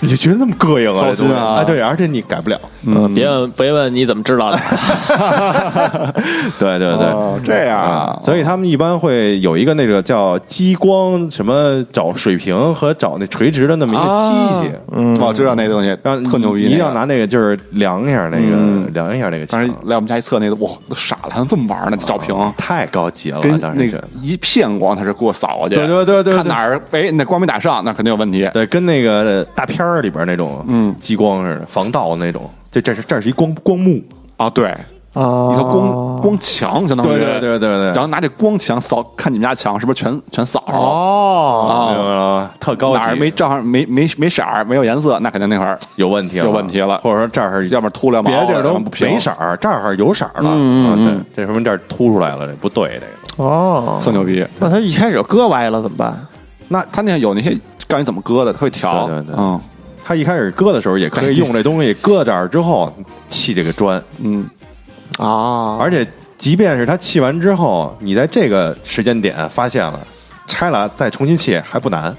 [SPEAKER 5] 你就觉得那么膈应啊，
[SPEAKER 6] 糟
[SPEAKER 5] 这东西
[SPEAKER 6] 心啊
[SPEAKER 5] 哎对，而且你改不了，
[SPEAKER 4] 嗯，别问别问你怎么知道的，
[SPEAKER 5] 对对对，
[SPEAKER 6] 哦这样啊
[SPEAKER 5] 所以他们一般会有一个那个叫激光什么找水平和找那垂直的那么一个机器。
[SPEAKER 6] 嗯，我啊知道那东西，
[SPEAKER 5] 让
[SPEAKER 6] 特牛逼，
[SPEAKER 5] 一定
[SPEAKER 6] 那
[SPEAKER 5] 要
[SPEAKER 6] 个
[SPEAKER 5] 拿那个，就是量一下那个，
[SPEAKER 6] 嗯
[SPEAKER 5] 量一下那个
[SPEAKER 6] 当
[SPEAKER 5] 墙
[SPEAKER 6] 时，来我们家一测那个，哇，都傻了，还能这么玩呢？这照屏
[SPEAKER 5] 太高级哦了
[SPEAKER 6] 跟，
[SPEAKER 5] 当
[SPEAKER 6] 那
[SPEAKER 5] 时觉
[SPEAKER 6] 个
[SPEAKER 5] 得。
[SPEAKER 6] 一片光，他是给我扫过去，
[SPEAKER 5] 对对对对对
[SPEAKER 6] 看哪儿哎，那光没打上，那肯定有问题。
[SPEAKER 5] 对，跟那个大片儿里边那种，嗯，激光似的，防盗那种。这这是这是一光光幕，
[SPEAKER 6] 啊，对，一
[SPEAKER 4] 一
[SPEAKER 6] 个光光墙，相当于
[SPEAKER 5] 哦对对对对对
[SPEAKER 6] 哦然后拿这光墙扫，看你们家墙是不是全全扫上了？
[SPEAKER 4] 哦，
[SPEAKER 5] 明白
[SPEAKER 6] 啊，
[SPEAKER 5] 了吗？哎特高级，
[SPEAKER 6] 哪儿没照上没没没色儿，没有颜色，那肯定那块儿
[SPEAKER 5] 有问题了，
[SPEAKER 6] 有问题了
[SPEAKER 5] 或者说这儿
[SPEAKER 6] 要么秃了毛
[SPEAKER 5] 别的地儿
[SPEAKER 6] 要
[SPEAKER 5] 都
[SPEAKER 6] 么不平
[SPEAKER 5] 没色儿，这儿有色儿了，
[SPEAKER 6] 嗯嗯
[SPEAKER 5] 啊
[SPEAKER 6] 嗯
[SPEAKER 5] 对，这说明这儿凸出来了，这不对，这个。
[SPEAKER 4] 哦，
[SPEAKER 6] 特牛逼。
[SPEAKER 4] 那他一开始就割歪了怎么办？
[SPEAKER 6] 那他那有那些告诉你怎么割的，他会调。
[SPEAKER 5] 对对对
[SPEAKER 6] 嗯
[SPEAKER 5] 他一开始割的时候也可以用这东西割这儿之后砌这个砖，
[SPEAKER 6] 嗯，
[SPEAKER 4] 啊，
[SPEAKER 5] 而且即便是他砌完之后，你在这个时间点发现了，拆了再重新砌还不难。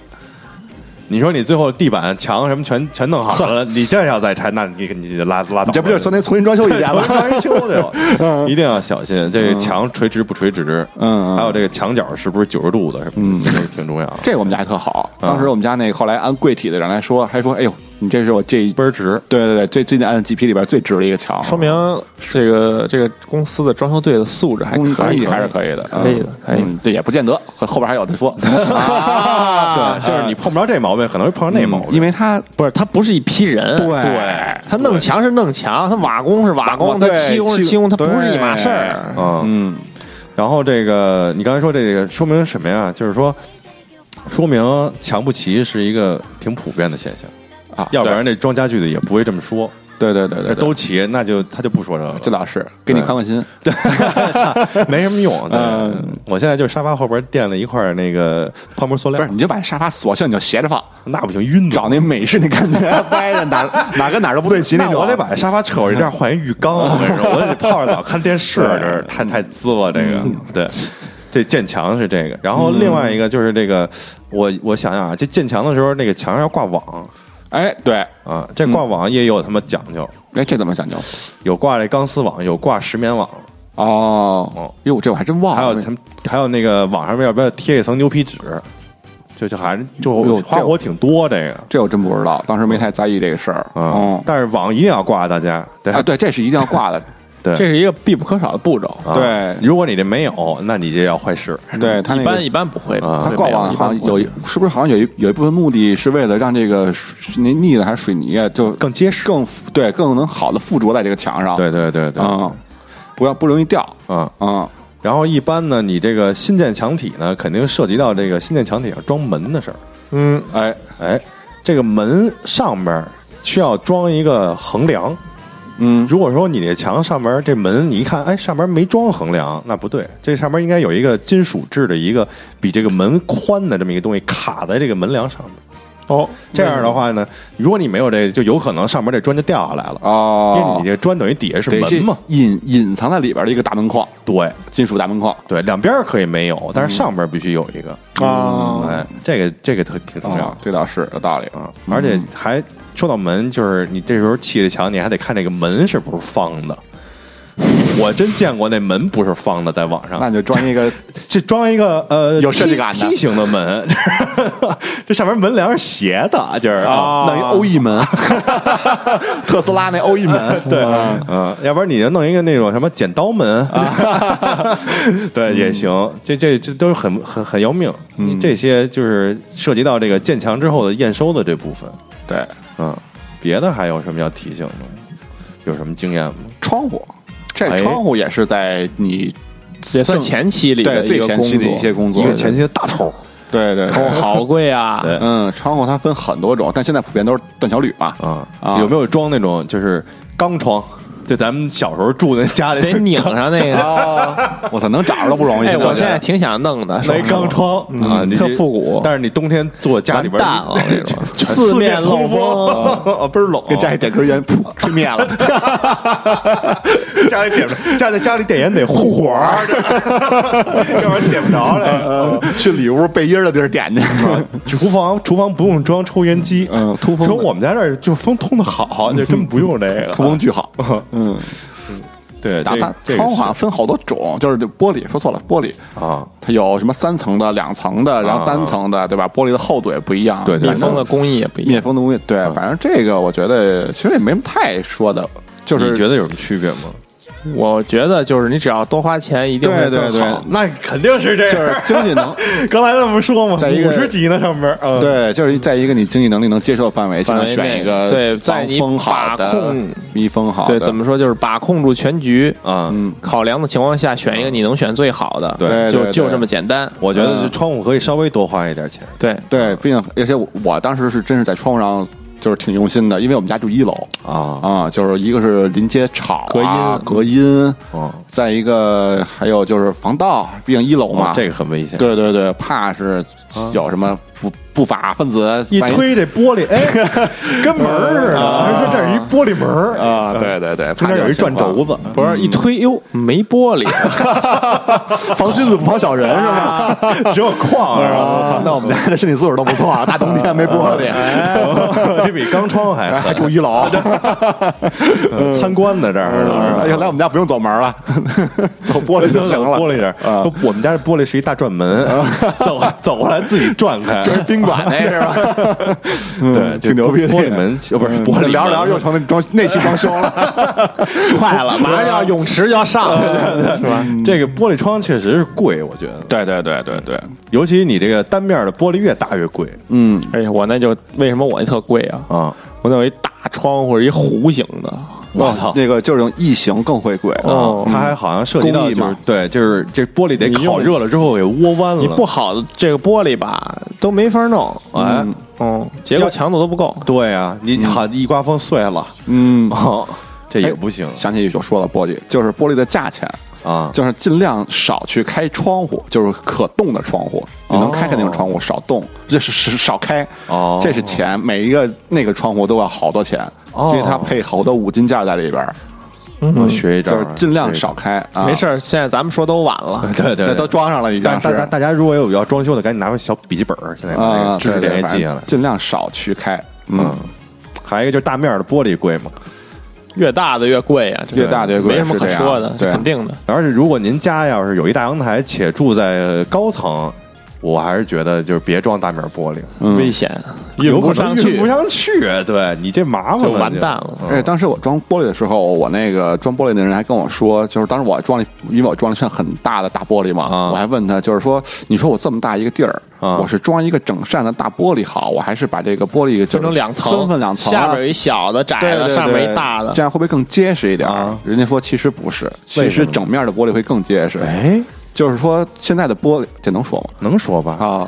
[SPEAKER 5] 你说你最后地板、墙什么全全弄好 了，你这要再拆，那你你就拉拉倒了。
[SPEAKER 6] 你这不就是相当于重新装修一
[SPEAKER 5] 对
[SPEAKER 6] 遍
[SPEAKER 5] 重
[SPEAKER 6] 吗
[SPEAKER 5] 新？装修的 哟，一定要小心这个墙垂直不垂直，
[SPEAKER 6] 嗯嗯
[SPEAKER 5] 还有这个墙角是不是九十度的，嗯，这个挺重要的。
[SPEAKER 6] 这个我们家还特好，当时我们家那个后来按柜体的人来说，还说：“哎呦，你这是我这
[SPEAKER 5] 倍儿直，
[SPEAKER 6] 对对对，最最近按 GP 里边最直的一个墙，
[SPEAKER 4] 说明这个这个公司的装修队的素质还
[SPEAKER 6] 工艺
[SPEAKER 4] 可
[SPEAKER 6] 工
[SPEAKER 4] 以，
[SPEAKER 6] 艺还是可以的，
[SPEAKER 4] 可以的
[SPEAKER 6] 嗯，
[SPEAKER 4] 可以的
[SPEAKER 6] 嗯，对，也不见得，后后边还有的说。
[SPEAKER 5] 对，就是你碰不着这毛病，可能会碰上那毛病，
[SPEAKER 6] 因为他
[SPEAKER 4] 不是，他不是一批人，
[SPEAKER 6] 对
[SPEAKER 4] 他弄墙是弄墙，他瓦工是瓦工，他漆工是漆工，他不是一码事儿。。
[SPEAKER 6] 对
[SPEAKER 5] 嗯。
[SPEAKER 6] 嗯，
[SPEAKER 5] 然后这个你刚才说这个说明什么呀？就是说，说明墙不齐是一个挺普遍的现象
[SPEAKER 6] 啊
[SPEAKER 5] 要不然这装家具的也不会这么说。
[SPEAKER 6] 对对对对，对
[SPEAKER 5] 都齐，那就他就不说这个了，
[SPEAKER 6] 这倒是给你宽宽心。
[SPEAKER 5] 没什么用。对
[SPEAKER 6] 嗯
[SPEAKER 5] 我现在就是沙发后边垫了一块那个泡沫塑
[SPEAKER 6] 不
[SPEAKER 5] 料
[SPEAKER 6] 是，，你就把沙发索性你就斜着放，
[SPEAKER 5] 那不行，晕着。
[SPEAKER 6] 找那美式那感觉，歪着哪哪跟哪儿都不对齐那种。
[SPEAKER 5] 我得把这沙发扯回去，这样换一浴缸。我跟你说，我得泡着澡看电 视，这是太太滋了。这个对，这建墙是这个。然后另外一个就是这个，我我想想啊，这建墙的时候，那个墙上要挂网
[SPEAKER 6] 哎，对，
[SPEAKER 5] 啊，这挂网也有他妈讲究，
[SPEAKER 6] 哎，这怎么讲究？
[SPEAKER 5] 有挂这钢丝网，有挂石棉网，
[SPEAKER 6] 哦，哟，这我还真忘
[SPEAKER 5] 还
[SPEAKER 6] 了。
[SPEAKER 5] 有他们还有那个网上面要不要贴一层牛皮纸？就就还是就
[SPEAKER 6] 哟
[SPEAKER 5] 花活挺多这个。
[SPEAKER 6] 这我真不知道，当时没太在意这个事儿。
[SPEAKER 5] 啊
[SPEAKER 6] 嗯，，
[SPEAKER 5] 但是网一定要挂，大家对
[SPEAKER 6] 啊，对，这是一定要挂的。
[SPEAKER 5] 对
[SPEAKER 4] 这是一个必不可少的步骤，
[SPEAKER 5] 啊
[SPEAKER 6] 对
[SPEAKER 5] 如果你这没有，那你就要坏事。
[SPEAKER 6] 对他那
[SPEAKER 4] 一般
[SPEAKER 6] 个
[SPEAKER 4] 一。般不会，
[SPEAKER 5] 啊
[SPEAKER 6] 他
[SPEAKER 4] 对
[SPEAKER 6] 挂
[SPEAKER 4] 没有
[SPEAKER 6] 网
[SPEAKER 4] 一
[SPEAKER 6] 好
[SPEAKER 4] 般
[SPEAKER 6] 像
[SPEAKER 4] 不会
[SPEAKER 6] 有一，是不是好像有一有一部分目的是为了让这个水那腻子还是水泥啊，就
[SPEAKER 5] 更结实
[SPEAKER 6] 更对更能好的附着在这个墙上。
[SPEAKER 5] 对对对对
[SPEAKER 6] 啊，不要不容易掉。
[SPEAKER 5] 啊！
[SPEAKER 6] 啊，
[SPEAKER 5] 然后一般呢，你这个新建墙体呢，肯定涉及到这个新建墙体上装门的事儿。
[SPEAKER 4] 嗯，
[SPEAKER 6] 哎，
[SPEAKER 5] 哎，这个门上面需要装一个横梁。
[SPEAKER 6] 嗯，
[SPEAKER 5] 如果说你这墙上面这门，你一看，哎，上面没装横梁，那不对，这上面应该有一个金属制的一个比这个门宽的这么一个东西卡在这个门梁上面。
[SPEAKER 4] 哦，
[SPEAKER 5] 这样的话呢，如果你没有这个，就有可能上面这砖就掉下来了，因为
[SPEAKER 6] 哦，
[SPEAKER 5] 你这砖等于底下是
[SPEAKER 6] 得
[SPEAKER 5] 门嘛。
[SPEAKER 6] 隐隐藏在里边的一个大门框，
[SPEAKER 5] 对
[SPEAKER 6] 金属大门框。
[SPEAKER 5] 对，两边儿可以没有，但是上边儿必须有一个。
[SPEAKER 4] 哦
[SPEAKER 5] 哎，这个这个特挺重要
[SPEAKER 6] 啊，这倒是有道理
[SPEAKER 5] 啊，而且还说到门，就是你这时候砌着墙，你还得看这个门是不是方的。 我真见过那门不是方的，在网上
[SPEAKER 6] 那你就装一个
[SPEAKER 5] 这装一个呃
[SPEAKER 6] 有设计感的
[SPEAKER 5] 梯梯形的门， 这上面门梁是斜的，就是啊
[SPEAKER 4] 哦
[SPEAKER 6] 弄一欧翼门，特斯拉那欧翼门，
[SPEAKER 5] 对，嗯，要不然你就弄一个那种什么剪刀门，对也行。
[SPEAKER 6] 嗯
[SPEAKER 5] 这这这都是很很很要命，这些就是涉及到这个建墙之后的验收的这部分。
[SPEAKER 6] 对，
[SPEAKER 5] 嗯，别的还有什么要提醒的吗？有什么经验吗？
[SPEAKER 6] 窗户，这
[SPEAKER 5] 哎
[SPEAKER 6] 窗户也是在你
[SPEAKER 4] 也算前期里
[SPEAKER 6] 对
[SPEAKER 4] 的
[SPEAKER 6] 最
[SPEAKER 4] 一个
[SPEAKER 6] 前期的
[SPEAKER 4] 工作
[SPEAKER 6] 一些工作，
[SPEAKER 5] 一个前期的大头，
[SPEAKER 6] 对对，
[SPEAKER 4] 哦，
[SPEAKER 6] 对
[SPEAKER 4] 好贵啊！
[SPEAKER 5] 对
[SPEAKER 6] 嗯，窗户它分很多种，但现在普遍都是断桥铝嘛，
[SPEAKER 5] 啊
[SPEAKER 6] 啊
[SPEAKER 5] 有没有装那种就是钢窗？就咱们小时候住那家里
[SPEAKER 4] 得拧上那个。
[SPEAKER 6] 哦，我操，能找着都不容易。
[SPEAKER 4] 哎，
[SPEAKER 6] 这
[SPEAKER 4] 我现在挺想弄的，
[SPEAKER 5] 那钢窗
[SPEAKER 6] 嗯
[SPEAKER 5] 啊，你
[SPEAKER 4] 特复古
[SPEAKER 5] 但是你冬天坐家里
[SPEAKER 4] 完
[SPEAKER 5] 边
[SPEAKER 4] 蛋了那种
[SPEAKER 5] 四面
[SPEAKER 4] 四
[SPEAKER 5] 通
[SPEAKER 4] 面漏
[SPEAKER 5] 风， 啊倍儿冷。
[SPEAKER 6] 给家里点根烟，噗，吹灭了。
[SPEAKER 5] 家里点不家在家里点烟得护火儿， 要不然点不着了。
[SPEAKER 6] 去里屋背阴儿的地儿点去。
[SPEAKER 5] 厨房厨房不用装抽烟机，
[SPEAKER 6] 嗯通风的
[SPEAKER 5] 说我们家这儿就风通的好，就根本不用这个
[SPEAKER 6] 通风巨好，嗯，
[SPEAKER 5] 对，
[SPEAKER 6] 打
[SPEAKER 5] 这
[SPEAKER 6] 它
[SPEAKER 5] 这个
[SPEAKER 6] 窗户
[SPEAKER 5] 是
[SPEAKER 6] 好像分好多种，就是这玻璃，说错了，玻璃
[SPEAKER 5] 啊，
[SPEAKER 6] 它有什么三层的、两层的，然
[SPEAKER 4] 啊
[SPEAKER 6] 后单层的，对吧？玻璃的厚度也不一样，
[SPEAKER 5] 对对
[SPEAKER 4] 密
[SPEAKER 6] 反正
[SPEAKER 4] 封的工艺也不一
[SPEAKER 6] 密
[SPEAKER 4] 样。
[SPEAKER 6] 封的东西，
[SPEAKER 4] 啊
[SPEAKER 6] 对，反正这个我觉得其实也没什么太说的，就
[SPEAKER 5] 你
[SPEAKER 6] 是
[SPEAKER 5] 觉得有什么区别吗？
[SPEAKER 4] 我觉得就是你只要多花钱，一定会
[SPEAKER 6] 对对
[SPEAKER 4] 更好
[SPEAKER 6] 对。
[SPEAKER 5] 那肯定是这
[SPEAKER 6] 就是经 济能。
[SPEAKER 5] 刚才那么说嘛，
[SPEAKER 6] 在一个
[SPEAKER 5] 级呢上边儿，嗯，
[SPEAKER 6] 对，就是在一个你经济能力能接受的范围，尽
[SPEAKER 4] 范
[SPEAKER 6] 量
[SPEAKER 4] 围内
[SPEAKER 6] 选一个
[SPEAKER 4] 对在你
[SPEAKER 6] 防风好
[SPEAKER 4] 把
[SPEAKER 6] 的
[SPEAKER 4] 控、
[SPEAKER 6] 密封好的。
[SPEAKER 4] 对，怎么说就是把控住全局，
[SPEAKER 5] 啊，嗯。
[SPEAKER 4] 考量的情况下选一个你能选最好的，
[SPEAKER 6] 对对
[SPEAKER 4] 就
[SPEAKER 6] 对
[SPEAKER 4] 就这么简单。
[SPEAKER 5] 我觉
[SPEAKER 6] 嗯
[SPEAKER 5] 得这窗户可以稍微多花一点钱。
[SPEAKER 4] 对，
[SPEAKER 6] 对，毕竟而且我我当时是真是在窗户上就是挺用心的，因为我们家住一楼
[SPEAKER 5] 啊
[SPEAKER 6] 啊，就是一个是临街草
[SPEAKER 4] 隔
[SPEAKER 6] 啊
[SPEAKER 4] 音
[SPEAKER 6] 隔音，
[SPEAKER 5] 哦
[SPEAKER 6] 再一个还有就是防盗，毕竟一楼嘛，
[SPEAKER 5] 这个很危险。，
[SPEAKER 6] 对对对，怕是有什么不不法分子
[SPEAKER 5] 一
[SPEAKER 6] 万
[SPEAKER 5] 推这玻璃，哎，跟门儿似的，还说这是一玻璃门儿
[SPEAKER 6] 啊，对对对，
[SPEAKER 5] 嗯中
[SPEAKER 6] 怕
[SPEAKER 5] 间有一
[SPEAKER 6] 这
[SPEAKER 5] 转
[SPEAKER 6] 种情况
[SPEAKER 5] 轴子，
[SPEAKER 4] 不是一推哟，没玻璃，
[SPEAKER 6] 防啊君子不防小人是吧？
[SPEAKER 5] 只有矿啊是吧？我操，
[SPEAKER 6] 那我们 家的身体素质都不错，啊，大冬天没玻璃，
[SPEAKER 5] 这比钢窗还
[SPEAKER 6] 还
[SPEAKER 5] 狠
[SPEAKER 6] 住一楼。 嗯
[SPEAKER 5] 呃参观的这儿呢。
[SPEAKER 6] 原哎来我们家不用走门了，走玻璃就行了。
[SPEAKER 5] 玻璃这儿，
[SPEAKER 6] 啊，
[SPEAKER 5] 我们家这玻璃是一大转门， 走走过来自己转 开，
[SPEAKER 6] 宾馆那是吧？
[SPEAKER 5] 对，
[SPEAKER 6] 挺牛逼的嗯
[SPEAKER 5] 玻璃门，呃不是玻璃门，
[SPEAKER 6] 聊着聊着又成了装内气装修 了，
[SPEAKER 4] 坏了，马上要泳池要上了。
[SPEAKER 5] 是吧？嗯这个玻璃窗确实是贵，我觉得，
[SPEAKER 6] 对对对对对，
[SPEAKER 5] 尤其你这个单面的玻璃越大越贵
[SPEAKER 6] 嗯，
[SPEAKER 4] 哎呀，我那就为什么我那特贵啊？
[SPEAKER 5] 啊。
[SPEAKER 4] 我那有一大窗户，一弧形的，
[SPEAKER 5] 我操
[SPEAKER 6] 那个就是异形更会啊贵
[SPEAKER 4] 哦
[SPEAKER 5] 它还好像涉及到
[SPEAKER 6] 工艺
[SPEAKER 5] 就是
[SPEAKER 6] 嘛
[SPEAKER 5] 对，就是这玻璃得
[SPEAKER 4] 你
[SPEAKER 5] 烤
[SPEAKER 4] 用
[SPEAKER 5] 热了之后给窝弯了，
[SPEAKER 4] 你不好的这个玻璃吧都没法弄，
[SPEAKER 5] 哎，
[SPEAKER 4] 嗯，结
[SPEAKER 5] 要
[SPEAKER 4] 构强度都不够。
[SPEAKER 5] 对啊，你好一刮风碎了，
[SPEAKER 6] 嗯，
[SPEAKER 5] 哦，这也
[SPEAKER 6] 哎
[SPEAKER 5] 不行
[SPEAKER 6] 想起就说了玻璃，就是玻璃的价钱，
[SPEAKER 5] 啊。
[SPEAKER 6] 就是尽量少去开窗户，就是可动的窗户，你能开开那种窗户少动，这是是少开。
[SPEAKER 5] 哦
[SPEAKER 6] 这是钱，每一个那个窗户都要好多钱，
[SPEAKER 5] 哦
[SPEAKER 6] 因为它配好多五金件在里边儿，
[SPEAKER 5] 我学一招
[SPEAKER 6] 嗯
[SPEAKER 5] 啊，
[SPEAKER 6] 就是尽量
[SPEAKER 5] 学一
[SPEAKER 6] 少开。啊
[SPEAKER 4] 没事，儿，现在咱们说都晚了。
[SPEAKER 5] 招。对对，
[SPEAKER 6] 那
[SPEAKER 5] 对
[SPEAKER 6] 都装上了已经
[SPEAKER 5] 但
[SPEAKER 6] 是
[SPEAKER 5] 大家大家如果有要装修的，赶紧拿出小笔记本儿，现在把那
[SPEAKER 6] 啊，
[SPEAKER 5] 个知识
[SPEAKER 6] 对
[SPEAKER 5] 点给
[SPEAKER 6] 对反
[SPEAKER 5] 记
[SPEAKER 6] 正
[SPEAKER 5] 下来。
[SPEAKER 6] 尽量少去开。嗯
[SPEAKER 5] 嗯，还有一个就是大面儿的玻璃贵嘛，
[SPEAKER 4] 越大的越贵啊，这
[SPEAKER 6] 越大的越贵
[SPEAKER 4] 没什么可
[SPEAKER 6] 是这样
[SPEAKER 4] 说的，
[SPEAKER 6] 对
[SPEAKER 4] 肯定的。
[SPEAKER 5] 而且如果您家要是有一大阳台且住在高层，我还是觉得就是别装大面儿玻璃，
[SPEAKER 6] 嗯
[SPEAKER 4] 危险，
[SPEAKER 5] 有
[SPEAKER 4] 运不
[SPEAKER 5] 可能
[SPEAKER 4] 上
[SPEAKER 5] 运
[SPEAKER 4] 去
[SPEAKER 5] 不上去，对你这麻烦
[SPEAKER 4] 就
[SPEAKER 5] 了
[SPEAKER 4] 完蛋了。
[SPEAKER 5] 嗯
[SPEAKER 6] 而且当时我装玻璃的时候，我那个装玻璃的人还跟我说，就是当时我装了，因为我装了一扇很大的大玻璃嘛，
[SPEAKER 5] 啊
[SPEAKER 6] 我还问他，就是说，你说我这么大一个地儿，
[SPEAKER 5] 啊
[SPEAKER 6] 我是装一个整扇的大玻璃好，我还是把这个玻璃
[SPEAKER 4] 分成两层，
[SPEAKER 6] 分分两层啊，
[SPEAKER 4] 下边有一小的窄
[SPEAKER 6] 对对
[SPEAKER 4] 的，
[SPEAKER 6] 对
[SPEAKER 4] 上面一大的
[SPEAKER 6] 这。样会不会更结实一点？
[SPEAKER 5] 啊
[SPEAKER 6] 人家说其实不是，
[SPEAKER 5] 为
[SPEAKER 6] 其
[SPEAKER 5] 什
[SPEAKER 6] 实
[SPEAKER 5] 么
[SPEAKER 6] 整面的玻璃会更结实。
[SPEAKER 5] 哎，
[SPEAKER 6] 就是说现在的玻璃，这能说吗？
[SPEAKER 5] 能说吧？
[SPEAKER 6] 啊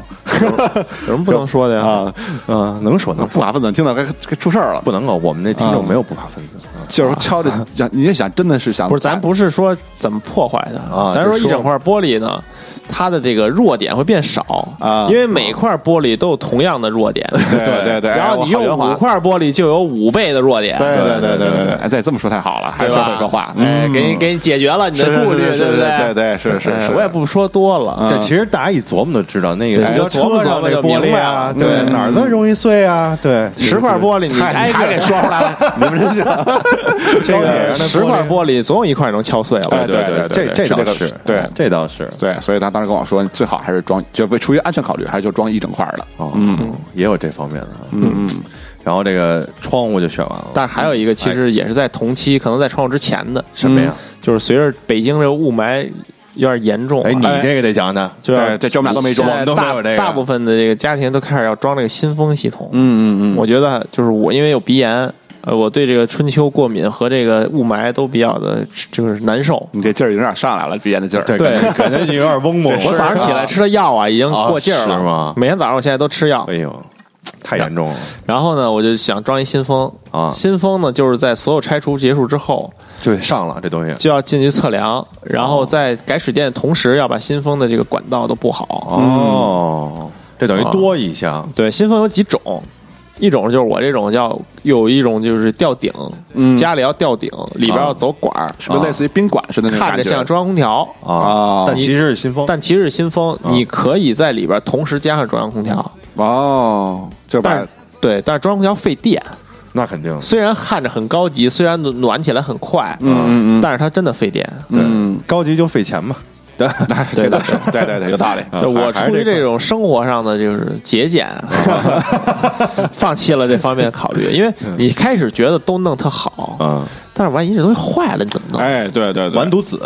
[SPEAKER 4] 有什么不能说的呀？
[SPEAKER 6] 啊，
[SPEAKER 5] 嗯，能说能
[SPEAKER 6] 不法分子听到该该出事儿了。
[SPEAKER 5] 不能够，我们那听众
[SPEAKER 6] 啊
[SPEAKER 5] 没有不法分子啊
[SPEAKER 6] 就是敲着，想你也想，真的是想
[SPEAKER 4] 不是，咱不是说怎么破坏它，
[SPEAKER 5] 啊
[SPEAKER 4] 咱说
[SPEAKER 5] 就
[SPEAKER 4] 一
[SPEAKER 5] 说
[SPEAKER 4] 整块玻璃呢，它的这个弱点会变少
[SPEAKER 7] 啊
[SPEAKER 4] 因为每块玻璃都有同样的 弱点。
[SPEAKER 7] 对对对，
[SPEAKER 4] 然后你用
[SPEAKER 7] 哎我好
[SPEAKER 4] 五
[SPEAKER 7] 圆滑
[SPEAKER 4] 块玻璃就有五倍的弱点，
[SPEAKER 7] 对对对对对对，
[SPEAKER 6] 哎，再这么说太好了，还
[SPEAKER 4] 对
[SPEAKER 6] 是
[SPEAKER 4] 吧
[SPEAKER 6] 说会说话，
[SPEAKER 4] 哎，给你给你解决了你的
[SPEAKER 7] 是是
[SPEAKER 4] 顾虑，
[SPEAKER 7] 是是
[SPEAKER 4] 对嗯不
[SPEAKER 7] 对对对是是
[SPEAKER 4] 哎
[SPEAKER 7] 是
[SPEAKER 4] 我也不说多了，
[SPEAKER 5] 嗯这其实大家一琢磨就知道，那个
[SPEAKER 4] 对
[SPEAKER 5] 你要
[SPEAKER 4] 琢磨
[SPEAKER 5] 车上
[SPEAKER 4] 琢磨
[SPEAKER 5] 那
[SPEAKER 4] 就
[SPEAKER 5] 玻
[SPEAKER 4] 明
[SPEAKER 5] 璃
[SPEAKER 4] 白
[SPEAKER 5] 啊
[SPEAKER 4] 了，
[SPEAKER 5] 对，哪儿都容易碎啊，对，
[SPEAKER 4] 十块玻璃你挨个
[SPEAKER 7] 给说出 来了，你们真是。
[SPEAKER 5] 这
[SPEAKER 4] 对
[SPEAKER 5] 个
[SPEAKER 4] 十块玻璃总有一块能敲碎了。
[SPEAKER 6] 哎对
[SPEAKER 5] 哦对
[SPEAKER 6] 对对
[SPEAKER 5] 这
[SPEAKER 6] 是这
[SPEAKER 5] 倒
[SPEAKER 6] 个
[SPEAKER 5] 是，嗯
[SPEAKER 6] 对
[SPEAKER 5] 这倒是，
[SPEAKER 6] 对，所以他当时跟我说，你最好还是装，就为出于安全考虑，还是就装一整块儿的。
[SPEAKER 5] 哦，嗯，也有这方面的，嗯嗯。然后这个窗户就选完了，
[SPEAKER 4] 但是还有一个，其实也是在同期，可能在窗户之前的，嗯
[SPEAKER 5] 什么呀？
[SPEAKER 4] 就是随着北京这个雾霾有点严重啊，
[SPEAKER 5] 哎，你这个得讲讲，
[SPEAKER 4] 就要
[SPEAKER 6] 对这这我们俩都没
[SPEAKER 4] 现
[SPEAKER 6] 装
[SPEAKER 4] 在
[SPEAKER 5] 我们都没
[SPEAKER 4] 大
[SPEAKER 5] 有这个
[SPEAKER 4] 大部分的这个家庭都开始要装这个新风系统。
[SPEAKER 6] 嗯
[SPEAKER 4] 我觉得就是我因为有鼻炎，呃，我对这个春秋过敏和这个雾霾都比较的，就是难受。
[SPEAKER 6] 你这劲儿有点上来了，鼻炎的劲儿。
[SPEAKER 5] 对
[SPEAKER 4] 对
[SPEAKER 5] 感觉你有 点嗡嗡。
[SPEAKER 4] 我早上起来吃的药啊，已经过劲儿了。
[SPEAKER 5] 啊是吗
[SPEAKER 4] 每天早上我现在都吃药
[SPEAKER 5] 哎，呦，太严重了，
[SPEAKER 4] 然后呢，我就想装一新风
[SPEAKER 5] 啊
[SPEAKER 4] 新风呢，就是在所有拆除结束之后，
[SPEAKER 5] 就得上了这东西。
[SPEAKER 4] 就要进去测量，然
[SPEAKER 6] 哦
[SPEAKER 4] 后在改水电的同时，要把新风的这个管道都布好。
[SPEAKER 5] 哦，这等于多一项
[SPEAKER 4] 对，新风有几种，一种就是我这种叫有一种就是吊顶，家里要吊顶，里边要走管儿，
[SPEAKER 6] 嗯啊
[SPEAKER 4] 啊
[SPEAKER 6] 是不是类似于宾馆似的那种
[SPEAKER 4] 看
[SPEAKER 6] 感
[SPEAKER 4] 着
[SPEAKER 6] 觉
[SPEAKER 4] 像中央空调，
[SPEAKER 5] 啊
[SPEAKER 6] 啊，
[SPEAKER 5] 但其实是新风，
[SPEAKER 4] 但其实是新风，你可以在里边同时加上中央空调，
[SPEAKER 6] 哦，就
[SPEAKER 4] 但
[SPEAKER 6] 把
[SPEAKER 4] 是对，但是中央空调费电，
[SPEAKER 5] 那肯定
[SPEAKER 4] 虽然看着很高级，虽然暖暖起来很快，
[SPEAKER 6] 嗯嗯嗯
[SPEAKER 4] 但是它真的费电。
[SPEAKER 6] 嗯
[SPEAKER 5] 对，高级就费钱嘛。嗯 对，
[SPEAKER 4] 对对对。
[SPEAKER 6] 对对对，有 道理。
[SPEAKER 5] 啊
[SPEAKER 4] 就我
[SPEAKER 5] 还是
[SPEAKER 4] 出于
[SPEAKER 5] 这
[SPEAKER 4] 这种生活上的就是节 俭，放弃了这方面的考虑，因为
[SPEAKER 6] 嗯
[SPEAKER 4] 你开始觉得都弄特好，
[SPEAKER 5] 嗯，
[SPEAKER 4] 但是万一这东西坏了，你怎么弄？
[SPEAKER 6] 啊哎，对对对，
[SPEAKER 5] 完犊子，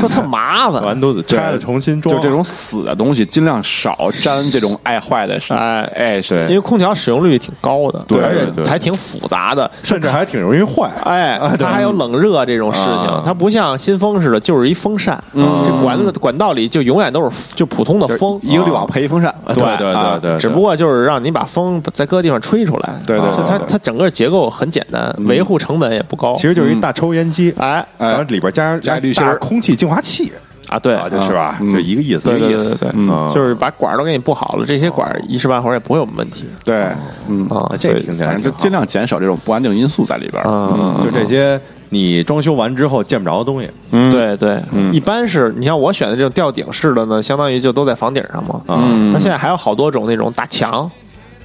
[SPEAKER 4] 说特麻
[SPEAKER 5] 嗯完
[SPEAKER 4] 烦。
[SPEAKER 5] 犊子，拆了重新装，
[SPEAKER 6] 就这种死的东西，尽量少沾这种爱坏的事。
[SPEAKER 4] 哎
[SPEAKER 6] 哎，
[SPEAKER 4] 因
[SPEAKER 6] 是
[SPEAKER 4] 为空调使用率挺高的，
[SPEAKER 5] 对
[SPEAKER 4] 而
[SPEAKER 5] 对
[SPEAKER 4] 且还挺复杂的。
[SPEAKER 5] 甚至还挺容易坏。
[SPEAKER 4] 哎，它还有冷热这种事情
[SPEAKER 5] 啊，嗯
[SPEAKER 4] 它不像新风似的，就是一风扇，这管子管道里就永远都是就普通的风，啊
[SPEAKER 6] 一个滤网配一风扇，
[SPEAKER 5] 对对
[SPEAKER 6] 啊
[SPEAKER 5] 对对，
[SPEAKER 4] 只不过就是让你把风在各地方吹出来。
[SPEAKER 6] 对对对
[SPEAKER 4] 就它
[SPEAKER 6] 对
[SPEAKER 4] 它整个结构很简单，维护成本也不高。
[SPEAKER 5] 嗯其实就是一大抽烟机，
[SPEAKER 4] 哎
[SPEAKER 5] 然后里边加上
[SPEAKER 6] 加滤芯
[SPEAKER 5] 大
[SPEAKER 6] 儿
[SPEAKER 5] 空气净化器，
[SPEAKER 4] 啊，对，
[SPEAKER 5] 啊，就是吧，
[SPEAKER 6] 嗯
[SPEAKER 5] 就一个意思，
[SPEAKER 4] 对对
[SPEAKER 5] 一
[SPEAKER 4] 对
[SPEAKER 5] 个意
[SPEAKER 4] 对
[SPEAKER 5] 思，
[SPEAKER 4] 对，
[SPEAKER 5] 嗯
[SPEAKER 4] 就是把管儿都给你布好了，这些管儿一时半会儿也不会有问题
[SPEAKER 6] 对，嗯，
[SPEAKER 4] 啊
[SPEAKER 5] 啊。
[SPEAKER 4] 所
[SPEAKER 5] 这
[SPEAKER 4] 以
[SPEAKER 5] 听起来
[SPEAKER 6] 反正
[SPEAKER 5] 挺
[SPEAKER 6] 就
[SPEAKER 5] 好
[SPEAKER 6] 尽量减少这种不安定因素在里边儿。
[SPEAKER 4] 嗯，
[SPEAKER 5] 就这些你装修完之后见不着的东西，
[SPEAKER 4] 对对，一般是你像我选的这种吊顶式的呢，相当于就都在房顶上嘛。嗯啊
[SPEAKER 5] 嗯，
[SPEAKER 4] 那现在还有好多种那种打墙，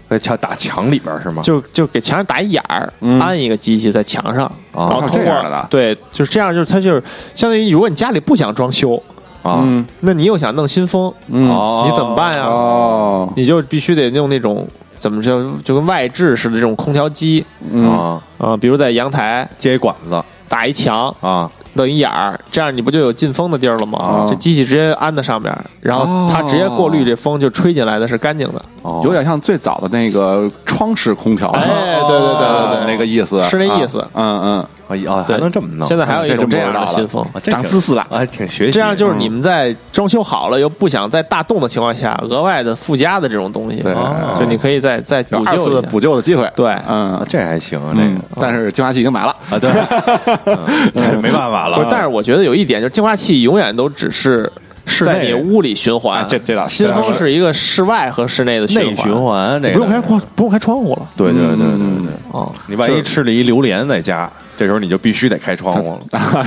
[SPEAKER 5] 在墙打墙里边是吗？
[SPEAKER 4] 就就给墙上打一眼儿，安一个机器在墙上，然
[SPEAKER 5] 哦
[SPEAKER 4] 后
[SPEAKER 6] 还有
[SPEAKER 4] 通
[SPEAKER 6] 这样的
[SPEAKER 4] 过对，就是这样，就是它就是相当于如果你家里不想装修，
[SPEAKER 5] 啊，
[SPEAKER 4] 那你又想弄新风，
[SPEAKER 5] 嗯哦
[SPEAKER 4] 你怎么办呀？
[SPEAKER 6] 哦，
[SPEAKER 4] 你就必须得用那种怎么叫就跟外置似的这种空调机
[SPEAKER 5] 啊，
[SPEAKER 4] 啊、比如在阳台
[SPEAKER 5] 接一管子
[SPEAKER 4] 打一墙，
[SPEAKER 5] 啊，
[SPEAKER 4] 弄一眼儿，这样你不就有进风的地儿了吗？
[SPEAKER 6] 啊
[SPEAKER 4] 这机器直接安在上面，然后它直接过
[SPEAKER 6] 哦
[SPEAKER 4] 滤这风，就吹进来的是干净的。
[SPEAKER 5] 哦
[SPEAKER 6] 有点像最早的那个窗式空调，
[SPEAKER 4] 哎，对对对对对，
[SPEAKER 6] 哦那个意思，
[SPEAKER 4] 是那意思
[SPEAKER 6] 啊嗯
[SPEAKER 5] 哎呀，还
[SPEAKER 4] 对，
[SPEAKER 5] 能这么弄？
[SPEAKER 4] 现在还有一
[SPEAKER 6] 这
[SPEAKER 4] 种
[SPEAKER 6] 就
[SPEAKER 4] 这
[SPEAKER 6] 不
[SPEAKER 4] 样
[SPEAKER 6] 知道
[SPEAKER 4] 的
[SPEAKER 6] 了
[SPEAKER 4] 新风。
[SPEAKER 5] 啊
[SPEAKER 6] 长知识了
[SPEAKER 5] 啊，挺学习的。
[SPEAKER 4] 这样就是
[SPEAKER 6] 嗯
[SPEAKER 4] 你们在装修好了又不想在大动的情况下，额外的附加的这种东西，啊
[SPEAKER 6] 对
[SPEAKER 4] 就你可以再再
[SPEAKER 6] 嗯，
[SPEAKER 4] 补
[SPEAKER 6] 有二
[SPEAKER 4] 救
[SPEAKER 6] 次
[SPEAKER 4] 一下
[SPEAKER 6] 补。救的机会。
[SPEAKER 4] 对
[SPEAKER 6] 嗯
[SPEAKER 5] 啊，，这还行，这
[SPEAKER 6] 嗯
[SPEAKER 5] 个，
[SPEAKER 6] 但是净化器已经买了，
[SPEAKER 5] 啊，对， 嗯但是没办法
[SPEAKER 4] 不是
[SPEAKER 5] 了，。
[SPEAKER 4] 但是我觉得有一点，就是净化器永远都只是
[SPEAKER 5] 室
[SPEAKER 4] 在
[SPEAKER 5] 内
[SPEAKER 4] 你屋里循环，
[SPEAKER 6] 啊这这倒是
[SPEAKER 4] 新
[SPEAKER 6] 这倒
[SPEAKER 4] 风
[SPEAKER 6] 是
[SPEAKER 4] 是一个室外和室内的
[SPEAKER 5] 内
[SPEAKER 4] 环，
[SPEAKER 5] 循环这
[SPEAKER 4] 你
[SPEAKER 5] 个
[SPEAKER 4] 不用开窗，不用开窗户了。
[SPEAKER 5] 对对对对对
[SPEAKER 6] 嗯
[SPEAKER 5] 对。
[SPEAKER 4] 哦，
[SPEAKER 5] 你万一吃了一榴莲在家，这时候你就必须得开窗户了。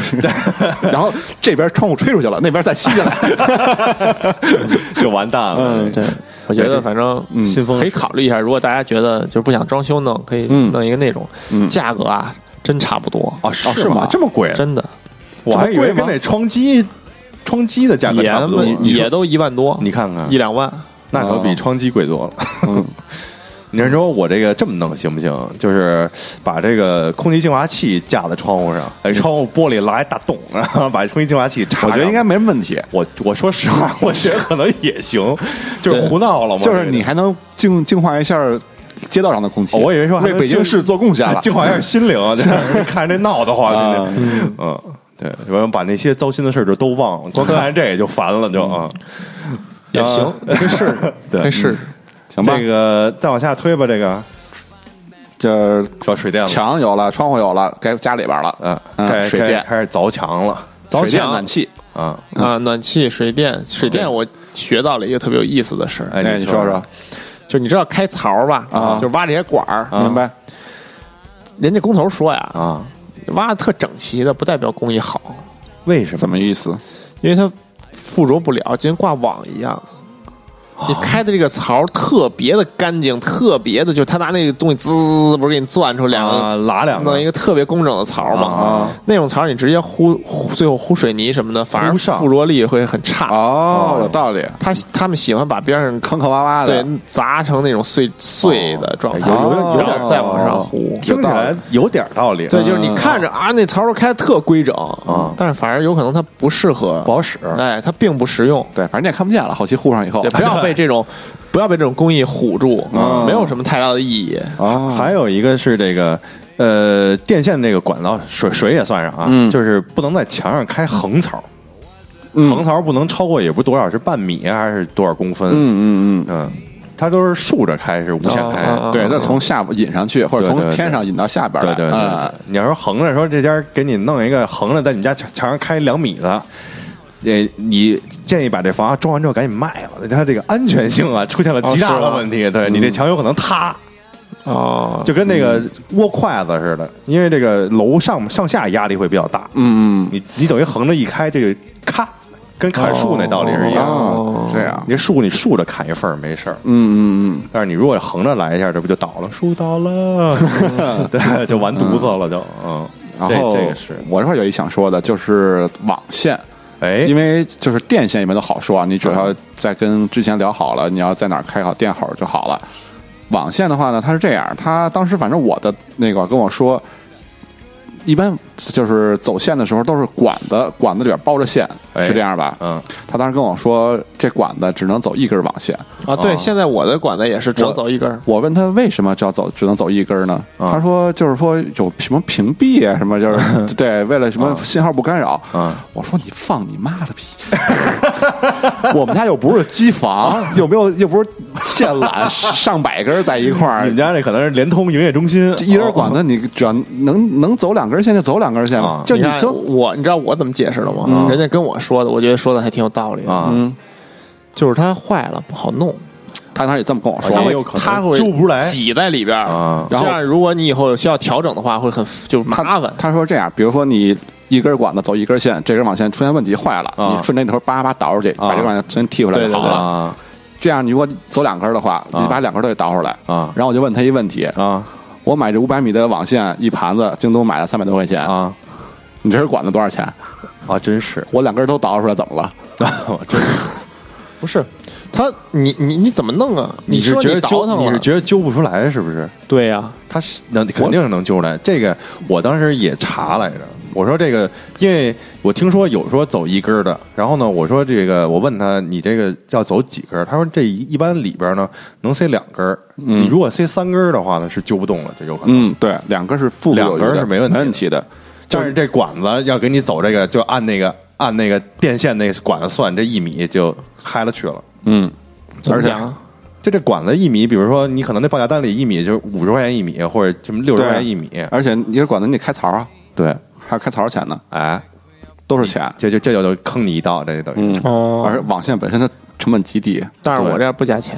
[SPEAKER 6] 然后这边窗户吹出去了，那边再吸进来。
[SPEAKER 5] 就完蛋了。
[SPEAKER 6] 嗯
[SPEAKER 4] 对，我觉得反正嗯
[SPEAKER 5] 新风
[SPEAKER 4] 可以考虑一下。如果大家觉得就是不想装修弄，可以弄一个那种，价格啊真差不多哦
[SPEAKER 5] 啊，嗯是
[SPEAKER 6] 吗
[SPEAKER 5] 吗？这么贵？
[SPEAKER 4] 真的
[SPEAKER 5] 我还以
[SPEAKER 6] 这么贵
[SPEAKER 5] 为
[SPEAKER 6] 吗
[SPEAKER 5] 跟那窗机窗机的价格
[SPEAKER 4] 也
[SPEAKER 5] 差不多。你说
[SPEAKER 4] 也都一万多，
[SPEAKER 5] 你看看
[SPEAKER 4] 一，两万。
[SPEAKER 5] 那可
[SPEAKER 6] 哦
[SPEAKER 5] 比窗机贵多了。
[SPEAKER 6] 嗯
[SPEAKER 5] 你是说我这个这么弄行不行？就是把这个空气净化器架在窗户上，哎，窗户玻璃拉一大洞，然后把空气净化器插上。
[SPEAKER 6] 我觉得应该没什么问题，
[SPEAKER 5] 我我说实话，我觉得可能也行，就是胡闹了嘛。
[SPEAKER 6] 就是你还能净净化一下街道上的空气。
[SPEAKER 5] 哦我以为说还
[SPEAKER 6] 为
[SPEAKER 5] 能
[SPEAKER 6] 北京
[SPEAKER 5] 净
[SPEAKER 6] 市做贡献 了。
[SPEAKER 5] 净化一下心灵，这看着这闹得慌，
[SPEAKER 6] 啊
[SPEAKER 5] 真是嗯，对，我把那些糟心的事儿就都忘了，光看见这也就烦了，就啊，
[SPEAKER 4] 也行，可以试 试，
[SPEAKER 5] 对
[SPEAKER 4] 可以试试。
[SPEAKER 6] 行吧，
[SPEAKER 5] 这个再往下推吧，这个
[SPEAKER 6] 这
[SPEAKER 5] 说水电了，
[SPEAKER 6] 墙有了，窗户有了，该家里边了。
[SPEAKER 5] 嗯，
[SPEAKER 6] 嗯
[SPEAKER 5] 开
[SPEAKER 6] 水
[SPEAKER 5] 开
[SPEAKER 6] 电
[SPEAKER 5] 开始凿墙了
[SPEAKER 4] 凿
[SPEAKER 6] 水电
[SPEAKER 4] 墙
[SPEAKER 6] 暖气，
[SPEAKER 5] 啊，
[SPEAKER 4] 啊，暖气、水电、水电，我学到了一个特别有意思的事儿，
[SPEAKER 5] 哎，
[SPEAKER 6] 哎，
[SPEAKER 5] 你
[SPEAKER 6] 你
[SPEAKER 5] 说
[SPEAKER 6] 说
[SPEAKER 5] 说
[SPEAKER 6] 说，
[SPEAKER 4] 就你知道开槽吧，
[SPEAKER 6] 啊
[SPEAKER 4] 就挖这些管儿，
[SPEAKER 6] 明白？
[SPEAKER 4] 人家工头说呀，
[SPEAKER 5] 啊，
[SPEAKER 4] 挖的特整齐的不代表工艺好，
[SPEAKER 5] 为什么？
[SPEAKER 6] 怎么意思？
[SPEAKER 4] 因为它附着不了，就跟挂网一样。你开的这个槽特别的干净，特别的，就是他拿那个东西滋，不是给你钻出两
[SPEAKER 5] 啊，
[SPEAKER 4] 个，
[SPEAKER 5] 拉两
[SPEAKER 4] 弄一
[SPEAKER 5] 个
[SPEAKER 4] 个特别工整的槽嘛。
[SPEAKER 5] 啊
[SPEAKER 4] 那种槽你直接糊，糊最后糊水泥什么的，反而
[SPEAKER 5] 糊上
[SPEAKER 4] 附着力会很差。啊
[SPEAKER 6] 哦，有道理，
[SPEAKER 4] 他他们喜欢把边上哦
[SPEAKER 6] 坑坑洼洼的
[SPEAKER 4] 对，砸成那种碎碎的状态，
[SPEAKER 5] 有有有
[SPEAKER 4] 然
[SPEAKER 5] 点
[SPEAKER 4] 后再往上糊。
[SPEAKER 5] 听起来有点道理。
[SPEAKER 4] 对，就是你看着啊，那槽都开得特规整
[SPEAKER 5] 嗯
[SPEAKER 4] 但是反而有可能它不适合
[SPEAKER 5] 不好使
[SPEAKER 4] 哎，它并不实用。
[SPEAKER 6] 对，反正你也看不见了，后期糊上以后
[SPEAKER 4] 也，不要被这种不要被这种工艺唬住，
[SPEAKER 6] 嗯
[SPEAKER 4] 没有什么太大的意义。
[SPEAKER 6] 啊，
[SPEAKER 5] 还有一个是这个。呃，电线这个管道水水也算上啊，
[SPEAKER 6] 嗯
[SPEAKER 5] 就是不能在墙上开横槽，横
[SPEAKER 6] 嗯
[SPEAKER 5] 槽不能超过也不是多少，是半米啊还是多少公分？
[SPEAKER 6] 嗯嗯
[SPEAKER 5] 嗯，它都是竖着开，是无限开。
[SPEAKER 4] 哦哦
[SPEAKER 6] 嗯，
[SPEAKER 4] 哦
[SPEAKER 6] 对，那从下边引上去，或者
[SPEAKER 5] 对对
[SPEAKER 6] 从
[SPEAKER 5] 对
[SPEAKER 6] 天上引到下边
[SPEAKER 5] 对
[SPEAKER 6] 来，
[SPEAKER 5] 对对
[SPEAKER 6] 哎
[SPEAKER 5] 对，你要说横着说这家给你弄一个横着在你家墙墙上开两米的，呃，你建议把这房装完之后赶紧卖了，它这个安全性啊出现了极大
[SPEAKER 6] 哦
[SPEAKER 5] 的问题，
[SPEAKER 6] 嗯
[SPEAKER 5] 对你这墙有可能塌，
[SPEAKER 4] 哦，
[SPEAKER 5] 就跟那个窝筷子似的，因为这个楼上上下压力会比较大，
[SPEAKER 6] 嗯嗯
[SPEAKER 5] 你你等于横着一开，这个咔，跟砍树那道理是一样的。
[SPEAKER 6] 哦，这样，
[SPEAKER 5] 你这树你竖着砍一份儿没事儿，
[SPEAKER 6] 嗯嗯嗯。
[SPEAKER 5] 但是你如果横着来一下，这不就倒了？树倒了， 对，就完犊子了，就嗯。
[SPEAKER 6] 然
[SPEAKER 5] 这
[SPEAKER 6] 后
[SPEAKER 5] 这个是，
[SPEAKER 6] 我这块有一想说的，就是网线，
[SPEAKER 5] 哎，嗯
[SPEAKER 6] 因为就是电线一般都好说啊，你只要在跟之前聊好了，你要在哪儿开好电好就好了。网线的话呢，它是这样，它当时反正我的那个跟我说，一般就是走线的时候都是管子，管子里边包着线，
[SPEAKER 5] 哎
[SPEAKER 6] 是这样吧？
[SPEAKER 5] 嗯，
[SPEAKER 6] 他当时跟我说，这管子只能走一根网线。
[SPEAKER 5] 嗯
[SPEAKER 4] 啊，对，现在我的管子也是只能
[SPEAKER 6] 我
[SPEAKER 4] 走一根儿。
[SPEAKER 6] 我问他为什么只要走只能走一根呢？
[SPEAKER 5] 啊
[SPEAKER 6] 他说就是说有什么屏蔽啊，什么就是对，为了什么信号不干扰。
[SPEAKER 5] 嗯
[SPEAKER 6] 我说你放你妈的屁！我们家又不是机房，又没有又不是线缆上百根在一块
[SPEAKER 5] 你
[SPEAKER 6] 儿
[SPEAKER 5] 们，家这可能是联通营业中心，
[SPEAKER 6] 这一根管子你只要能能走两根线就走两根线
[SPEAKER 5] 啊，
[SPEAKER 6] 就
[SPEAKER 4] 你
[SPEAKER 6] 你
[SPEAKER 4] 看
[SPEAKER 6] 就
[SPEAKER 4] 我，你知道我怎么解释的
[SPEAKER 5] 嗯
[SPEAKER 4] 吗？人家跟我说的，我觉得说的还挺有道理的
[SPEAKER 5] 啊，
[SPEAKER 6] 嗯，
[SPEAKER 4] 就是它坏了不好弄，
[SPEAKER 6] 他当时也这么跟我说
[SPEAKER 5] 也
[SPEAKER 4] 它，会
[SPEAKER 5] 有可能
[SPEAKER 4] 它会
[SPEAKER 5] 揪不出来
[SPEAKER 4] 挤在里边儿
[SPEAKER 5] 啊
[SPEAKER 4] 这
[SPEAKER 6] 然后
[SPEAKER 4] 样如果你以后需要调整的话，会很就麻烦。
[SPEAKER 6] 他说这样，比如说你一根管子走一根线，这根网线出现问题坏了，
[SPEAKER 5] 啊
[SPEAKER 6] 你顺着那头叭叭倒出去，把这管线先踢回来就好
[SPEAKER 4] 对对
[SPEAKER 6] 了。
[SPEAKER 5] 啊
[SPEAKER 6] 这样你如果走两根的话，你把两根都给倒出来
[SPEAKER 5] 啊
[SPEAKER 6] 然后我就问他一问题：
[SPEAKER 5] 啊
[SPEAKER 6] 我买这五百米的网线一盘子，京东买了三百多块钱，
[SPEAKER 5] 啊
[SPEAKER 6] 你这根管子多少钱？
[SPEAKER 5] 啊！真 是，
[SPEAKER 6] 我两根都倒出来怎么了？
[SPEAKER 5] 啊真是
[SPEAKER 4] 不是，它你你你怎么弄啊？
[SPEAKER 5] 你是
[SPEAKER 4] 说
[SPEAKER 5] 觉得
[SPEAKER 4] 倒
[SPEAKER 5] 揪，
[SPEAKER 4] 腾
[SPEAKER 5] 你
[SPEAKER 4] 了
[SPEAKER 5] 是觉得揪不出来是不是？
[SPEAKER 4] 对呀，
[SPEAKER 5] 他是能肯定是能揪出来。这个我当时也查来着，我说这个，因为我听说有说走一根儿的，然后呢，我说这个，我问他你这个要走几根儿？他说这一一般里边呢能塞两根儿，你如果塞三根儿的话呢是揪不动了，这有可能。
[SPEAKER 6] 嗯，对，两根是负
[SPEAKER 5] 两根是没问题的
[SPEAKER 6] 问题的。
[SPEAKER 5] 但是这管子要给你走这个，就按那个按那个电线那个管子算，这一米就嗨了去了。
[SPEAKER 6] 嗯，
[SPEAKER 4] 怎么
[SPEAKER 5] 而且
[SPEAKER 4] 讲啊？
[SPEAKER 5] 就这管子一米，比如说你可能那报价单里一米就是五十块钱一米，或者什么六十
[SPEAKER 6] 对啊
[SPEAKER 5] 块钱一米。
[SPEAKER 6] 而且你这管子你得开槽啊，
[SPEAKER 5] 对，
[SPEAKER 6] 还有开槽钱呢，
[SPEAKER 5] 哎，
[SPEAKER 6] 都是钱。
[SPEAKER 5] 这就这就坑你一刀，这就等于。
[SPEAKER 6] 嗯，
[SPEAKER 4] 哦
[SPEAKER 6] 而网线本身的成本极低，
[SPEAKER 4] 但是
[SPEAKER 5] 对
[SPEAKER 4] 我这儿不加钱。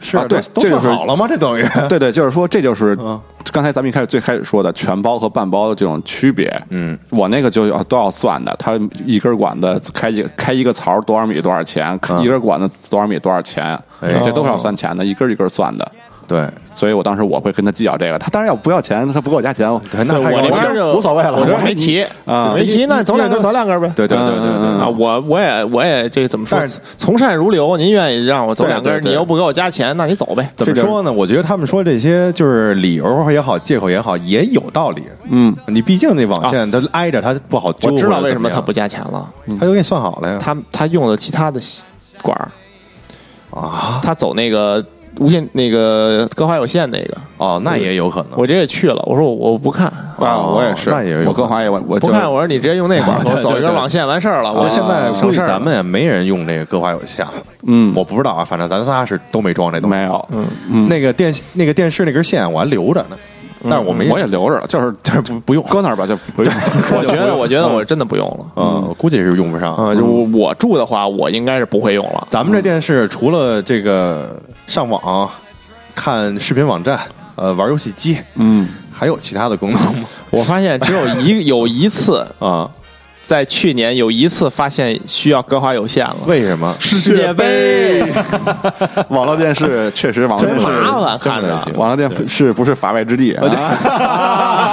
[SPEAKER 5] 是
[SPEAKER 6] 啊对
[SPEAKER 5] 都
[SPEAKER 6] 这
[SPEAKER 5] 算
[SPEAKER 6] 就是
[SPEAKER 5] 好了吗？这等于
[SPEAKER 6] 对对，就是说，这就是
[SPEAKER 5] 嗯
[SPEAKER 6] 刚才咱们一开始最开始说的全包和半包的这种区别。
[SPEAKER 5] 嗯，
[SPEAKER 6] 我那个就要都要算的，它一根管子开一个开一个槽多少米多少钱，一根管子多少米多少钱，
[SPEAKER 5] 嗯哎
[SPEAKER 6] 这都是要算钱的，一根一根算的。
[SPEAKER 5] 对，
[SPEAKER 6] 所以我当时我会跟他计较这个，他当然要不要钱，他不给我加钱，我
[SPEAKER 5] 那
[SPEAKER 4] 我
[SPEAKER 5] 太
[SPEAKER 4] 这
[SPEAKER 5] 高
[SPEAKER 4] 边
[SPEAKER 5] 兴
[SPEAKER 4] 就
[SPEAKER 5] 无所谓了，
[SPEAKER 4] 我这没提
[SPEAKER 6] 啊
[SPEAKER 4] 没提，那走两根走两根呗。
[SPEAKER 5] 对对对对对
[SPEAKER 4] 啊，我我也我也这怎么说
[SPEAKER 5] 但是？
[SPEAKER 4] 从善如流，您愿意让我走两
[SPEAKER 5] 对
[SPEAKER 4] 根，
[SPEAKER 5] 对对
[SPEAKER 4] 你又不给我加钱，那你走呗。
[SPEAKER 5] 怎
[SPEAKER 4] 这
[SPEAKER 5] 么
[SPEAKER 4] 就是
[SPEAKER 5] 说呢？我觉得他们说这些就是理由也好，借口也好，也有道理。嗯，你毕竟那网线它挨着，它不好揪。
[SPEAKER 4] 我知道为什
[SPEAKER 5] 么
[SPEAKER 4] 么他不，加钱了，
[SPEAKER 5] 他都给你算好了呀。
[SPEAKER 4] 他他用的其他的管儿，
[SPEAKER 5] 啊，
[SPEAKER 4] 他走那个无线那个歌华有线那个，
[SPEAKER 5] 哦，那也有可能。
[SPEAKER 4] 我直接去了，我说啊我我不看。
[SPEAKER 6] 啊，我也是，
[SPEAKER 5] 哦那也有
[SPEAKER 6] 我更华也我我
[SPEAKER 4] 不
[SPEAKER 6] 就
[SPEAKER 4] 看，我说你直接用那管儿， 我走一
[SPEAKER 5] 对对
[SPEAKER 4] 根
[SPEAKER 5] 对
[SPEAKER 4] 网线完事儿了。
[SPEAKER 5] 我
[SPEAKER 4] 啊我
[SPEAKER 5] 现在啊估
[SPEAKER 4] 省
[SPEAKER 5] 计
[SPEAKER 4] 事儿了
[SPEAKER 5] 咱们也没人用这个歌华有线了。
[SPEAKER 6] 嗯
[SPEAKER 5] 我不知道啊，反正咱仨是都没装这东西。嗯
[SPEAKER 6] 没有，
[SPEAKER 5] 那个电那个电视那根线我还留着呢，但是我没，
[SPEAKER 6] 我也留着了，就是就是不不用搁那儿吧，就 不用。
[SPEAKER 4] 我觉得，我觉得我真的不用了。
[SPEAKER 5] 嗯，估计是用不上。
[SPEAKER 4] 嗯，就我我住的话，我应该是不会用了。
[SPEAKER 5] 咱们这电视除了这个上网、看视频网站、呃玩游戏机，
[SPEAKER 6] 嗯，
[SPEAKER 5] 还有其他的功能吗？
[SPEAKER 4] 我发现只有一有一次，
[SPEAKER 5] 啊，
[SPEAKER 4] 在去年有一次发现需要格华有线了。
[SPEAKER 5] 为什么？
[SPEAKER 4] 世界杯
[SPEAKER 7] 网络电视确实网络
[SPEAKER 4] 真
[SPEAKER 7] 电视
[SPEAKER 4] 麻烦，看着啊
[SPEAKER 7] 网络电视不是法外之
[SPEAKER 5] 哦
[SPEAKER 7] 地 啊？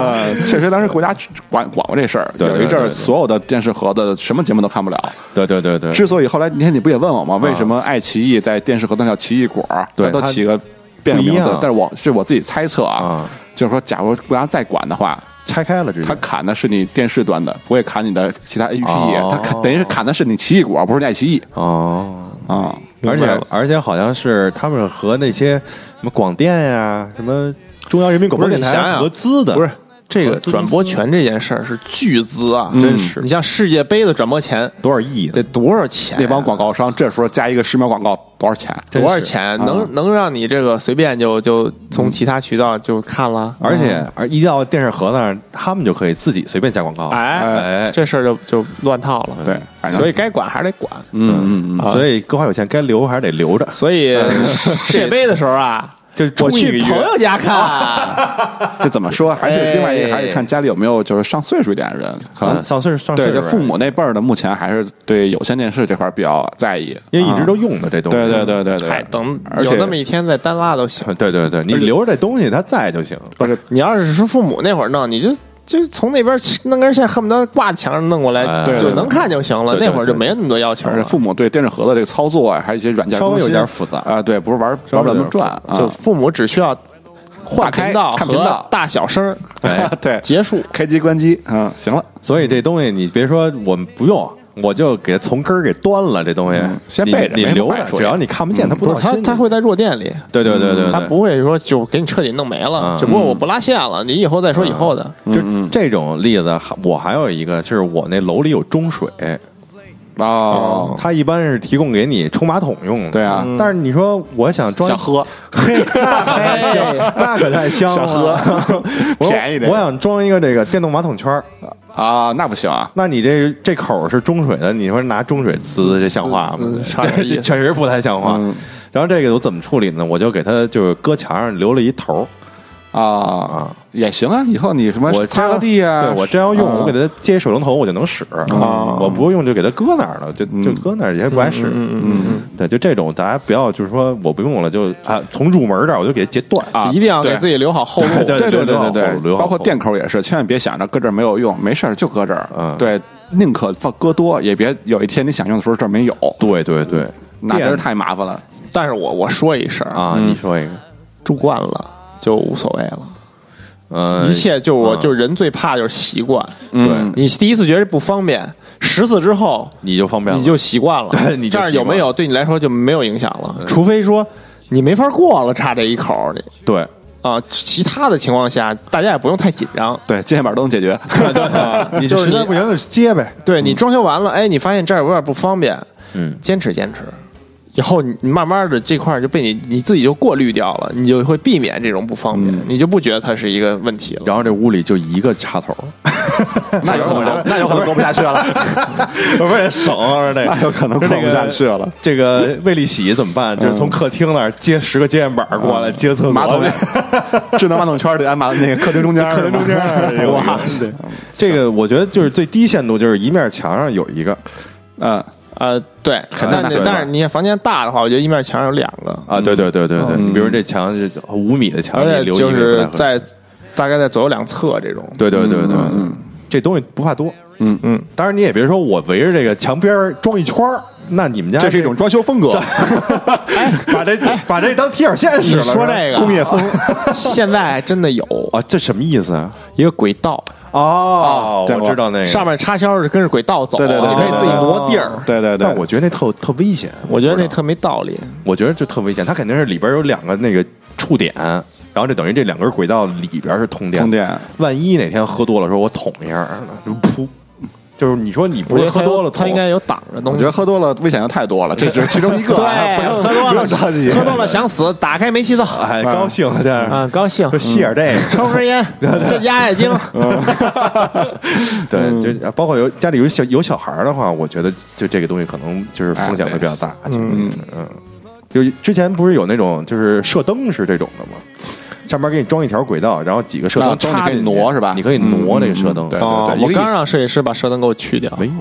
[SPEAKER 6] 嗯确实，当时国家管管过这事儿，
[SPEAKER 5] 对对
[SPEAKER 6] 有一阵儿
[SPEAKER 5] 对对
[SPEAKER 6] 所有的电视盒子什么节目都看不了。
[SPEAKER 5] 对对对对，啊
[SPEAKER 6] 之所以后来那天你不也问我吗？为什么爱奇艺在电视盒子上叫奇异果儿？
[SPEAKER 5] 对
[SPEAKER 6] 它都
[SPEAKER 5] 它
[SPEAKER 6] 起个变个
[SPEAKER 5] 不一
[SPEAKER 6] 名字
[SPEAKER 5] 样，
[SPEAKER 6] 但是我是我自己猜测啊
[SPEAKER 5] 啊，嗯
[SPEAKER 6] 就是说，假如国家再管的话，
[SPEAKER 5] 拆开了直接
[SPEAKER 6] 它。砍的是你电视端的，不会砍你的其他 APP，
[SPEAKER 5] 哦
[SPEAKER 6] 它砍等于是砍的是你奇异果，不是你爱奇艺
[SPEAKER 5] 哦，
[SPEAKER 6] 啊。
[SPEAKER 5] 而且
[SPEAKER 6] 明白了
[SPEAKER 5] 而且好像是他们和那些什么广电呀、什么中央人民广播电
[SPEAKER 4] 不是你想
[SPEAKER 5] 台
[SPEAKER 4] 想
[SPEAKER 5] 合资的，
[SPEAKER 4] 不是这个
[SPEAKER 6] 嗯
[SPEAKER 5] 资
[SPEAKER 4] 转播权这件事儿是巨资啊，
[SPEAKER 5] 真是
[SPEAKER 4] 你像世界杯的转播钱
[SPEAKER 5] 多少亿
[SPEAKER 4] 得
[SPEAKER 5] 的？
[SPEAKER 4] 多少钱啊？
[SPEAKER 6] 那帮广告商这时候加一个十秒广告多少钱？
[SPEAKER 4] 多少钱
[SPEAKER 6] 嗯
[SPEAKER 4] 能能让你这个随便就就从其他渠道就看了？
[SPEAKER 6] 啊
[SPEAKER 5] 而且而一到电视盒那儿，他们就可以自己随便加广告。
[SPEAKER 4] 哎，
[SPEAKER 5] 哎，
[SPEAKER 4] 这事儿就就乱套了。
[SPEAKER 6] 对反正
[SPEAKER 4] 所以该管还是得管。
[SPEAKER 6] 嗯嗯嗯，
[SPEAKER 5] 所以各花有钱该留还是得留着。
[SPEAKER 4] 所以世界杯的时候啊，
[SPEAKER 5] 就
[SPEAKER 4] 我
[SPEAKER 5] 冲一个
[SPEAKER 4] 去
[SPEAKER 5] 月
[SPEAKER 4] 朋友家看，
[SPEAKER 6] 这怎么说？还是另外一
[SPEAKER 4] 哎
[SPEAKER 6] 个，还是看家里有没有就是上岁数一点的人，可能
[SPEAKER 5] 嗯上岁数上岁
[SPEAKER 6] 对，
[SPEAKER 5] 数
[SPEAKER 6] 就父母那辈儿的，目前还是对有线电视这块儿比较在意，
[SPEAKER 5] 因为一直
[SPEAKER 6] 啊
[SPEAKER 5] 都用的这东西。
[SPEAKER 6] 对对对对
[SPEAKER 4] 哎，
[SPEAKER 6] 对，
[SPEAKER 4] 等
[SPEAKER 6] 而
[SPEAKER 4] 有
[SPEAKER 6] 且
[SPEAKER 4] 那么一天再单拉都行。
[SPEAKER 5] 对对对，你留着这东西，它在就行。
[SPEAKER 4] 不是，你要是说父母那会儿弄，你就就从那边弄根线，恨不得挂墙上弄过来，
[SPEAKER 5] 哎
[SPEAKER 6] 对
[SPEAKER 4] 就
[SPEAKER 6] 对
[SPEAKER 4] 能看就行了。
[SPEAKER 5] 对对
[SPEAKER 4] 那会儿就没有那么多要求
[SPEAKER 6] 而
[SPEAKER 4] 了
[SPEAKER 6] 且。父母对电视盒子这个操作啊，还有一些软件
[SPEAKER 5] 稍微
[SPEAKER 6] 更新
[SPEAKER 5] 有点复杂
[SPEAKER 6] 啊，对，不是玩
[SPEAKER 5] 稍
[SPEAKER 6] 玩
[SPEAKER 5] 微有
[SPEAKER 6] 不了那么
[SPEAKER 5] 点复杂
[SPEAKER 6] 转，啊
[SPEAKER 4] 就父母只需要换
[SPEAKER 6] 打开
[SPEAKER 4] 频道
[SPEAKER 6] 看频道
[SPEAKER 4] 和大小声儿
[SPEAKER 5] 哎
[SPEAKER 6] 对，
[SPEAKER 4] 结束。
[SPEAKER 6] 开机关机，嗯，行了，
[SPEAKER 5] 所以这东西你别说我们不用，我就给它从根儿给端了。这东西
[SPEAKER 6] 嗯先
[SPEAKER 5] 你
[SPEAKER 6] 备着
[SPEAKER 5] 你
[SPEAKER 6] 没
[SPEAKER 5] 留
[SPEAKER 6] 坏
[SPEAKER 5] 着，
[SPEAKER 6] 处
[SPEAKER 5] 只要你看不见，嗯它不
[SPEAKER 4] 不
[SPEAKER 5] 闹
[SPEAKER 4] 是他
[SPEAKER 5] 心，
[SPEAKER 4] 他会在弱电里，
[SPEAKER 5] 对对对对，对
[SPEAKER 4] 他不会说就给你彻底弄没了
[SPEAKER 5] 嗯。
[SPEAKER 4] 只不过我不拉线了，你以后再说以后的。
[SPEAKER 5] 就这种例子，还我还有一个，就是我那楼里有中水，
[SPEAKER 6] 哦，
[SPEAKER 5] 它一般是提供给你冲马桶用的。
[SPEAKER 6] 对啊
[SPEAKER 5] 但是你说我想装
[SPEAKER 6] 想，喝，
[SPEAKER 5] 嘿，那可太香，那可太香了。
[SPEAKER 6] 想喝
[SPEAKER 5] 我
[SPEAKER 6] 便宜点
[SPEAKER 5] 我想装一个这个电动马桶圈儿，
[SPEAKER 6] 啊，那不行啊，
[SPEAKER 5] 那你这这口是中水的，你说拿中水滋，这像话吗
[SPEAKER 4] 滋？差点意
[SPEAKER 5] 这
[SPEAKER 4] 思
[SPEAKER 5] 确实不太像话。然后这个我怎么处理呢？我就给它就是搁墙上留了一头儿，
[SPEAKER 6] 啊，也行啊，以后你什么
[SPEAKER 5] 我
[SPEAKER 6] 擦个地啊，
[SPEAKER 5] 对我真要用，
[SPEAKER 6] 啊
[SPEAKER 5] 我给它接水龙头，我就能使。我不用就给它搁那儿了，就就搁那儿也不碍事。嗯，对，就这种大家不要就是说我不用了，就啊从入门这儿我就给它截断
[SPEAKER 6] 啊
[SPEAKER 4] 一定要给
[SPEAKER 6] 对
[SPEAKER 4] 自己留好后路。
[SPEAKER 5] 嗯对
[SPEAKER 6] 对对
[SPEAKER 5] 留好
[SPEAKER 6] 对
[SPEAKER 5] 后
[SPEAKER 6] 对
[SPEAKER 5] 路留
[SPEAKER 6] 对，
[SPEAKER 5] 好
[SPEAKER 6] 包括
[SPEAKER 5] 后路
[SPEAKER 6] 店口也是，千万别想着搁这儿没有用，没事儿就搁这儿。
[SPEAKER 5] 嗯
[SPEAKER 6] 对，宁可放搁多，也别有一天你想用的时候这儿没有，
[SPEAKER 5] 对对对，
[SPEAKER 6] 那真是
[SPEAKER 5] 店
[SPEAKER 6] 太麻烦了。
[SPEAKER 4] 但是我我说一声
[SPEAKER 5] 啊！你说一个，
[SPEAKER 4] 住惯了就无所谓了。
[SPEAKER 5] 嗯，
[SPEAKER 4] 一切就我
[SPEAKER 5] 嗯
[SPEAKER 4] 就人最怕就是习惯。
[SPEAKER 6] 嗯
[SPEAKER 4] 你第一次觉得不方便，十次之后
[SPEAKER 5] 你就方便了，
[SPEAKER 4] 你就习惯了
[SPEAKER 5] 对，你就
[SPEAKER 4] 这样
[SPEAKER 5] 习
[SPEAKER 4] 有
[SPEAKER 5] 惯嗯
[SPEAKER 4] 没有对你来说就没有影响了，除非说你没法过了，差这一口儿你
[SPEAKER 5] 对。
[SPEAKER 4] 啊，其他的情况下大家也不用太紧张。
[SPEAKER 6] 对，今天晚上都能解决。
[SPEAKER 5] 你
[SPEAKER 4] 就是
[SPEAKER 5] 实在
[SPEAKER 4] 你
[SPEAKER 5] 不行就接呗，
[SPEAKER 4] 对你装修完了，哎，你发现这儿有点不方便，
[SPEAKER 5] 嗯
[SPEAKER 4] 坚持坚持，以后你你慢慢的这块儿就被你你自己就过滤掉了，你就会避免这种不方便，
[SPEAKER 5] 嗯
[SPEAKER 4] 你就不觉得它是一个问题了。
[SPEAKER 5] 然后这屋里就一个插头，
[SPEAKER 6] 那有可能，那有可 能搁不下去了。
[SPEAKER 5] 不是省 那
[SPEAKER 6] 那有可能逛不下去了。
[SPEAKER 5] 这个卫立洗怎么办？就是从客厅那儿接十个接线板过来接厕所
[SPEAKER 6] 马桶
[SPEAKER 5] 去，
[SPEAKER 6] 智能马桶圈得安马那个客厅中间，客厅中间哇，
[SPEAKER 5] 对，这个我觉得就是最低限度就是一面墙上有一个
[SPEAKER 6] 嗯，
[SPEAKER 4] 呃，对，
[SPEAKER 6] 肯定
[SPEAKER 4] 但
[SPEAKER 6] 的
[SPEAKER 4] 但是你房间大的话，我觉得一面墙上有两个，
[SPEAKER 5] 啊，对对对对对，你比如这墙是五米的墙，
[SPEAKER 4] 而
[SPEAKER 5] 你
[SPEAKER 4] 且
[SPEAKER 5] 留一
[SPEAKER 4] 就
[SPEAKER 5] 个不
[SPEAKER 4] 是
[SPEAKER 5] 太合适
[SPEAKER 4] 在大概在左右两侧这种。
[SPEAKER 5] 对对对对，嗯，这东西不怕多，嗯嗯，当然你也别说我围着这个墙边儿装一圈儿那你们家
[SPEAKER 7] 这是一种装修风格，
[SPEAKER 5] 把这
[SPEAKER 6] 哎
[SPEAKER 5] 把这当贴眼线使
[SPEAKER 4] 你
[SPEAKER 5] 了，
[SPEAKER 4] 说这个
[SPEAKER 5] 工业
[SPEAKER 4] 风，现在还真的有
[SPEAKER 5] 啊，这什么意思啊？
[SPEAKER 4] 一个轨道，
[SPEAKER 5] 哦，
[SPEAKER 7] 见
[SPEAKER 5] 我
[SPEAKER 7] 过
[SPEAKER 5] 知道那个
[SPEAKER 4] 上面插销是跟着轨道走，
[SPEAKER 7] 对对对
[SPEAKER 4] 你可以自己挪地儿。
[SPEAKER 7] 对对对
[SPEAKER 5] 但，我觉得那特特危险，
[SPEAKER 4] 我觉得那特没道理。
[SPEAKER 5] 我觉得就特危险，它肯定是里边有两个那个触点，然后这等于这两根轨道里边是通电，
[SPEAKER 6] 充电，
[SPEAKER 5] 万一哪天喝多了说我捅一下，噗，就是你说你不
[SPEAKER 4] 我觉
[SPEAKER 5] 是
[SPEAKER 4] 得
[SPEAKER 5] 喝
[SPEAKER 4] 他
[SPEAKER 5] 多了
[SPEAKER 4] 有
[SPEAKER 5] 头，
[SPEAKER 4] 他应该有挡着
[SPEAKER 7] 我
[SPEAKER 4] 东
[SPEAKER 7] 觉
[SPEAKER 4] 西
[SPEAKER 7] 得。喝多了危险性太多了，这只是其中一个啊，
[SPEAKER 4] 对
[SPEAKER 7] 不，用
[SPEAKER 4] 喝多
[SPEAKER 7] 不
[SPEAKER 4] 了
[SPEAKER 7] 用着急，
[SPEAKER 4] 喝多了想死，打开煤气灶
[SPEAKER 5] 哎高兴这样
[SPEAKER 4] 啊，嗯高兴
[SPEAKER 5] 就，吸点这个。
[SPEAKER 4] 抽根 烟，这压压惊。
[SPEAKER 5] 对，就啊包括有家里有小有小孩儿的话，我觉得就这个东西可能就是风险会比较大。其实嗯嗯，就之前不是有那种就是射灯是这种的吗？上面给你装一条轨道，然后几个射
[SPEAKER 6] 啊
[SPEAKER 5] 灯
[SPEAKER 6] 灯你
[SPEAKER 5] 插
[SPEAKER 6] 可以
[SPEAKER 5] 进去
[SPEAKER 6] 挪是吧
[SPEAKER 5] 你可以挪那个射灯啊
[SPEAKER 6] 嗯，对
[SPEAKER 4] 哦
[SPEAKER 6] 对对
[SPEAKER 4] 我
[SPEAKER 6] 一个意
[SPEAKER 4] 刚
[SPEAKER 6] 思
[SPEAKER 4] 让摄影师把射灯给我去掉，
[SPEAKER 5] 没用，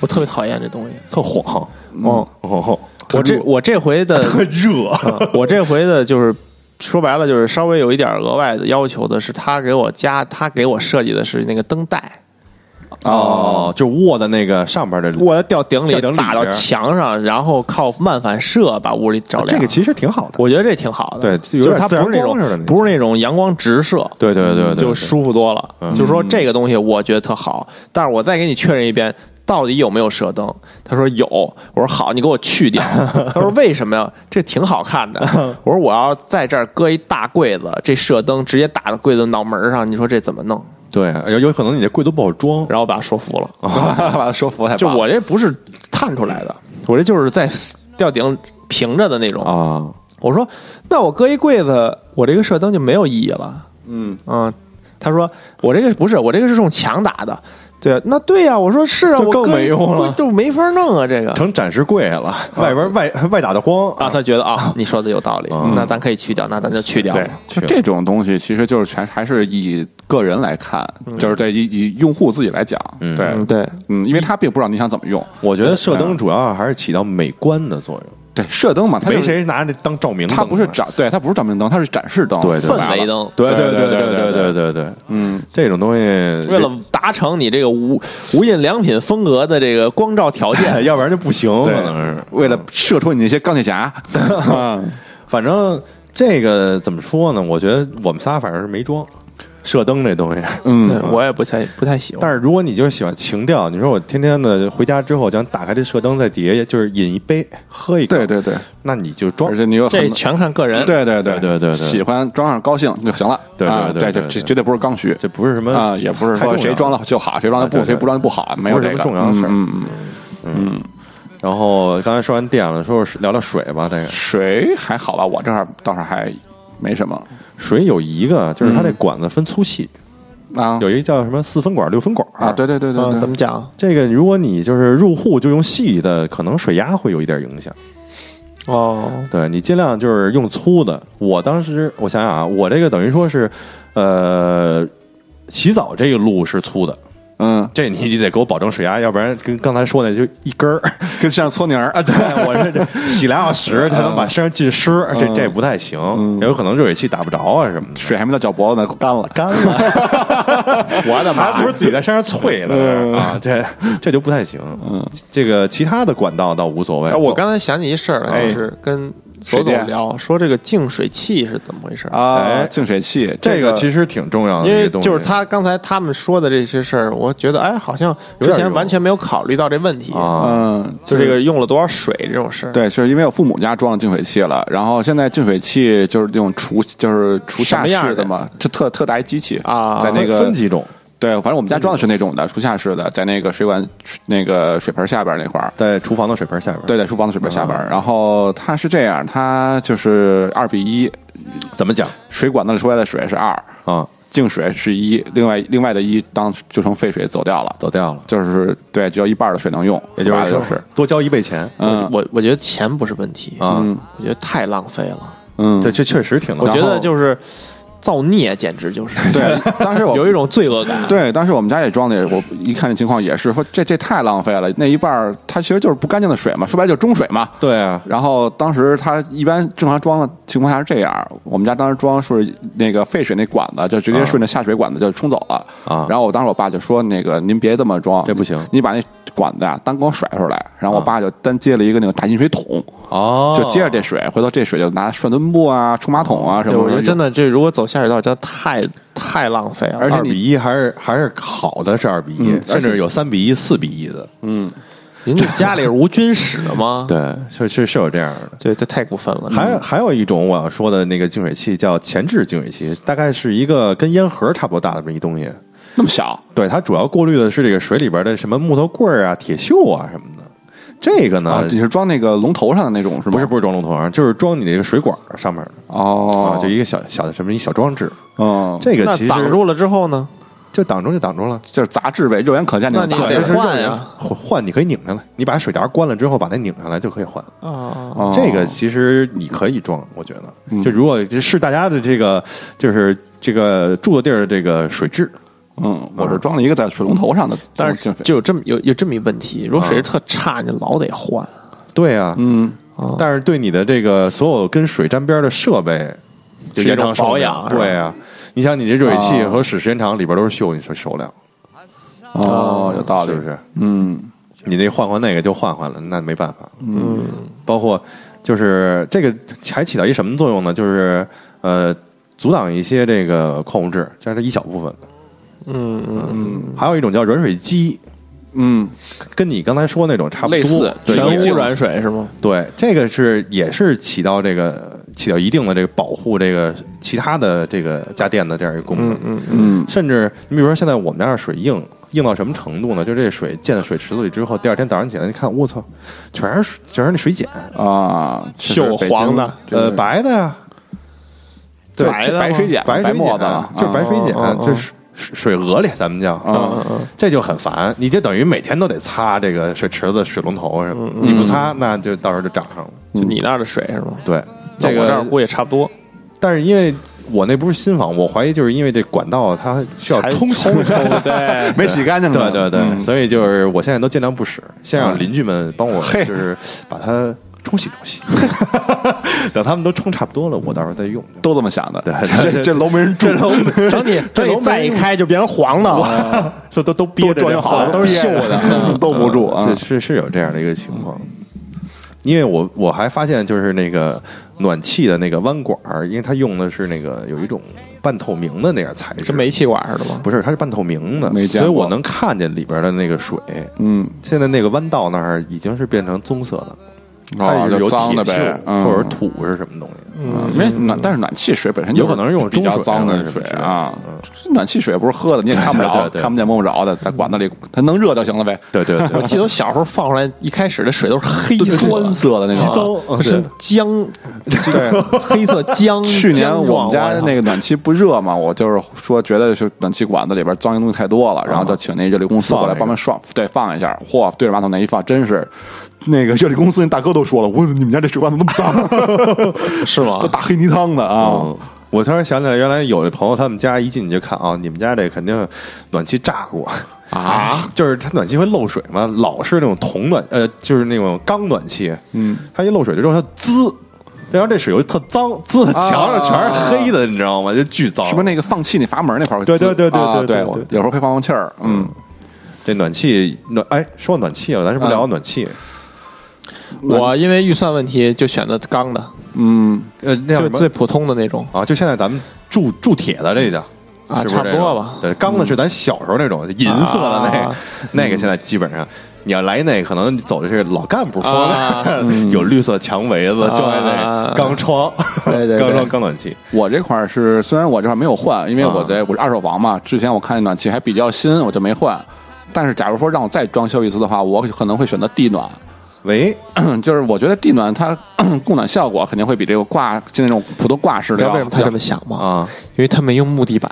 [SPEAKER 4] 我特别讨厌这东西。
[SPEAKER 5] 特晃，
[SPEAKER 4] 哦，
[SPEAKER 5] 哦，
[SPEAKER 4] 我这我这回 的
[SPEAKER 5] 特热，
[SPEAKER 4] 我这回的就是说白了，就是稍微有一点额外的要求的是，他给我加，他给我设计的是那个灯带，
[SPEAKER 5] 哦，就握在那个上边的，
[SPEAKER 4] 我掉顶里
[SPEAKER 5] 吊顶里边
[SPEAKER 4] 打到墙上，然后靠慢反射把屋里照亮。
[SPEAKER 5] 这个其实挺好的。
[SPEAKER 4] 我觉得这挺好的，
[SPEAKER 5] 对有
[SPEAKER 4] 就是
[SPEAKER 5] 点
[SPEAKER 4] 它
[SPEAKER 5] 自然
[SPEAKER 4] 不是那
[SPEAKER 5] 光似的那
[SPEAKER 4] 种不是那种阳光直射，
[SPEAKER 5] 对对对对对，嗯
[SPEAKER 4] 就舒服多了。就是说这个东西我觉得特好，但是我再给你确认一遍，到底有没有射灯？他说有，我说好，你给我去 掉。他说为什么呀？这挺好看的。我说我要在这儿搁一大柜子，这射灯直接打到柜子脑门上，你说这怎么弄？
[SPEAKER 5] 对，有有可能你这柜都不好装，
[SPEAKER 4] 然后把他说服了。
[SPEAKER 6] 把他说服才
[SPEAKER 4] 就我这不是探出来的，我这就是在吊顶平着的那种。
[SPEAKER 5] 啊，
[SPEAKER 4] 我说那我搁一柜子，我这个射灯就没有意义了。嗯他说我这个不是，我这个是用墙打的。对，那对呀、我说是啊，
[SPEAKER 5] 就
[SPEAKER 4] 我
[SPEAKER 5] 更
[SPEAKER 4] 搁一
[SPEAKER 5] 没用了
[SPEAKER 4] 我就没法弄啊，这个。
[SPEAKER 5] 成展示柜了，
[SPEAKER 6] 啊
[SPEAKER 5] 外边外外打的光
[SPEAKER 4] 啊，他觉得啊，你说的有道理，
[SPEAKER 5] 嗯
[SPEAKER 4] 那咱可以去掉，那咱就去掉吧。
[SPEAKER 6] 对，就这种东西其实就是全还是以个人来看，
[SPEAKER 5] 嗯
[SPEAKER 6] 就是对以以用户自己来讲，对
[SPEAKER 4] 嗯，对，
[SPEAKER 6] 嗯，因为他并不知道你想怎么用。
[SPEAKER 5] 我觉得射灯主要还是起到美观的作用，
[SPEAKER 6] 对，射灯啊嘛，它就
[SPEAKER 5] 没
[SPEAKER 6] 是
[SPEAKER 5] 谁拿这当照明灯。
[SPEAKER 6] 它不是照，对，它不是照明灯，它是展示灯，
[SPEAKER 5] 对对
[SPEAKER 6] 说白
[SPEAKER 4] 氛
[SPEAKER 6] 了
[SPEAKER 4] 围灯
[SPEAKER 5] 对对
[SPEAKER 6] 对
[SPEAKER 5] 对
[SPEAKER 6] 对
[SPEAKER 5] 对对
[SPEAKER 6] 对
[SPEAKER 5] 对
[SPEAKER 6] 对
[SPEAKER 5] 对对，
[SPEAKER 6] 嗯，
[SPEAKER 5] 这种东西
[SPEAKER 4] 为了达成你这个无无印良品风格的这个光照条件，
[SPEAKER 5] 要不然就 不行，可
[SPEAKER 6] 对
[SPEAKER 5] 能是。嗯
[SPEAKER 6] 为了啊射出你那些钢铁侠，
[SPEAKER 5] 反正这个怎么说呢？我觉得我们仨反正是没装射灯这东西。
[SPEAKER 4] 对
[SPEAKER 6] 嗯，
[SPEAKER 4] 我也不太不太喜欢。
[SPEAKER 5] 但是如果你就是喜欢情调，你说我天天的回家之后想打开这射灯，在底下就是饮一杯喝一口，
[SPEAKER 6] 对对对，
[SPEAKER 5] 那你就装
[SPEAKER 6] 而且你又
[SPEAKER 4] 这
[SPEAKER 6] 很。
[SPEAKER 4] 全看个人。，
[SPEAKER 6] 对对对
[SPEAKER 5] 对对对对
[SPEAKER 6] 喜欢装上高兴就行了。
[SPEAKER 5] 对对
[SPEAKER 6] 啊
[SPEAKER 5] 对对
[SPEAKER 6] 对，这
[SPEAKER 5] 对
[SPEAKER 6] 这绝对不是刚需
[SPEAKER 5] 这不是什么
[SPEAKER 6] 啊，也不是
[SPEAKER 5] 太重要
[SPEAKER 6] 说谁装的就好，谁装的
[SPEAKER 5] 啊
[SPEAKER 6] 不，
[SPEAKER 5] 对对
[SPEAKER 6] 谁不装的不好，没有
[SPEAKER 5] 不是
[SPEAKER 6] 这
[SPEAKER 5] 什
[SPEAKER 6] 个
[SPEAKER 5] 么重要的事儿
[SPEAKER 6] 嗯嗯嗯，
[SPEAKER 5] 然后刚才说完电了，说说聊聊水吧。这个
[SPEAKER 6] 水还好吧，我这儿倒是还没什么
[SPEAKER 5] 水有一个，就是它这管子分粗细，
[SPEAKER 6] 啊
[SPEAKER 5] 有一个叫什么四分管、六分管
[SPEAKER 6] 啊，对对对对
[SPEAKER 4] 嗯，
[SPEAKER 6] 对，
[SPEAKER 4] 怎么讲？
[SPEAKER 5] 这个如果你就是入户就用细的，可能水压会有一点影响。
[SPEAKER 4] 哦，
[SPEAKER 5] 对你尽量就是用粗的。我当时我想想啊，我这个等于说是，呃，洗澡这个路是粗的，
[SPEAKER 6] 嗯，
[SPEAKER 5] 这你你得给我保证水压，要不然跟刚才说的就一根儿。
[SPEAKER 6] 跟像搓泥儿 啊，对
[SPEAKER 5] 哎我这这洗俩小时才能把身上浸湿，这这不太行，也有可能热水器打不着啊什么的。
[SPEAKER 6] 水还没到脚脖子呢，干了。
[SPEAKER 5] 干了，
[SPEAKER 4] 我的妈
[SPEAKER 5] 还
[SPEAKER 4] 呀！
[SPEAKER 5] 不是自己在身上淬的嗯啊？这这就不太行。这个其他的管道倒无所谓
[SPEAKER 4] 哎，。我刚才想起一事儿来，
[SPEAKER 5] 哎
[SPEAKER 4] 就是跟左
[SPEAKER 6] 水
[SPEAKER 4] 总
[SPEAKER 6] 电
[SPEAKER 4] 聊说这个净水器是怎么回事啊？
[SPEAKER 6] 啊
[SPEAKER 5] 哎，
[SPEAKER 6] 净水器
[SPEAKER 5] 这个其实挺重要的，
[SPEAKER 4] 因
[SPEAKER 5] 这
[SPEAKER 4] 为
[SPEAKER 5] 东西
[SPEAKER 4] 就是他刚才他们说的这些事儿，我觉得哎，好像之
[SPEAKER 5] 有点
[SPEAKER 4] 前
[SPEAKER 5] 用
[SPEAKER 4] 完全没有考虑到这问题，
[SPEAKER 5] 啊，
[SPEAKER 6] 嗯，
[SPEAKER 4] 就这个用了多少水这种事儿。，
[SPEAKER 6] 对，是因为我父母家装了净水器了，然后现在净水器就是那种厨就是厨下
[SPEAKER 4] 什么
[SPEAKER 6] 式
[SPEAKER 4] 样的
[SPEAKER 6] 的嘛，就特特大一机器
[SPEAKER 4] 啊
[SPEAKER 6] 在那
[SPEAKER 5] 分
[SPEAKER 6] 个
[SPEAKER 5] 分几种，
[SPEAKER 6] 对，反正我们家装的是那种的厨下式的，在那个水管那个水盆下边那块儿。
[SPEAKER 5] 在厨房的水盆下边。
[SPEAKER 6] 对，在厨房的水盆下边儿，然后它是这样，它就是二比一，
[SPEAKER 5] 怎么讲
[SPEAKER 6] 水管子里出来的水是二，
[SPEAKER 5] 啊？
[SPEAKER 6] 净水是一，另外另外的一当就成废水走掉了，
[SPEAKER 5] 走掉了，
[SPEAKER 6] 就是对，只有一半的水能用，
[SPEAKER 5] 也就是
[SPEAKER 6] 说
[SPEAKER 5] 说
[SPEAKER 6] 是，
[SPEAKER 5] 多交一倍钱
[SPEAKER 6] 嗯
[SPEAKER 4] 我我觉得钱不是问题嗯
[SPEAKER 5] 啊，
[SPEAKER 4] 我觉得太浪费了。
[SPEAKER 6] 嗯，
[SPEAKER 5] 这这确实挺浪
[SPEAKER 4] 我
[SPEAKER 5] 费
[SPEAKER 4] 觉
[SPEAKER 6] 然
[SPEAKER 4] 得
[SPEAKER 6] 后
[SPEAKER 4] 就是造孽，简直就是
[SPEAKER 6] 对，当时我
[SPEAKER 4] 有一种罪恶感。
[SPEAKER 6] 对，当时我们家也装的也，我一看这情况也是说这这太浪费了，那一半儿它其实就是不干净的水嘛，说白了就是中水嘛。
[SPEAKER 5] 对啊，
[SPEAKER 6] 然后当时它一般正常装的情况下是这样，我们家当时装是那个废水那管子就直接顺着下水管子就冲走了
[SPEAKER 5] 啊
[SPEAKER 6] 然后我当时我爸就说那个您别这么装，
[SPEAKER 5] 这不行啊
[SPEAKER 6] 你把那管子啊单光甩出来。然后我爸就单接了一个那个大金水桶，
[SPEAKER 5] 哦，
[SPEAKER 6] 就接着这水，回头这水就拿涮墩布啊、冲马桶啊什
[SPEAKER 4] 对，
[SPEAKER 6] 么。
[SPEAKER 4] 我觉得真的，这如果走下水道，真的太太浪费了。
[SPEAKER 6] 而且
[SPEAKER 5] 二
[SPEAKER 6] 你
[SPEAKER 5] 比一还是还是好的是二比一
[SPEAKER 6] 嗯，
[SPEAKER 5] 甚至有三比一、四比一的。
[SPEAKER 4] 您这家里是无菌室的吗？
[SPEAKER 5] 对，是是是有这样的。
[SPEAKER 4] 对，这太过分了。
[SPEAKER 5] 还还有一种我要说的那个净水器叫前置净水器，大概是一个跟烟盒差不多大的这么一东西，
[SPEAKER 6] 那么小，
[SPEAKER 5] 对，它主要过滤的是这个水里边的什么木头棍儿啊、铁锈啊什么的。这个呢，
[SPEAKER 6] 啊，你是装那个龙头上的那种是吗？
[SPEAKER 5] 不是不是装龙头上，就是装你这个水管儿上面的
[SPEAKER 6] 哦
[SPEAKER 5] 啊，，就一个小小的什么一小装置。
[SPEAKER 6] 嗯，
[SPEAKER 5] 这个
[SPEAKER 4] 那
[SPEAKER 5] 其实
[SPEAKER 4] 挡住了之后呢？
[SPEAKER 5] 就挡住就挡住了，
[SPEAKER 6] 就是杂志呗，肉眼可见那
[SPEAKER 4] 那
[SPEAKER 6] 种
[SPEAKER 4] 你
[SPEAKER 6] 杂
[SPEAKER 4] 得
[SPEAKER 6] 志。
[SPEAKER 4] 换呀。
[SPEAKER 5] 换换你可以拧下来，你把水闸关了之后把它拧下来就可以换。
[SPEAKER 4] 啊，
[SPEAKER 6] 哦
[SPEAKER 5] 这个其实你可以装，我觉
[SPEAKER 4] 嗯
[SPEAKER 5] 得，就如果是大家的这个就是这个住的地儿的这个水质，啊
[SPEAKER 6] 嗯，我是装了一个在水龙头上的，
[SPEAKER 4] 但是就有这么有有这么一问题，如果水质特差，你老得换。
[SPEAKER 5] 对啊，
[SPEAKER 6] 嗯，
[SPEAKER 4] 啊
[SPEAKER 5] 但是对你的这个所有跟水沾边的设备，就
[SPEAKER 4] 一
[SPEAKER 5] 是延
[SPEAKER 4] 种
[SPEAKER 5] 长寿
[SPEAKER 4] 保
[SPEAKER 5] 命
[SPEAKER 4] 养是吧啊
[SPEAKER 5] 对啊，你想你这热水器和使时间长里边都是锈，你说受不了，
[SPEAKER 6] 哦，有
[SPEAKER 4] 啊
[SPEAKER 6] 道理，
[SPEAKER 5] 是不是？
[SPEAKER 6] 嗯，
[SPEAKER 5] 你那换换那个就换换了，那没办法。嗯，包括就是这个还起到一什么作用呢？就是呃，阻挡一些这个矿物质，这是一小部分的。
[SPEAKER 4] 嗯嗯，
[SPEAKER 5] 还有一种叫软水机，
[SPEAKER 6] 嗯，
[SPEAKER 5] 跟你刚才说那种差不多，
[SPEAKER 6] 类似
[SPEAKER 5] 对
[SPEAKER 4] 全
[SPEAKER 5] 也是
[SPEAKER 4] 污染水是吗？
[SPEAKER 5] 对，这个是也是起到这个起到一定的这个保护这个其他的这个家电的这样一个功能。嗯嗯嗯。甚至你比如说，现在我们家的水硬硬到什么程度呢？就这水溅到水池子里之后，第二天早上起来，你看，我操，全是水全是那水碱，
[SPEAKER 6] 啊，其实
[SPEAKER 4] 锈
[SPEAKER 6] 北京
[SPEAKER 4] 黄 的
[SPEAKER 5] 呃，
[SPEAKER 6] 对
[SPEAKER 5] 白的呀，对
[SPEAKER 4] 白的
[SPEAKER 6] 白水碱、
[SPEAKER 5] 白水
[SPEAKER 6] 白沫子
[SPEAKER 5] 碱
[SPEAKER 6] 了，
[SPEAKER 5] 就是白水
[SPEAKER 4] 啊啊
[SPEAKER 5] 碱，
[SPEAKER 4] 啊
[SPEAKER 5] 就是水水鹅咧，咱们叫
[SPEAKER 6] 嗯
[SPEAKER 5] 嗯这就很烦。你就等于每天都得擦这个水池子、水龙头什么的，你不擦，那就到时候就涨上了。
[SPEAKER 4] 就你那儿的水是吗？
[SPEAKER 5] 对，
[SPEAKER 4] 那
[SPEAKER 5] 这
[SPEAKER 4] 我
[SPEAKER 5] 个
[SPEAKER 4] 这儿估计也差不多。
[SPEAKER 5] 但是因为我那不是新房，我怀疑就是因为这管道它需要
[SPEAKER 4] 还
[SPEAKER 5] 冲洗，
[SPEAKER 4] 冲对，
[SPEAKER 7] 没洗干净
[SPEAKER 5] 对
[SPEAKER 7] 呢。
[SPEAKER 5] 对对，
[SPEAKER 6] 嗯
[SPEAKER 5] 所以就是我现在都尽量不使，先让邻居们帮我就是把它冲洗冲洗， 等他们都冲差不多了，我到时候再用。
[SPEAKER 6] 都这么想的，对
[SPEAKER 7] 这这楼没人 住，
[SPEAKER 4] 整体整体再一开就变成黄的了。
[SPEAKER 5] 这都都憋着
[SPEAKER 4] 装好了 都是
[SPEAKER 5] 锈的，
[SPEAKER 7] 兜不住啊
[SPEAKER 5] 嗯是是是有这样的一个情况。因为我我还发现，就是那个暖气的那个弯管儿，因为它用的是那个有一种半透明的那样材质，
[SPEAKER 4] 跟煤气管似的吗？
[SPEAKER 5] 不是，它是半透明的，
[SPEAKER 6] 没见
[SPEAKER 5] 所以
[SPEAKER 6] 过
[SPEAKER 5] 我能看见里边的那个水。
[SPEAKER 6] 嗯，
[SPEAKER 5] 现在那个弯道那儿已经是变成棕色的，
[SPEAKER 6] 哦，
[SPEAKER 5] 它是
[SPEAKER 6] 就
[SPEAKER 5] 有铁
[SPEAKER 6] 脏的
[SPEAKER 5] 锈
[SPEAKER 6] 呗，嗯
[SPEAKER 5] 或者是土是什么东西？
[SPEAKER 6] 嗯没暖，但是暖气水本身就
[SPEAKER 5] 有可能是用
[SPEAKER 6] 比较
[SPEAKER 5] 中水
[SPEAKER 6] 脏
[SPEAKER 5] 或
[SPEAKER 6] 的
[SPEAKER 5] 者什
[SPEAKER 6] 水
[SPEAKER 5] 么之类的
[SPEAKER 6] 啊。暖气水不是喝的，你也看不
[SPEAKER 5] 对
[SPEAKER 6] 着
[SPEAKER 5] 对，对
[SPEAKER 6] 看不见摸不着的，在管子里它能热就行了呗。
[SPEAKER 5] 对对
[SPEAKER 4] 我
[SPEAKER 5] 对，
[SPEAKER 4] 记得我小时候放出来，一开始的水都是黑色
[SPEAKER 6] 酸
[SPEAKER 4] 的，
[SPEAKER 6] 涩的那种啊。
[SPEAKER 5] 嗯
[SPEAKER 4] 是浆，对， 黑色浆。
[SPEAKER 6] 去年我们家
[SPEAKER 4] 个
[SPEAKER 6] 那个暖气不热嘛，我就是说觉得是暖气管子里边脏的东西太多了，然后就请那热力公司过来帮忙涮，对，放一下，嚯，对着马桶那一放，真是
[SPEAKER 7] 那个热力公司那大哥都说了，我你们家这水管怎么
[SPEAKER 6] 啊
[SPEAKER 7] 那么脏？
[SPEAKER 4] 是吗
[SPEAKER 7] 都？打黑泥汤的啊！
[SPEAKER 5] 嗯，我突然想起来，原来有的朋友他们家一进去就看啊，你们家这肯定暖气炸过啊， 就是它暖气会漏水嘛，老是那种铜暖呃，就是那种钢暖气，嗯，它一漏水之后它滋，然后这水又特脏，滋的墙上全是黑的，你知道吗？就巨脏。
[SPEAKER 6] 是不是那个放气那阀门那块儿会
[SPEAKER 5] 对
[SPEAKER 6] 滋？
[SPEAKER 5] 对对对
[SPEAKER 6] 啊
[SPEAKER 5] 对
[SPEAKER 6] 对
[SPEAKER 5] 对
[SPEAKER 6] 我
[SPEAKER 5] 对
[SPEAKER 6] 有时候会放放气儿，嗯，
[SPEAKER 5] 这暖气暖哎，说到暖气了，咱是不是聊聊暖气？
[SPEAKER 4] 我因为预算问题就选择钢的，
[SPEAKER 5] 呃，那叫
[SPEAKER 4] 就
[SPEAKER 5] 什么
[SPEAKER 4] 最普通的那种
[SPEAKER 5] 啊，就现在咱们铸铸铁的这叫
[SPEAKER 4] 啊
[SPEAKER 5] 是是这
[SPEAKER 4] 差不多
[SPEAKER 5] 种
[SPEAKER 4] 吧
[SPEAKER 5] 对，钢的是咱小时候那种银色的那个
[SPEAKER 4] 啊，
[SPEAKER 5] 那个现在基本上你要来那，可能走的是老干部风，
[SPEAKER 4] 啊
[SPEAKER 5] 有绿色墙围子，装在那
[SPEAKER 4] 啊
[SPEAKER 5] 钢窗，
[SPEAKER 4] 对对对
[SPEAKER 5] 钢窗钢暖气，
[SPEAKER 6] 我这块儿是，虽然我这块儿没有换，因为
[SPEAKER 4] 啊
[SPEAKER 6] 我在我是二手房嘛，之前我看暖气还比较新，我就没换。但是假如说让我再装修一次的话，我可能会选择地暖，
[SPEAKER 5] 喂，
[SPEAKER 6] 就是我觉得地暖它 供暖效果肯定会比这个挂就那种普通挂式
[SPEAKER 4] 你知
[SPEAKER 6] 的
[SPEAKER 4] 道
[SPEAKER 6] 要。
[SPEAKER 4] 为什么他这么想吗？
[SPEAKER 5] 啊，
[SPEAKER 4] 因为他没用木地板，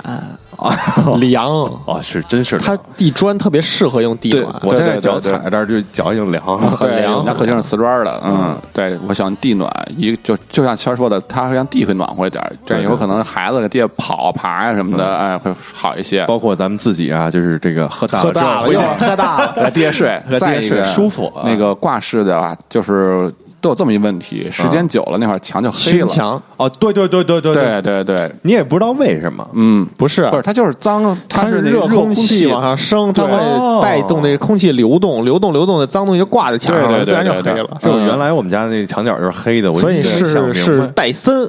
[SPEAKER 4] 凉，
[SPEAKER 5] 哦，是真是
[SPEAKER 4] 它
[SPEAKER 5] 凉，
[SPEAKER 4] 地砖特别适合用地暖。
[SPEAKER 5] 我现在
[SPEAKER 6] 对对
[SPEAKER 5] 脚
[SPEAKER 6] 对对
[SPEAKER 5] 踩这儿就脚已经凉了，
[SPEAKER 6] 很
[SPEAKER 4] 凉
[SPEAKER 6] 那肯定是瓷砖的，嗯，对，我想地暖，一就就像谦儿说的，它会让地会暖和一点儿，这样有可能孩子在地下跑爬呀什么
[SPEAKER 4] 嗯
[SPEAKER 6] 的，哎，会好一些。
[SPEAKER 5] 包括咱们自己啊，就是这个喝大
[SPEAKER 4] 喝
[SPEAKER 5] 了之
[SPEAKER 4] 大
[SPEAKER 5] 后
[SPEAKER 4] 了，
[SPEAKER 5] 回家
[SPEAKER 4] 要喝大了，
[SPEAKER 6] 在地下睡，
[SPEAKER 5] 在地下
[SPEAKER 6] 再一
[SPEAKER 5] 睡
[SPEAKER 6] 个
[SPEAKER 5] 舒服啊
[SPEAKER 6] 那个挂式的啊，就是都有这么一问题，时间久了那块墙就黑
[SPEAKER 4] 熏
[SPEAKER 6] 了。
[SPEAKER 4] 墙
[SPEAKER 5] 哦，对对对对对
[SPEAKER 6] 对，对对，
[SPEAKER 5] 你也不知道为什么，
[SPEAKER 6] 嗯，
[SPEAKER 4] 不是
[SPEAKER 6] 不是，它就是脏，它
[SPEAKER 4] 是
[SPEAKER 6] 那
[SPEAKER 4] 热
[SPEAKER 6] 个空
[SPEAKER 4] 气往上升，它
[SPEAKER 5] 对哦
[SPEAKER 4] 会带动那个空气流动，流动流动的脏东西就挂在墙上
[SPEAKER 6] 对
[SPEAKER 4] 了，
[SPEAKER 6] 对对
[SPEAKER 4] 啊自然就黑
[SPEAKER 6] 对对
[SPEAKER 4] 了。
[SPEAKER 5] 这种原来我们家那墙角就是黑的，我
[SPEAKER 4] 所以
[SPEAKER 5] 一直没想
[SPEAKER 4] 是
[SPEAKER 5] 明白
[SPEAKER 4] 是戴森，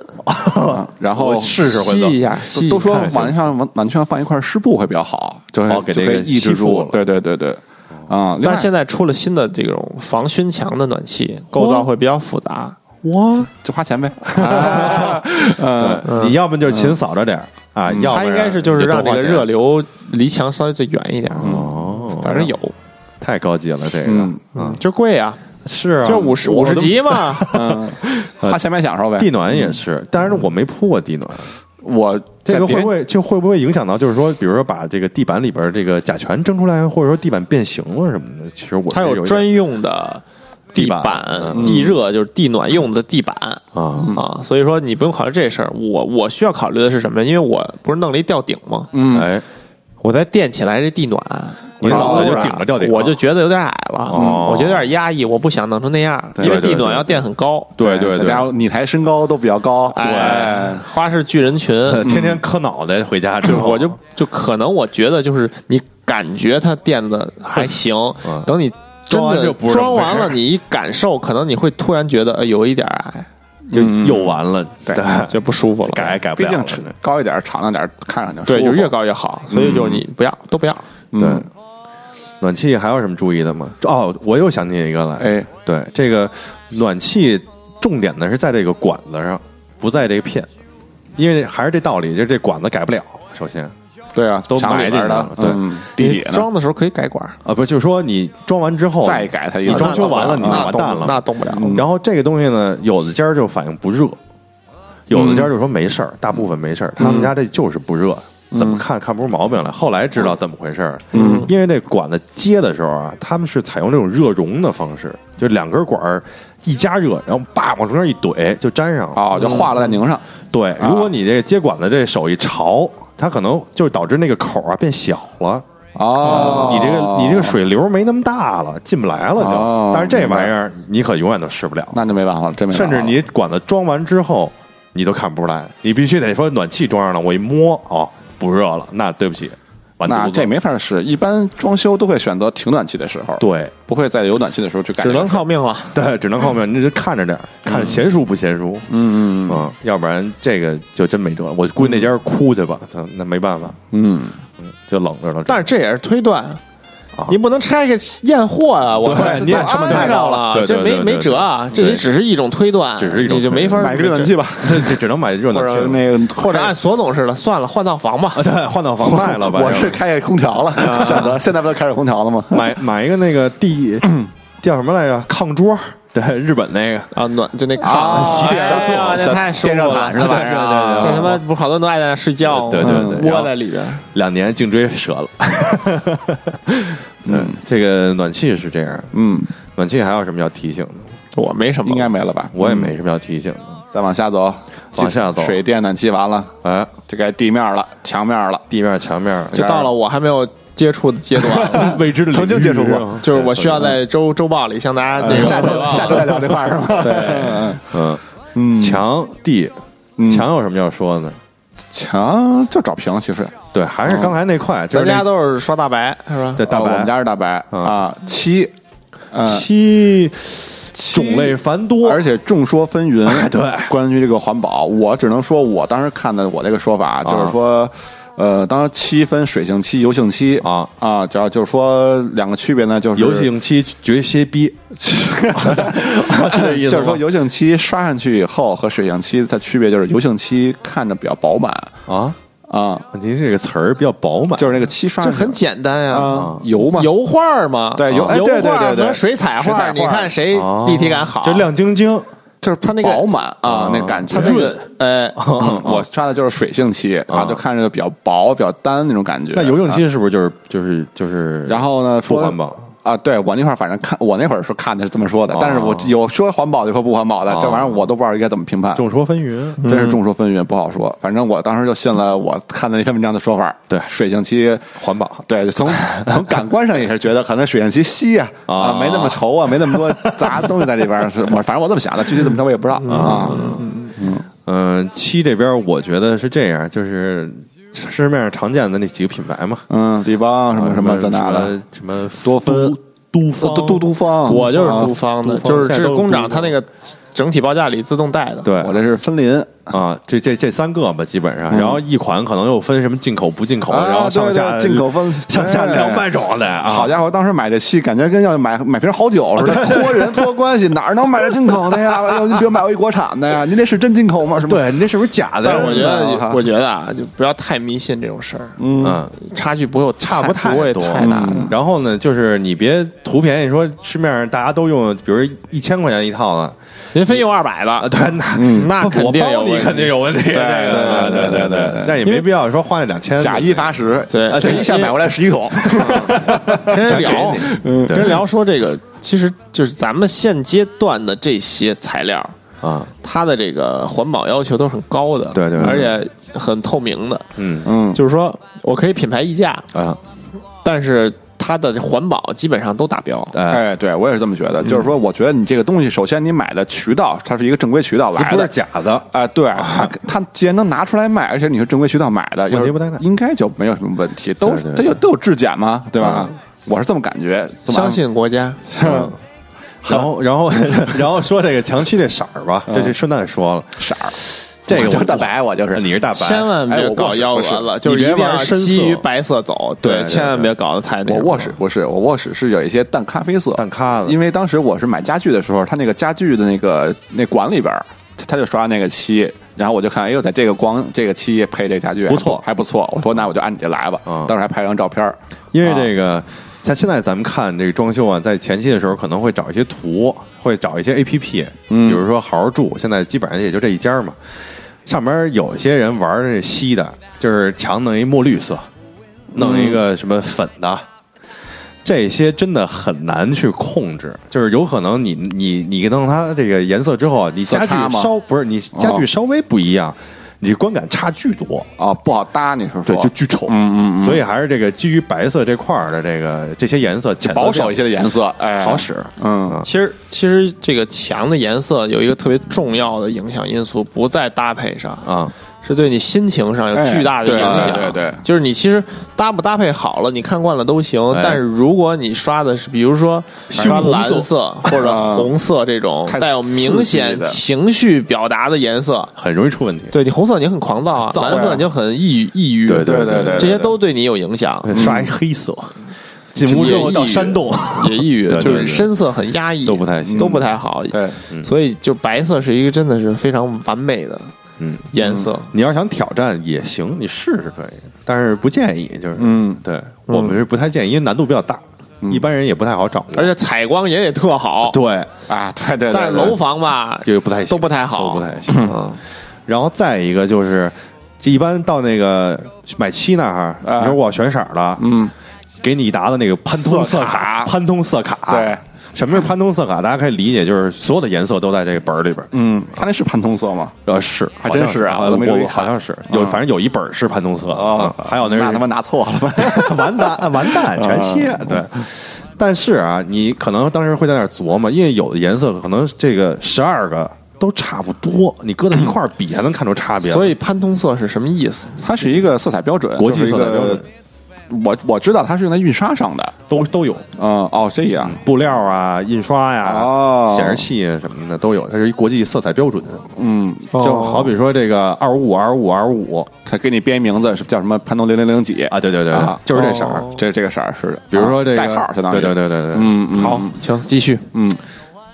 [SPEAKER 6] 然后
[SPEAKER 5] 我试试回
[SPEAKER 4] 吸
[SPEAKER 5] 头
[SPEAKER 4] 一下，吸一下
[SPEAKER 6] 都说
[SPEAKER 5] 看着
[SPEAKER 6] 晚上往晚上放一块湿布会比较好，就
[SPEAKER 5] 哦给
[SPEAKER 6] 会就
[SPEAKER 5] 那
[SPEAKER 6] 可
[SPEAKER 5] 个
[SPEAKER 6] 以抑制
[SPEAKER 5] 吸附
[SPEAKER 6] 住
[SPEAKER 5] 了。
[SPEAKER 6] 对对对对，啊，
[SPEAKER 4] 但是现
[SPEAKER 6] 在
[SPEAKER 4] 在出了新的这种防熏墙的暖气，构造会比较复杂。
[SPEAKER 6] 就花钱呗，
[SPEAKER 5] 对，你要么就勤扫着点儿，啊，要不
[SPEAKER 4] 它
[SPEAKER 5] 然
[SPEAKER 4] 嗯应该是就是让这
[SPEAKER 5] 你
[SPEAKER 4] 个
[SPEAKER 5] 就多花钱
[SPEAKER 4] 热流离墙稍微再远一点，
[SPEAKER 5] 哦，
[SPEAKER 4] 反正有，
[SPEAKER 5] 太高级了，这个
[SPEAKER 6] 嗯，
[SPEAKER 4] 嗯，就贵啊，
[SPEAKER 5] 是啊
[SPEAKER 4] 就五十五十 级嘛，
[SPEAKER 6] 嗯，花钱买享受呗。
[SPEAKER 5] 地暖也是，但是我没铺过地暖，
[SPEAKER 6] 我
[SPEAKER 5] 这
[SPEAKER 6] 在
[SPEAKER 5] 个
[SPEAKER 6] 别
[SPEAKER 5] 会
[SPEAKER 6] 人
[SPEAKER 5] 不会就会不会影响到，就是说，比如说把这个地板里边这个甲醛蒸出来，或者说地板变形了什么的，其实我
[SPEAKER 4] 它
[SPEAKER 5] 是
[SPEAKER 4] 有
[SPEAKER 5] 有
[SPEAKER 4] 专用的地
[SPEAKER 5] 地板嗯
[SPEAKER 4] 板、地热，就是地暖用的地板
[SPEAKER 5] 啊
[SPEAKER 4] 啊。所以说你不用考虑这事儿，我我需要考虑的是什么？因为我不是弄了一吊顶吗？
[SPEAKER 6] 嗯
[SPEAKER 5] 哎，
[SPEAKER 4] 我再垫起来这地暖，
[SPEAKER 5] 你老
[SPEAKER 4] 我
[SPEAKER 5] 了就顶着吊顶了
[SPEAKER 4] 我就觉得有点矮了，嗯
[SPEAKER 5] 哦
[SPEAKER 4] 我觉得有点压抑，我不想弄成那样，
[SPEAKER 5] 对
[SPEAKER 4] 因为
[SPEAKER 5] 对
[SPEAKER 4] 地暖
[SPEAKER 5] 对
[SPEAKER 4] 要垫很高。
[SPEAKER 5] 对对
[SPEAKER 6] 再
[SPEAKER 5] 对
[SPEAKER 6] 加，上你台身高都比较高，
[SPEAKER 4] 哎，花式巨人 群，
[SPEAKER 5] 呃天天磕脑袋回家之后，
[SPEAKER 4] 嗯我就就可能我觉得就是你感觉它垫的 还行
[SPEAKER 5] 嗯，
[SPEAKER 4] 等你真
[SPEAKER 5] 装完
[SPEAKER 4] 的
[SPEAKER 5] 就不是那么
[SPEAKER 4] 装完
[SPEAKER 5] 回事
[SPEAKER 4] 了，
[SPEAKER 5] 儿
[SPEAKER 4] 你一感受，可能你会突然觉得呃有一点矮，
[SPEAKER 5] 就又完了，对，
[SPEAKER 4] 就不舒服了。
[SPEAKER 5] 改也改不
[SPEAKER 6] 毕
[SPEAKER 5] 了了
[SPEAKER 6] 竟，成高一点、敞亮点，看上去
[SPEAKER 4] 对，
[SPEAKER 6] 舒服
[SPEAKER 4] 就越高越好，所以
[SPEAKER 5] 嗯
[SPEAKER 4] 就是你不要都不要。
[SPEAKER 5] 对
[SPEAKER 6] 嗯，
[SPEAKER 5] 暖气还有什么注意的吗？哦，我又想起一个来，
[SPEAKER 6] 哎，
[SPEAKER 5] 对，这个暖气重点的是在这个管子上，不在这个片，因为还是这道理，就是这管子改不了。首先
[SPEAKER 6] 对啊，
[SPEAKER 5] 都埋
[SPEAKER 6] 墙
[SPEAKER 5] 进
[SPEAKER 6] 里
[SPEAKER 5] 去
[SPEAKER 6] 边
[SPEAKER 5] 了
[SPEAKER 6] 的，
[SPEAKER 5] 对
[SPEAKER 6] 嗯，地
[SPEAKER 4] 你
[SPEAKER 6] 底呢，
[SPEAKER 4] 装的时候可以改管儿，啊
[SPEAKER 5] 啊，不就是说你装完之后
[SPEAKER 6] 再改它一
[SPEAKER 5] 你
[SPEAKER 6] 个
[SPEAKER 5] 装修完了，
[SPEAKER 6] 那
[SPEAKER 5] 你
[SPEAKER 6] 那
[SPEAKER 5] 完蛋了。
[SPEAKER 4] 那动不了。
[SPEAKER 6] 嗯
[SPEAKER 5] 然后这个东西呢，有的家儿就反应不热，有的家儿就说没事
[SPEAKER 6] 嗯
[SPEAKER 5] 儿，大部分没事儿。他们家这就是不热，怎么看看不出毛病来。后来知
[SPEAKER 6] 嗯
[SPEAKER 5] 道怎么回事儿，因为这管子接的时候啊，他们是采用那种热熔的方式，就两根管儿一加热，然后叭往中间一怼就粘上了。嗯
[SPEAKER 6] 哦，就化了啊在拧上，
[SPEAKER 5] 对，如果你这个接管子这手一潮，它可能就导致那个口啊变小了。
[SPEAKER 6] 哦
[SPEAKER 5] 你这个你这个水流没那么大了，进不来了就。
[SPEAKER 6] 哦
[SPEAKER 5] 但是这玩意儿你可永远都试不了，
[SPEAKER 6] 那就没办法了，真没办
[SPEAKER 5] 甚
[SPEAKER 6] 法了，啊
[SPEAKER 5] 至你管子装完之后，你都看不出来，你必须得说暖气装上了，我一摸哦不热了，那对不起，完犊
[SPEAKER 6] 那
[SPEAKER 5] 子
[SPEAKER 6] 这没法试，一般装修都会选择停暖气的时候，，
[SPEAKER 5] 对
[SPEAKER 6] 不会在有暖气的时候去改，
[SPEAKER 4] 只能靠，命了，
[SPEAKER 5] 对，只能 靠面，你就看着点儿，看娴熟不娴熟，
[SPEAKER 6] 嗯嗯
[SPEAKER 5] 嗯，要不然这个就真没辙。我估计那家哭去吧，操那没办法，
[SPEAKER 6] 嗯，
[SPEAKER 5] 就冷着了。
[SPEAKER 4] 但是这也是推断。你不能拆开验货啊！我
[SPEAKER 5] 啊对你也
[SPEAKER 4] 都
[SPEAKER 5] 成本
[SPEAKER 4] 安
[SPEAKER 5] 太
[SPEAKER 4] 上
[SPEAKER 5] 高了
[SPEAKER 4] 了，
[SPEAKER 5] 对
[SPEAKER 4] 这
[SPEAKER 5] 对
[SPEAKER 4] 没
[SPEAKER 5] 对
[SPEAKER 4] 没
[SPEAKER 5] 对
[SPEAKER 4] 辙啊！这
[SPEAKER 5] 对
[SPEAKER 4] 也只是一种推断，
[SPEAKER 5] 只是一种
[SPEAKER 4] 你就没法
[SPEAKER 5] 推断
[SPEAKER 6] 买个热暖气吧，
[SPEAKER 5] 这这 只能买热
[SPEAKER 6] 或
[SPEAKER 5] 暖气
[SPEAKER 6] 者
[SPEAKER 5] 了，
[SPEAKER 6] 那个
[SPEAKER 4] 或者按索总似的，算了，换套房吧。
[SPEAKER 5] 啊， 对，换到房卖了吧？
[SPEAKER 7] 我
[SPEAKER 5] 要不
[SPEAKER 7] 是开着空调了， 选择现在不都开着空调了吗？
[SPEAKER 5] 买买一个那个 地叫什么来着？炕桌，对，日本那个。
[SPEAKER 4] 啊，暖就那炕，
[SPEAKER 7] 洗脸
[SPEAKER 4] 哎呀
[SPEAKER 7] 小
[SPEAKER 4] 这太舒服
[SPEAKER 7] 电热
[SPEAKER 4] 了，
[SPEAKER 7] 毯是吧
[SPEAKER 4] 对对对
[SPEAKER 7] 啊
[SPEAKER 4] 对，那他妈不是好多人都爱在那睡觉吗，嗯
[SPEAKER 5] 对对对对
[SPEAKER 4] 窝在里边。
[SPEAKER 5] 两年颈椎折了。嗯，这个暖气是这样。
[SPEAKER 6] 嗯，
[SPEAKER 5] 暖气还有什么要提醒的？
[SPEAKER 4] 我没什么，
[SPEAKER 6] 应该没了吧？嗯
[SPEAKER 5] 我也没什么要提醒的。
[SPEAKER 6] 再往下走，
[SPEAKER 5] 往下走
[SPEAKER 6] 水电暖气完了，
[SPEAKER 5] 哎，
[SPEAKER 6] 就该地面了，墙面了，
[SPEAKER 5] 地面、墙面，
[SPEAKER 4] 就到了我还没有接触的阶段， 嗯
[SPEAKER 5] 未知的
[SPEAKER 7] 曾经接触过
[SPEAKER 5] 领域啊
[SPEAKER 4] 就是我需要在周周报里向大家这
[SPEAKER 6] 哎
[SPEAKER 4] 个
[SPEAKER 7] 下周
[SPEAKER 4] 汇报
[SPEAKER 7] 下周再聊这块儿是吗？
[SPEAKER 6] 对，
[SPEAKER 5] 嗯嗯，墙地墙有什么要说的？
[SPEAKER 6] 墙就找平，其实
[SPEAKER 5] 对，还是刚才那块，就
[SPEAKER 4] 咱
[SPEAKER 5] 是那
[SPEAKER 4] 家都是刷大白是吧？
[SPEAKER 5] 对大
[SPEAKER 6] 呃我
[SPEAKER 5] 白
[SPEAKER 6] 们家是大白
[SPEAKER 5] 嗯
[SPEAKER 6] 啊，漆，嗯
[SPEAKER 5] 漆种类繁多，
[SPEAKER 6] 而且众说纷纭。
[SPEAKER 5] 对
[SPEAKER 6] 关于这个环保，我只能说，我当时看的我这个说法
[SPEAKER 5] 啊
[SPEAKER 6] 就是说，呃，当然漆分水性漆、油性漆
[SPEAKER 5] 啊
[SPEAKER 6] 啊，主要就是说两个区别呢，就是
[SPEAKER 5] 油性漆绝些逼， 是 这意思吗
[SPEAKER 6] 就是说油性漆刷上去以后和水性漆它区别就是油性漆看着比较饱满
[SPEAKER 5] 啊，
[SPEAKER 6] 啊，
[SPEAKER 5] 您这个词儿比较饱满，
[SPEAKER 6] 就是那个漆刷
[SPEAKER 4] 这
[SPEAKER 6] 上去
[SPEAKER 4] 很简单呀，
[SPEAKER 6] 啊油嘛
[SPEAKER 4] 油画嘛，啊
[SPEAKER 6] 对油哎
[SPEAKER 4] 油
[SPEAKER 6] 对对
[SPEAKER 4] 画
[SPEAKER 6] 对对
[SPEAKER 4] 和水彩
[SPEAKER 6] 水彩
[SPEAKER 4] 画，
[SPEAKER 6] 画
[SPEAKER 4] 你看谁立体感好？
[SPEAKER 5] 就亮晶晶，
[SPEAKER 4] 就是它那个
[SPEAKER 6] 饱满啊，那感觉
[SPEAKER 4] 它那个，哎，
[SPEAKER 6] 嗯我刷的就是水性漆啊，就看着比较薄、比较单那种感觉。
[SPEAKER 5] 那油性
[SPEAKER 6] 啊，
[SPEAKER 5] 漆是不是就是就是就是？
[SPEAKER 6] 然后呢，
[SPEAKER 5] 不
[SPEAKER 6] 说
[SPEAKER 5] 环保
[SPEAKER 6] 啊？对我那会儿反正看，我那会儿是看的是这么说的，但是我
[SPEAKER 5] 哦
[SPEAKER 6] 有说环保的，有说不环保的，这玩意儿我都不知道应该怎么评判，
[SPEAKER 5] 众说嗯纷纭，
[SPEAKER 6] 真是众说纷纭，不好说。反正我当时就信了我看的那篇文章的说法，
[SPEAKER 5] 对
[SPEAKER 6] 水性漆。
[SPEAKER 5] 环保
[SPEAKER 6] 对，从从感官上也是觉得可能水性漆稀呀，
[SPEAKER 5] 哦
[SPEAKER 6] 啊，没那么稠啊，没那么多杂东西在里边儿。是我反正我这么想的，具体怎么着我也不知道啊。
[SPEAKER 5] 嗯，漆这边我觉得是这样，就是市面上常见的那几个品牌嘛，
[SPEAKER 6] 嗯，李邦什么什么这那的，
[SPEAKER 5] 什么什么
[SPEAKER 6] 多芬
[SPEAKER 5] 都方
[SPEAKER 6] 都都都方，
[SPEAKER 4] 我就是
[SPEAKER 6] 啊
[SPEAKER 4] 东方的，
[SPEAKER 5] 都方
[SPEAKER 4] 就是
[SPEAKER 5] 现在
[SPEAKER 4] 是
[SPEAKER 5] 都是
[SPEAKER 4] 工
[SPEAKER 5] 都
[SPEAKER 4] 长
[SPEAKER 5] 方
[SPEAKER 4] 他那个整体报价里自动带的。
[SPEAKER 5] 对
[SPEAKER 6] 我这是森林
[SPEAKER 5] 啊，这这这三个吧，基本上，然后一款可能又分什么进口不进口，
[SPEAKER 6] 啊
[SPEAKER 5] 然后上下
[SPEAKER 6] 对对进口分
[SPEAKER 5] 上下
[SPEAKER 6] 哎
[SPEAKER 5] 两百种的啊，
[SPEAKER 6] 好家伙，当时买这期感觉跟要买买瓶好酒 似的，托人托关系，哪儿能买着进口的呀？要您别买回国产的呀，您这是真进口吗？什么？
[SPEAKER 5] 对你这是不是假的？
[SPEAKER 4] 但是我觉
[SPEAKER 6] 真
[SPEAKER 4] 得
[SPEAKER 6] 的啊，
[SPEAKER 4] 我觉得啊，就不要太迷信这种事儿，
[SPEAKER 5] 嗯，
[SPEAKER 4] 差距不会有
[SPEAKER 5] 差不
[SPEAKER 4] 太
[SPEAKER 5] 太
[SPEAKER 4] 会
[SPEAKER 5] 多
[SPEAKER 4] 太大的。
[SPEAKER 5] 嗯然后呢，就是你别图便宜，说市面上大家都用，比如一千块钱一套的
[SPEAKER 4] 您非用二百
[SPEAKER 5] 啊，
[SPEAKER 4] 的，
[SPEAKER 5] 对，那
[SPEAKER 4] 那肯定有
[SPEAKER 5] 我包你
[SPEAKER 4] 问题
[SPEAKER 5] 肯定有问题，对
[SPEAKER 6] 对对对对对
[SPEAKER 5] 那也没必要说花那两千
[SPEAKER 6] 假一罚十，
[SPEAKER 4] 对
[SPEAKER 6] 这一下买回来十一桶，
[SPEAKER 4] 跟人
[SPEAKER 5] 假
[SPEAKER 4] 聊
[SPEAKER 5] 给，嗯
[SPEAKER 4] 跟
[SPEAKER 5] 对啊
[SPEAKER 4] 人聊说这个，其实就是咱们现阶段的这些材料，
[SPEAKER 5] 啊，
[SPEAKER 4] 它的这个环保要求都是很高的，
[SPEAKER 5] 对对对
[SPEAKER 4] 而且很透明的。
[SPEAKER 5] 嗯
[SPEAKER 6] 嗯
[SPEAKER 4] 就是说我可以品牌溢价，
[SPEAKER 5] 啊，
[SPEAKER 4] 但是它的环保基本上都达标。
[SPEAKER 5] 哎，
[SPEAKER 6] 哎，对我也是这么觉得，就是
[SPEAKER 5] 嗯
[SPEAKER 6] 说，我觉得你这个东西，首先你买的渠道，它是一个正规渠道
[SPEAKER 5] 这
[SPEAKER 6] 来
[SPEAKER 5] 不是
[SPEAKER 6] 的。
[SPEAKER 5] 假的，
[SPEAKER 6] 啊、对它，它既然能拿出来卖，而且你是正规渠道买的，
[SPEAKER 5] 题
[SPEAKER 6] 要是
[SPEAKER 5] 不太大
[SPEAKER 6] 应该就没有什么问题，都
[SPEAKER 5] 对对嗯
[SPEAKER 6] 它有都有质检嘛，对吧？我是这么感觉，这么
[SPEAKER 4] 相信国家，
[SPEAKER 5] 然后然 后然后说这个墙漆这色儿吧，这这顺带说了，
[SPEAKER 6] 色儿，
[SPEAKER 5] 这个
[SPEAKER 6] 我就是
[SPEAKER 5] 我
[SPEAKER 6] 大白，我就是
[SPEAKER 5] 你是大白，
[SPEAKER 4] 千万
[SPEAKER 6] 哎
[SPEAKER 4] 别
[SPEAKER 6] 我
[SPEAKER 4] 搞
[SPEAKER 6] 不是
[SPEAKER 4] 幺
[SPEAKER 6] 不
[SPEAKER 4] 蛾
[SPEAKER 6] 是
[SPEAKER 4] 子，就是
[SPEAKER 5] 你
[SPEAKER 4] 一
[SPEAKER 5] 别
[SPEAKER 4] 定
[SPEAKER 5] 玩
[SPEAKER 4] 要
[SPEAKER 5] 深
[SPEAKER 4] 基于
[SPEAKER 5] 色
[SPEAKER 4] 白色走，
[SPEAKER 5] 对对
[SPEAKER 4] 千万别搞得太那
[SPEAKER 6] 我
[SPEAKER 4] 个。
[SPEAKER 6] 卧室不是我卧室是有一些淡咖啡色，
[SPEAKER 5] 淡咖的
[SPEAKER 6] 因为当时我是买家具的时候，他那个家具的那个那管里边儿，他他就刷那个漆，然后我就看，哎呦，在这个光这个漆配这个家具
[SPEAKER 5] 不错
[SPEAKER 6] 还不错，我说那我就按你这来吧
[SPEAKER 5] 嗯，
[SPEAKER 6] 当时还拍了张照片儿，
[SPEAKER 4] 嗯
[SPEAKER 5] 因为这个，像现在咱们看这个装修啊，在前期的时候可能会找一些图，会找一些 A P P，比
[SPEAKER 6] 嗯
[SPEAKER 5] 如说好好住，现在基本上也就这一家嘛。上边有一些人玩儿这稀的，就是墙弄一墨绿色，弄
[SPEAKER 6] 嗯
[SPEAKER 5] 一个什么粉的，这些真的很难去控制。就是有可能你你你弄它这个颜色之后，啊你
[SPEAKER 6] 色
[SPEAKER 5] 家具
[SPEAKER 6] 差吗哦
[SPEAKER 5] 稍不是你家具稍微不一样，你观感差巨多。
[SPEAKER 6] 啊，不好搭，你是说
[SPEAKER 5] 对，就巨丑。
[SPEAKER 6] 嗯嗯嗯
[SPEAKER 5] 所以还是这个基于白色这块儿的这个这些颜色，浅色
[SPEAKER 6] 保守一些的颜色，哎，
[SPEAKER 5] 好使。
[SPEAKER 6] 嗯，
[SPEAKER 4] 其实，其实这个墙的颜色有一个特别重要的影响因素，不在搭配上，
[SPEAKER 5] 啊。
[SPEAKER 4] 是对你心情上有
[SPEAKER 6] 哎
[SPEAKER 4] 巨大的
[SPEAKER 6] 对
[SPEAKER 4] 影响。
[SPEAKER 6] 对对对
[SPEAKER 4] 就是你其实搭不搭配好了，你看惯了都行。
[SPEAKER 5] 哎
[SPEAKER 4] 但是如果你刷的是，比如说
[SPEAKER 5] 猩
[SPEAKER 4] 刷
[SPEAKER 5] 红色
[SPEAKER 4] 蓝色 或者红色这种
[SPEAKER 6] 太
[SPEAKER 4] 带有明显
[SPEAKER 6] 刺
[SPEAKER 4] 情绪表达的颜色，
[SPEAKER 5] 很容易出问题。
[SPEAKER 4] 对你红色你很狂躁啊，
[SPEAKER 6] 躁啊
[SPEAKER 4] 蓝色你就很抑郁抑郁，
[SPEAKER 5] 对对
[SPEAKER 6] 对对对对嗯
[SPEAKER 4] 这些都对你有影响。嗯
[SPEAKER 5] 刷一黑色，进屋之后到山 洞，
[SPEAKER 4] 也抑郁，
[SPEAKER 5] 对对
[SPEAKER 4] 就是
[SPEAKER 5] 对
[SPEAKER 4] 深色很压抑，
[SPEAKER 5] 都不太行嗯
[SPEAKER 4] 都不太好。
[SPEAKER 6] 对，
[SPEAKER 4] 所以就白色是一个真的是非常完美的
[SPEAKER 5] 嗯，
[SPEAKER 4] 颜色。
[SPEAKER 5] 你要想挑战也行，你试试可以，但是不建议，就是
[SPEAKER 6] 嗯
[SPEAKER 5] 对我们是不太建议，因为难度比较大，一般人也不太好掌握。
[SPEAKER 4] 而且采光也得特好，
[SPEAKER 5] 对，
[SPEAKER 6] 啊，对对，对
[SPEAKER 4] 但是楼房吧，
[SPEAKER 5] 这个不太行
[SPEAKER 4] 都不太好，
[SPEAKER 5] 都不太行。嗯，然后再一个就是，这一般到那个买漆那儿，
[SPEAKER 6] 啊
[SPEAKER 5] 你说我要选色儿了，嗯，给你一沓的那个潘通
[SPEAKER 6] 色
[SPEAKER 5] 色
[SPEAKER 6] 卡
[SPEAKER 5] 潘通色卡，
[SPEAKER 6] 对。
[SPEAKER 5] 什么是潘通色卡？大家可以理解，就是所有的颜色都在这个本儿里边儿。
[SPEAKER 6] 嗯，他那是潘通色吗？
[SPEAKER 5] 呃，是，
[SPEAKER 6] 还真是啊
[SPEAKER 5] 好
[SPEAKER 6] 我都
[SPEAKER 5] 像
[SPEAKER 6] 没
[SPEAKER 5] 是
[SPEAKER 6] 注意
[SPEAKER 5] 我
[SPEAKER 6] 看
[SPEAKER 5] 好像是有，
[SPEAKER 6] 啊哦
[SPEAKER 5] 反正有一本儿是潘通色啊，还有那
[SPEAKER 6] 那他妈
[SPEAKER 5] 是
[SPEAKER 6] 拿错了吧？
[SPEAKER 5] 完蛋啊完蛋全切对。但是啊，你可能当时会在那儿琢磨，因为有的颜色可能这个十二个都差不多，你搁在一块儿比才能看出差别来。
[SPEAKER 4] 所以潘通色是什么意思？
[SPEAKER 6] 它是一个色彩标准，
[SPEAKER 5] 国际
[SPEAKER 6] 就是一
[SPEAKER 5] 色彩标
[SPEAKER 6] 个。我我知道它是用来印刷上的，
[SPEAKER 5] 都都有
[SPEAKER 6] 嗯，哦，这样，
[SPEAKER 5] 布料啊、印刷呀、
[SPEAKER 6] 哦
[SPEAKER 5] 显示器啊什么的都有，它是一国际色彩标准。
[SPEAKER 6] 嗯，
[SPEAKER 5] 就好比说这个二五五二五二五
[SPEAKER 6] 他给你编名字是叫什么潘通零零零几
[SPEAKER 5] 啊，
[SPEAKER 6] 啊？
[SPEAKER 5] 对对对，
[SPEAKER 6] 啊
[SPEAKER 5] 就是这色儿。
[SPEAKER 6] 这这个色儿是的，啊
[SPEAKER 5] 比如说这个
[SPEAKER 6] 代号，相当于
[SPEAKER 5] 对对，对对对，
[SPEAKER 6] 嗯，嗯
[SPEAKER 4] 好，行，继续。
[SPEAKER 5] 嗯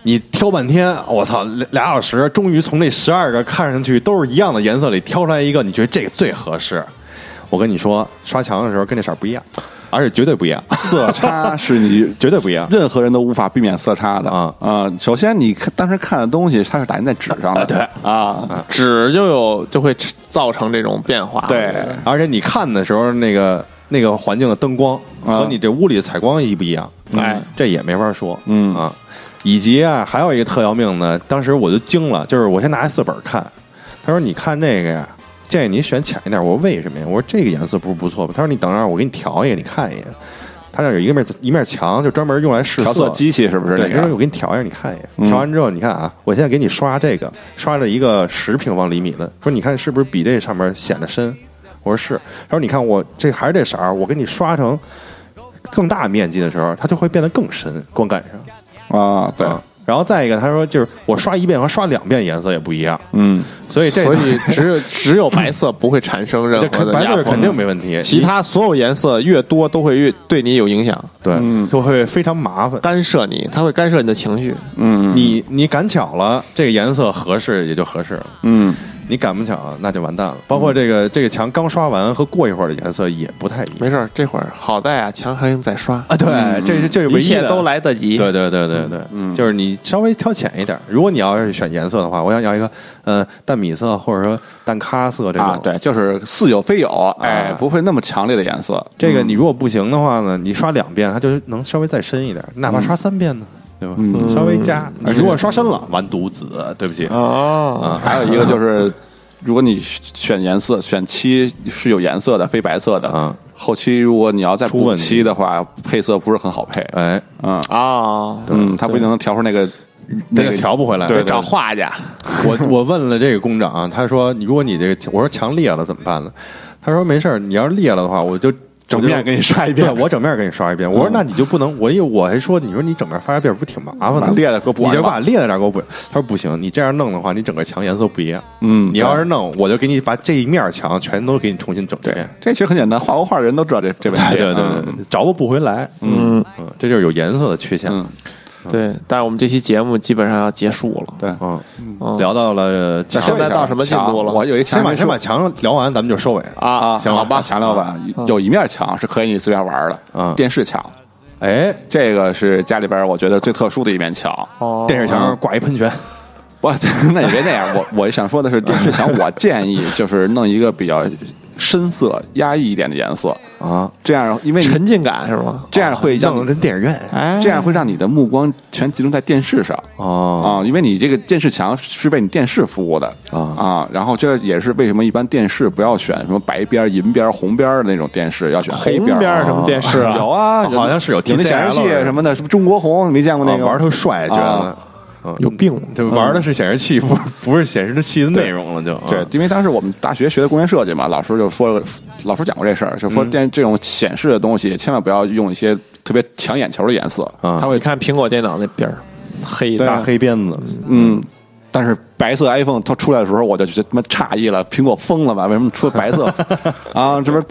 [SPEAKER 5] 你挑半天，我操，俩俩小时，终于从这十二个看上去都是一样的颜色里挑出来一个，你觉得这个最合适。我跟你说，刷墙的时候跟这色儿不一样，而且绝对不一样，
[SPEAKER 6] 色差是你
[SPEAKER 5] 绝对不一样。
[SPEAKER 6] 任何人都无法避免色差的
[SPEAKER 5] 啊
[SPEAKER 6] 嗯啊！首先，你看当时看的东西，它是打印在纸上的，对啊，
[SPEAKER 4] 纸就有就会造成这种变化，
[SPEAKER 6] 对，
[SPEAKER 5] 而且你看的时候，那个那个环境的灯光
[SPEAKER 6] 啊
[SPEAKER 5] 和你这屋里的采光一不一样，嗯
[SPEAKER 4] 哎
[SPEAKER 5] 这也没法说，
[SPEAKER 6] 嗯
[SPEAKER 5] 啊，以及啊，还有一个特要命的，当时我就惊了，就是我先拿一四本看，他说你看这个呀，建议你选浅一点，我说为什么呀？我说这个颜色不是不错吗？他说你等会儿我给你调一个，你看一眼。他那有一个面一面墙，就专门用来试
[SPEAKER 6] 调
[SPEAKER 5] 色
[SPEAKER 6] 色机器是不是？
[SPEAKER 5] 对，
[SPEAKER 6] 那
[SPEAKER 5] 因为
[SPEAKER 6] 个
[SPEAKER 5] 我给你调一下，你看一
[SPEAKER 4] 嗯
[SPEAKER 5] 眼。调完之后，你看啊，我现在给你刷这个，刷了一个十平方厘米的，说你看是不是比这上面显得深？我说是。他说你看我这还是这色儿，我给你刷成更大面积的时候，它就会变得更深，光感上。
[SPEAKER 6] 啊，对，
[SPEAKER 5] 啊然后再一个，他说就是我刷一遍和刷两遍颜色也不一样，
[SPEAKER 6] 嗯，
[SPEAKER 5] 所以这
[SPEAKER 4] 所以只 有只有白色不会产生任
[SPEAKER 5] 这
[SPEAKER 4] 何
[SPEAKER 5] 肯
[SPEAKER 4] 的
[SPEAKER 5] 白
[SPEAKER 4] 压
[SPEAKER 5] 色
[SPEAKER 4] 迫，
[SPEAKER 5] 肯定没问题，
[SPEAKER 4] 其他所有颜色越多都会越对你有影响，
[SPEAKER 5] 对
[SPEAKER 4] 嗯
[SPEAKER 5] 就会非常麻烦。
[SPEAKER 4] 干涉你，它会干涉你的情绪。
[SPEAKER 6] 嗯
[SPEAKER 5] 你你赶巧了，这个颜色合适也就合适了。
[SPEAKER 6] 嗯，
[SPEAKER 5] 你赶不巧，那就完蛋了。包括这个这个墙刚刷完和过一会儿的颜色也不太一样
[SPEAKER 4] 没事儿，这会儿好在啊，墙还能再刷，
[SPEAKER 5] 啊。对，这是这是唯
[SPEAKER 4] 一
[SPEAKER 5] 一
[SPEAKER 4] 切
[SPEAKER 5] 的嗯
[SPEAKER 4] 都来得及。
[SPEAKER 5] 对对对对对，就是你稍微挑浅一点。如果你要是选颜色的话，我想要一个呃淡米色或者说淡咖色这种。
[SPEAKER 6] 啊，对，就是似有非有，哎
[SPEAKER 5] 啊，
[SPEAKER 6] 不会那么强烈的颜色。
[SPEAKER 5] 这个你如果不行的话呢，你刷两遍，它就是能稍微再深一点，哪怕刷三遍呢，对吧？稍微加。啊你嗯如果刷深了，完犊子，对不起。
[SPEAKER 4] 哦，
[SPEAKER 6] 还有一个就是，如果你选颜色，选漆是有颜色的，非白色的。
[SPEAKER 5] 嗯，
[SPEAKER 6] 后期如果你要再
[SPEAKER 5] 出
[SPEAKER 6] 补
[SPEAKER 5] 问题
[SPEAKER 6] 漆的话，配色不是很好配。
[SPEAKER 5] 哎，
[SPEAKER 6] 嗯
[SPEAKER 4] 哦，
[SPEAKER 6] 嗯，它不一定能调出那个
[SPEAKER 5] 那个调不回来。
[SPEAKER 6] 对
[SPEAKER 4] 得找画家。
[SPEAKER 5] 我我问了这个工长，啊他说你如果你这个我说墙裂了怎么办呢？他说没事儿，你要是裂了的话，我就
[SPEAKER 7] 整面给你刷一
[SPEAKER 5] 对
[SPEAKER 7] 遍，
[SPEAKER 5] 我整面给你刷一遍。我说那你就不能，我一我还说你说你整面刷一遍不挺麻烦的
[SPEAKER 6] 把
[SPEAKER 5] 吗？
[SPEAKER 6] 裂的给我补
[SPEAKER 5] 你
[SPEAKER 6] 完
[SPEAKER 5] 就
[SPEAKER 6] 吧
[SPEAKER 5] 把裂的那给我补。他说不行，你这样弄的话，你整个墙颜色不一样。
[SPEAKER 6] 嗯
[SPEAKER 5] 你要是弄，我就给你把这一面墙全都给你重新整一
[SPEAKER 6] 对
[SPEAKER 5] 遍。，
[SPEAKER 6] 这其实很简单，画过画的人都知道这这问题。
[SPEAKER 5] 嗯对对
[SPEAKER 6] 嗯
[SPEAKER 5] 对，找不不回来。
[SPEAKER 4] 嗯，
[SPEAKER 5] 嗯，这就是有颜色的缺陷。
[SPEAKER 6] 嗯
[SPEAKER 4] 对，但是我们这期节目基本上要结束了。
[SPEAKER 6] 对，
[SPEAKER 5] 嗯，
[SPEAKER 4] 嗯
[SPEAKER 5] 聊到了墙，
[SPEAKER 4] 现在到什么进度了
[SPEAKER 6] 墙我有一
[SPEAKER 5] 先
[SPEAKER 6] 墙
[SPEAKER 5] 把
[SPEAKER 6] 没
[SPEAKER 5] 先
[SPEAKER 6] 说
[SPEAKER 5] 把墙聊完，咱们就收尾。
[SPEAKER 4] 啊，
[SPEAKER 6] 啊，
[SPEAKER 4] 行
[SPEAKER 6] 好
[SPEAKER 4] 了
[SPEAKER 6] 吧，墙料吧，有一面墙是可以随便玩的
[SPEAKER 5] 嗯，
[SPEAKER 6] 电视墙。
[SPEAKER 5] 哎，
[SPEAKER 6] 这个是家里边我觉得最特殊的一面墙。
[SPEAKER 4] 哦，
[SPEAKER 5] 电视墙上挂一喷泉。
[SPEAKER 6] 哦我 那你别那样，我我想说的是，电视墙我建议就是弄一个比较深色、压抑一点的颜色
[SPEAKER 5] 啊，
[SPEAKER 6] 这样因为你
[SPEAKER 4] 沉浸感是吗？
[SPEAKER 6] 这样会让
[SPEAKER 5] 弄
[SPEAKER 6] 你
[SPEAKER 5] 成电影院
[SPEAKER 4] 哎，
[SPEAKER 6] 这样会让你的目光全集中在电视上。
[SPEAKER 5] 哦，
[SPEAKER 6] 啊、因为你这个电视墙是为你电视服务的
[SPEAKER 5] 啊
[SPEAKER 6] 然后这也是为什么一般电视不要选什么白边儿、银边儿、红边儿的那种电视，要选黑
[SPEAKER 4] 红
[SPEAKER 6] 儿
[SPEAKER 4] 边儿什么电视啊？
[SPEAKER 5] 有啊，好像是有
[SPEAKER 6] 有那显示器
[SPEAKER 5] TCL
[SPEAKER 6] 什么的，什么中国红，你没见过那个
[SPEAKER 5] 啊
[SPEAKER 6] 吗
[SPEAKER 5] 玩儿特帅，觉得
[SPEAKER 6] 啊
[SPEAKER 4] 有病嗯吗？
[SPEAKER 5] 就嗯玩的是显示器，不是不是显示器的内容了，就啊
[SPEAKER 6] 对，因为当时我们大学学的工业设计嘛，老师就说，老师讲过这事儿，就说电这种显示的东西，千万不要用一些特别抢眼球的颜色。
[SPEAKER 5] 啊
[SPEAKER 4] 他会看苹果电脑那边儿黑的，
[SPEAKER 5] 大黑鞭子，
[SPEAKER 6] 嗯，但是白色 iPhone 它出来的时候，我就觉得他妈诧异了，苹果疯了吧？为什么出白色 啊？这不是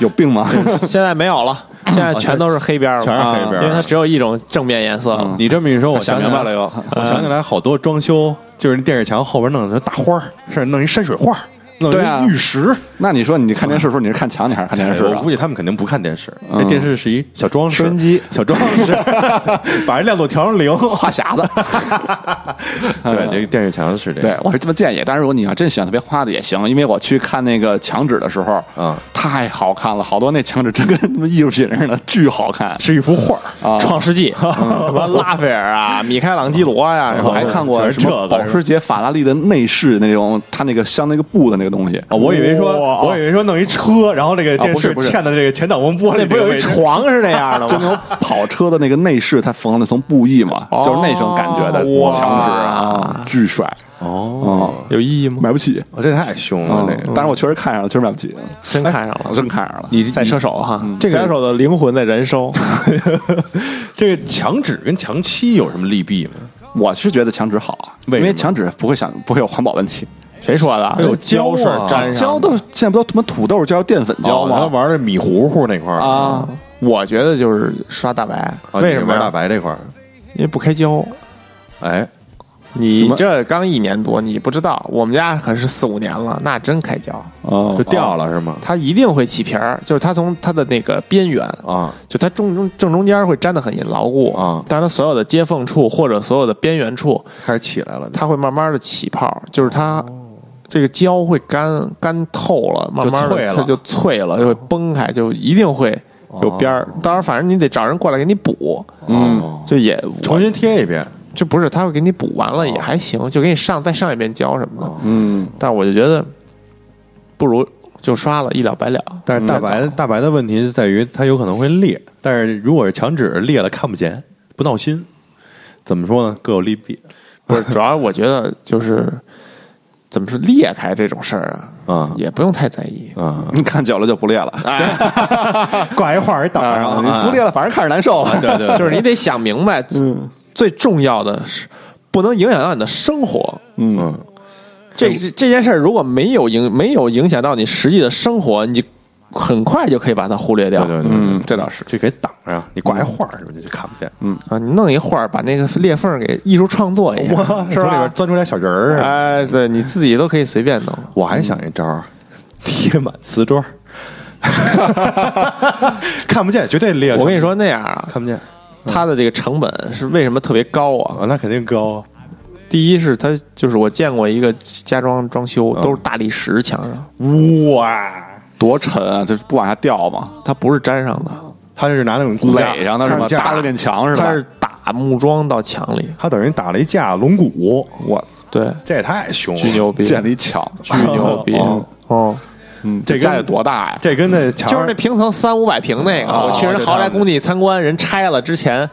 [SPEAKER 6] 有病吗？
[SPEAKER 4] 现在没有 了，现在全都是黑边儿了，
[SPEAKER 5] 哦
[SPEAKER 4] 啊
[SPEAKER 5] 全是黑边儿嗯
[SPEAKER 4] 因为它只有一种正面颜色了。
[SPEAKER 5] 你这么一说，我想
[SPEAKER 6] 啊想
[SPEAKER 5] 起来
[SPEAKER 6] 明白了又，
[SPEAKER 5] 我想起来好多装修，就是电视墙后边弄的大花儿，甚至弄一山水画儿，弄
[SPEAKER 6] 对啊
[SPEAKER 5] 一玉石。哎
[SPEAKER 6] 那你说你看电视的时候，你是看墙，你还是看电视
[SPEAKER 5] 我
[SPEAKER 6] 啊嗯
[SPEAKER 5] 估？计他们肯定不看电视，那电视是一小装饰，
[SPEAKER 6] 收音机
[SPEAKER 5] 小装饰， 把人亮度调成零。
[SPEAKER 6] 话匣子，
[SPEAKER 5] 对，这个电视墙是这
[SPEAKER 6] 嗯对
[SPEAKER 5] 样。
[SPEAKER 6] 我是这么建议。但是如果你要真喜欢特别花的也行，因为我去看那个墙纸的时候，
[SPEAKER 5] 嗯
[SPEAKER 6] 太好看了，好多那墙纸真跟他妈艺术品似的，巨好看。
[SPEAKER 5] 是一幅画儿
[SPEAKER 6] 啊
[SPEAKER 4] 创世纪，
[SPEAKER 5] 嗯
[SPEAKER 4] 什么拉斐尔啊、米开朗基罗呀、什
[SPEAKER 6] 我
[SPEAKER 4] 么
[SPEAKER 6] 还看过
[SPEAKER 5] 全是
[SPEAKER 6] 什
[SPEAKER 5] 这
[SPEAKER 6] 么
[SPEAKER 5] 个
[SPEAKER 6] 保时捷、法拉利的内饰那种，它那个镶那个布的那个东西。
[SPEAKER 5] 啊，我以为说，
[SPEAKER 4] 哇
[SPEAKER 5] 我以为说弄一车，然后那个
[SPEAKER 6] 啊
[SPEAKER 5] 电
[SPEAKER 6] 不是
[SPEAKER 5] 视
[SPEAKER 6] 不是
[SPEAKER 5] 嵌在这个前挡风玻璃
[SPEAKER 4] 那不
[SPEAKER 5] 这个
[SPEAKER 4] 有
[SPEAKER 5] 位
[SPEAKER 4] 一
[SPEAKER 5] 置
[SPEAKER 4] 床是那样的
[SPEAKER 6] 就那
[SPEAKER 4] 吗？
[SPEAKER 6] 种跑车的那个内饰，它缝那层布艺嘛，
[SPEAKER 4] 哦
[SPEAKER 6] 就是那种感觉的
[SPEAKER 4] 哇
[SPEAKER 6] 墙纸啊，巨帅哦，
[SPEAKER 4] 有意义吗？
[SPEAKER 6] 买不起。啊
[SPEAKER 5] 我哦这太凶了，
[SPEAKER 6] 嗯
[SPEAKER 5] 这，个。
[SPEAKER 6] 但是我确实看上了，确实买不起，
[SPEAKER 4] 真看上了
[SPEAKER 5] 哎
[SPEAKER 6] 我真看上了。
[SPEAKER 5] 你
[SPEAKER 4] 赛车手哈，
[SPEAKER 5] 嗯这个
[SPEAKER 4] 赛车手的灵魂在燃 烧。
[SPEAKER 5] 这个墙纸跟墙漆有什么利弊吗？
[SPEAKER 6] 我是觉得墙纸好啊，
[SPEAKER 5] 为什
[SPEAKER 6] 因
[SPEAKER 5] 么
[SPEAKER 6] 为墙纸不会想不会有环保问题，
[SPEAKER 4] 谁说的？啊
[SPEAKER 5] 哎
[SPEAKER 4] 有胶水粘上的
[SPEAKER 6] 胶都现在不都他妈土豆胶、淀粉胶
[SPEAKER 5] 哦他
[SPEAKER 6] 吗？
[SPEAKER 5] 玩的米糊糊那块儿
[SPEAKER 6] 啊，
[SPEAKER 4] 我觉得就是刷大白，
[SPEAKER 5] 啊
[SPEAKER 4] 为什
[SPEAKER 5] 你
[SPEAKER 4] 么
[SPEAKER 5] 玩大
[SPEAKER 4] 呀？
[SPEAKER 5] 白这块儿？
[SPEAKER 4] 因为不开胶。
[SPEAKER 5] 哎，
[SPEAKER 4] 你这刚一年多，你不知道，我们家可是四五年了，那真开胶，
[SPEAKER 6] 哦
[SPEAKER 5] 就掉了是吗？
[SPEAKER 4] 它一定会起皮儿，就是它从它的那个边缘，
[SPEAKER 5] 啊，
[SPEAKER 4] 就它中中正中间会粘得很牢固
[SPEAKER 5] 啊
[SPEAKER 4] 但它所有的接缝处或者所有的边缘处，
[SPEAKER 5] 开始起来了，
[SPEAKER 4] 它会慢慢的起泡，就是它这个胶会干干透了，慢慢
[SPEAKER 5] 脆
[SPEAKER 4] 的
[SPEAKER 5] 了哦
[SPEAKER 4] 它就脆了，就会崩开，就一定会有边儿。当然，反正你得找人过来给你补，
[SPEAKER 5] 嗯，
[SPEAKER 4] 就也
[SPEAKER 5] 重新贴一遍。
[SPEAKER 4] 就不是他会给你补完
[SPEAKER 5] 哦
[SPEAKER 4] 了也还行，就给你上再上一遍胶什么的。
[SPEAKER 6] 嗯，
[SPEAKER 4] 但我就觉得不如就刷了一了百了。
[SPEAKER 5] 但是大白的大白的问题是在于它有可能会裂，但是如果是墙纸裂了看不见，不闹心。怎么说呢？各有利弊
[SPEAKER 4] 不是，主要我觉得就是怎么说裂开这种事儿啊，
[SPEAKER 5] 啊
[SPEAKER 4] 也不用太在意。
[SPEAKER 5] 啊，
[SPEAKER 6] 你看久了就不裂了，
[SPEAKER 5] 挂一画儿一挡
[SPEAKER 6] 哎啊啊，你不裂了，反正看着难受。
[SPEAKER 5] 对对，嗯
[SPEAKER 4] 就是你得想明白，最重要的是不能影响到你的生活。
[SPEAKER 6] 嗯，
[SPEAKER 4] 这
[SPEAKER 5] 嗯
[SPEAKER 4] 这件事儿如果没有影没有影响到你实际的生活，你就很快就可以把它忽略掉。
[SPEAKER 5] 对对对，
[SPEAKER 6] 嗯，这倒是。
[SPEAKER 5] 这给挡上，你挂一画儿什么的就看不见，嗯，
[SPEAKER 4] 啊，你弄一画儿，把那个裂缝儿给艺术创作一下，是
[SPEAKER 5] 从里边
[SPEAKER 4] 吧？
[SPEAKER 5] 钻出来小人儿啊。
[SPEAKER 4] 哎，对，你自己都可以随便弄。
[SPEAKER 5] 我还想一招儿，嗯贴满瓷砖儿， 看不见，绝对裂。
[SPEAKER 4] 我跟你说那样啊，
[SPEAKER 5] 哎看不见
[SPEAKER 4] 它的这个成本是为什么特别高啊？
[SPEAKER 5] 啊，那肯定高啊。
[SPEAKER 4] 第一是它就是我见过一个家装装修都是大理石墙上，
[SPEAKER 5] 哇，
[SPEAKER 6] 多沉啊！这不往下掉嘛，
[SPEAKER 4] 它不是粘上的，
[SPEAKER 5] 他就是拿那种骨架
[SPEAKER 6] 垒上的是吧？
[SPEAKER 5] 架
[SPEAKER 6] 搭着点墙是吧
[SPEAKER 4] 它？是打木桩到墙里。
[SPEAKER 5] 他等于打了一架龙骨，
[SPEAKER 6] 我操，
[SPEAKER 4] 对，
[SPEAKER 5] 这也太凶了，
[SPEAKER 4] 巨牛逼，
[SPEAKER 6] 建了一墙，
[SPEAKER 4] 巨牛逼
[SPEAKER 5] 哦
[SPEAKER 4] 哦！
[SPEAKER 6] 嗯，
[SPEAKER 5] 这
[SPEAKER 6] 这
[SPEAKER 5] 跟
[SPEAKER 6] 家得多大呀？
[SPEAKER 5] 这跟那墙
[SPEAKER 4] 就是那平层三五百平那个，
[SPEAKER 5] 哦
[SPEAKER 4] 我去人豪宅工地参观，人拆了之前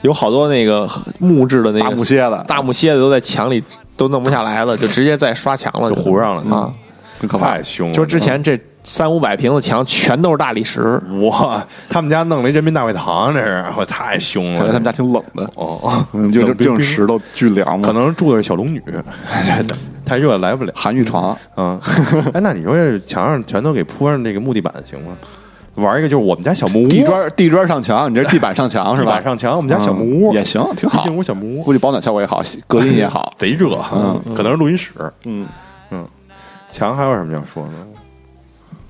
[SPEAKER 4] 有好多那个木质的那个
[SPEAKER 6] 大木楔子
[SPEAKER 4] 大木楔子都在墙里都弄不下来了，就直接再刷墙了，
[SPEAKER 5] 就糊上了
[SPEAKER 4] 啊！
[SPEAKER 6] 真可怕
[SPEAKER 5] 太！凶了。
[SPEAKER 4] 就是之前这三五百平的墙全都是大理石，
[SPEAKER 5] 哇，他们家弄了一人民大会堂，这是我太凶
[SPEAKER 6] 感觉
[SPEAKER 5] 了。
[SPEAKER 6] 他们家挺冷的，
[SPEAKER 5] 哦，
[SPEAKER 6] 嗯就就
[SPEAKER 5] 冷
[SPEAKER 6] 这
[SPEAKER 5] 冰
[SPEAKER 6] 种
[SPEAKER 5] 冰
[SPEAKER 6] 石头巨凉嘛，
[SPEAKER 5] 可能住的是小 龙女，真的太热了来不了。
[SPEAKER 6] 寒玉床。
[SPEAKER 5] 嗯，哎，那你说这墙上全都给铺上这个木地板行吗？玩一个就是我们家小木屋，
[SPEAKER 6] 地砖地砖上墙，你这是地板上墙是
[SPEAKER 5] 地
[SPEAKER 6] 吧
[SPEAKER 5] 板？上墙，我们家小木屋
[SPEAKER 6] 嗯也行，挺
[SPEAKER 5] 一
[SPEAKER 6] 好
[SPEAKER 5] 进。屋小木屋。
[SPEAKER 6] 估计保暖效果也好，隔音也好
[SPEAKER 5] 贼热，嗯，可能是录音室。
[SPEAKER 6] 嗯，
[SPEAKER 5] 嗯，墙还有什么要说的？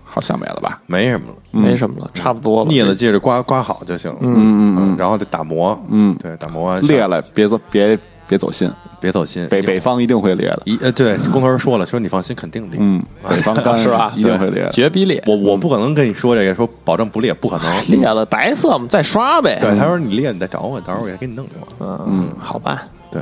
[SPEAKER 6] 好像没了吧？
[SPEAKER 5] 没什么了，
[SPEAKER 4] 没什么了，差不多嗯了。
[SPEAKER 5] 腻了接着刮刮好就行了。
[SPEAKER 6] 嗯嗯嗯
[SPEAKER 5] 然后得打磨，
[SPEAKER 6] 嗯
[SPEAKER 5] 对，打磨完
[SPEAKER 6] 裂了，别走，别别走心。
[SPEAKER 5] 别走心。
[SPEAKER 6] 北北方一定会裂的，
[SPEAKER 5] 一呃，对，工头说了，说你放心，肯定裂。
[SPEAKER 6] 嗯，北方干
[SPEAKER 4] 是吧？
[SPEAKER 6] 一定会裂的。
[SPEAKER 4] 绝逼裂，
[SPEAKER 5] 我我不可能跟你说这个，说保证不裂，嗯不可能。
[SPEAKER 4] 裂了哎白色我们再刷呗。
[SPEAKER 5] 哦对，他说你裂，你再找我，到时候我也给你弄去。
[SPEAKER 4] 嗯，好吧，
[SPEAKER 5] 对，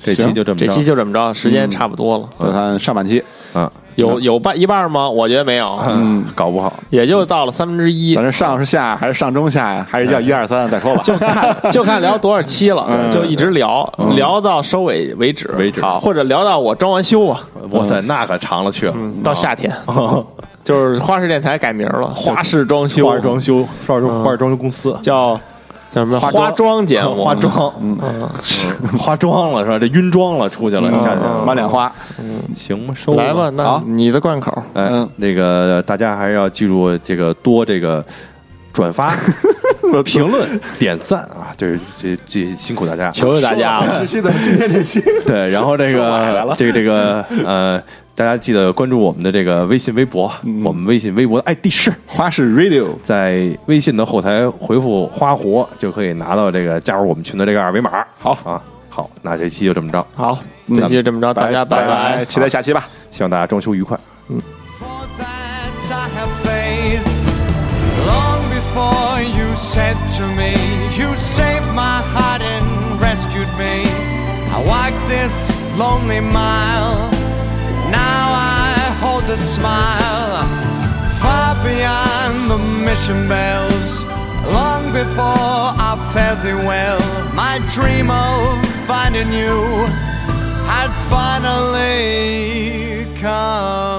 [SPEAKER 5] 这期
[SPEAKER 6] 行
[SPEAKER 5] 就这么着。
[SPEAKER 4] 这期就这么着，时间差不多了。
[SPEAKER 6] 再看上半期，
[SPEAKER 5] 啊，
[SPEAKER 4] 有有半一半吗？我觉得没有，
[SPEAKER 5] 嗯，搞不好
[SPEAKER 4] 也就到了三分之一
[SPEAKER 6] 咱，这上是下还是上中下呀？还是叫一二三再说吧？
[SPEAKER 4] 哎就看就看聊多少期了，就一直聊聊到收尾为止，
[SPEAKER 5] 为止
[SPEAKER 4] 好，或者聊到我装完修啊，
[SPEAKER 5] 哇塞，那可长了去了。
[SPEAKER 4] 到夏天，
[SPEAKER 5] 嗯
[SPEAKER 4] 就是花式电台改名了，花式装修，
[SPEAKER 5] 花儿装修，花儿装花儿装修公司，
[SPEAKER 4] 叫叫什么
[SPEAKER 5] 花妆
[SPEAKER 4] 花妆节目，
[SPEAKER 5] 化妆，嗯， 化妆了是吧？这晕妆了，出去了，夏天
[SPEAKER 6] 满脸花，
[SPEAKER 5] 行吧，收
[SPEAKER 4] 嗯来吧，那
[SPEAKER 6] 好
[SPEAKER 4] 你的贯口，
[SPEAKER 5] 哎
[SPEAKER 6] 嗯，
[SPEAKER 5] 那个大家还是要记住这个多这个 转发、评论、点赞啊，这这这辛苦大家，
[SPEAKER 4] 求求大家了。
[SPEAKER 6] 是现在今天这期
[SPEAKER 5] 对，然后这个这个这个呃，大家记得关注我们的这个微信、微博，啊我们微信、微博的 ID 是。
[SPEAKER 6] 花式 radio
[SPEAKER 5] 在微信的后台回复“花活”，就可以拿到这个加入我们群的这个二维码。好啊，好，那这期就这么着，
[SPEAKER 4] 好，这期就这么着，大家拜拜。
[SPEAKER 6] 期待下期吧。
[SPEAKER 5] 希望大家装修愉快。
[SPEAKER 8] For that I have faith. Long before you said to me, you saved my heart and rescued me. I walked this lonely mile. Now I hold a smile far beyond the mission bells. Long before I fare thee well, my dream of finding you has finally come.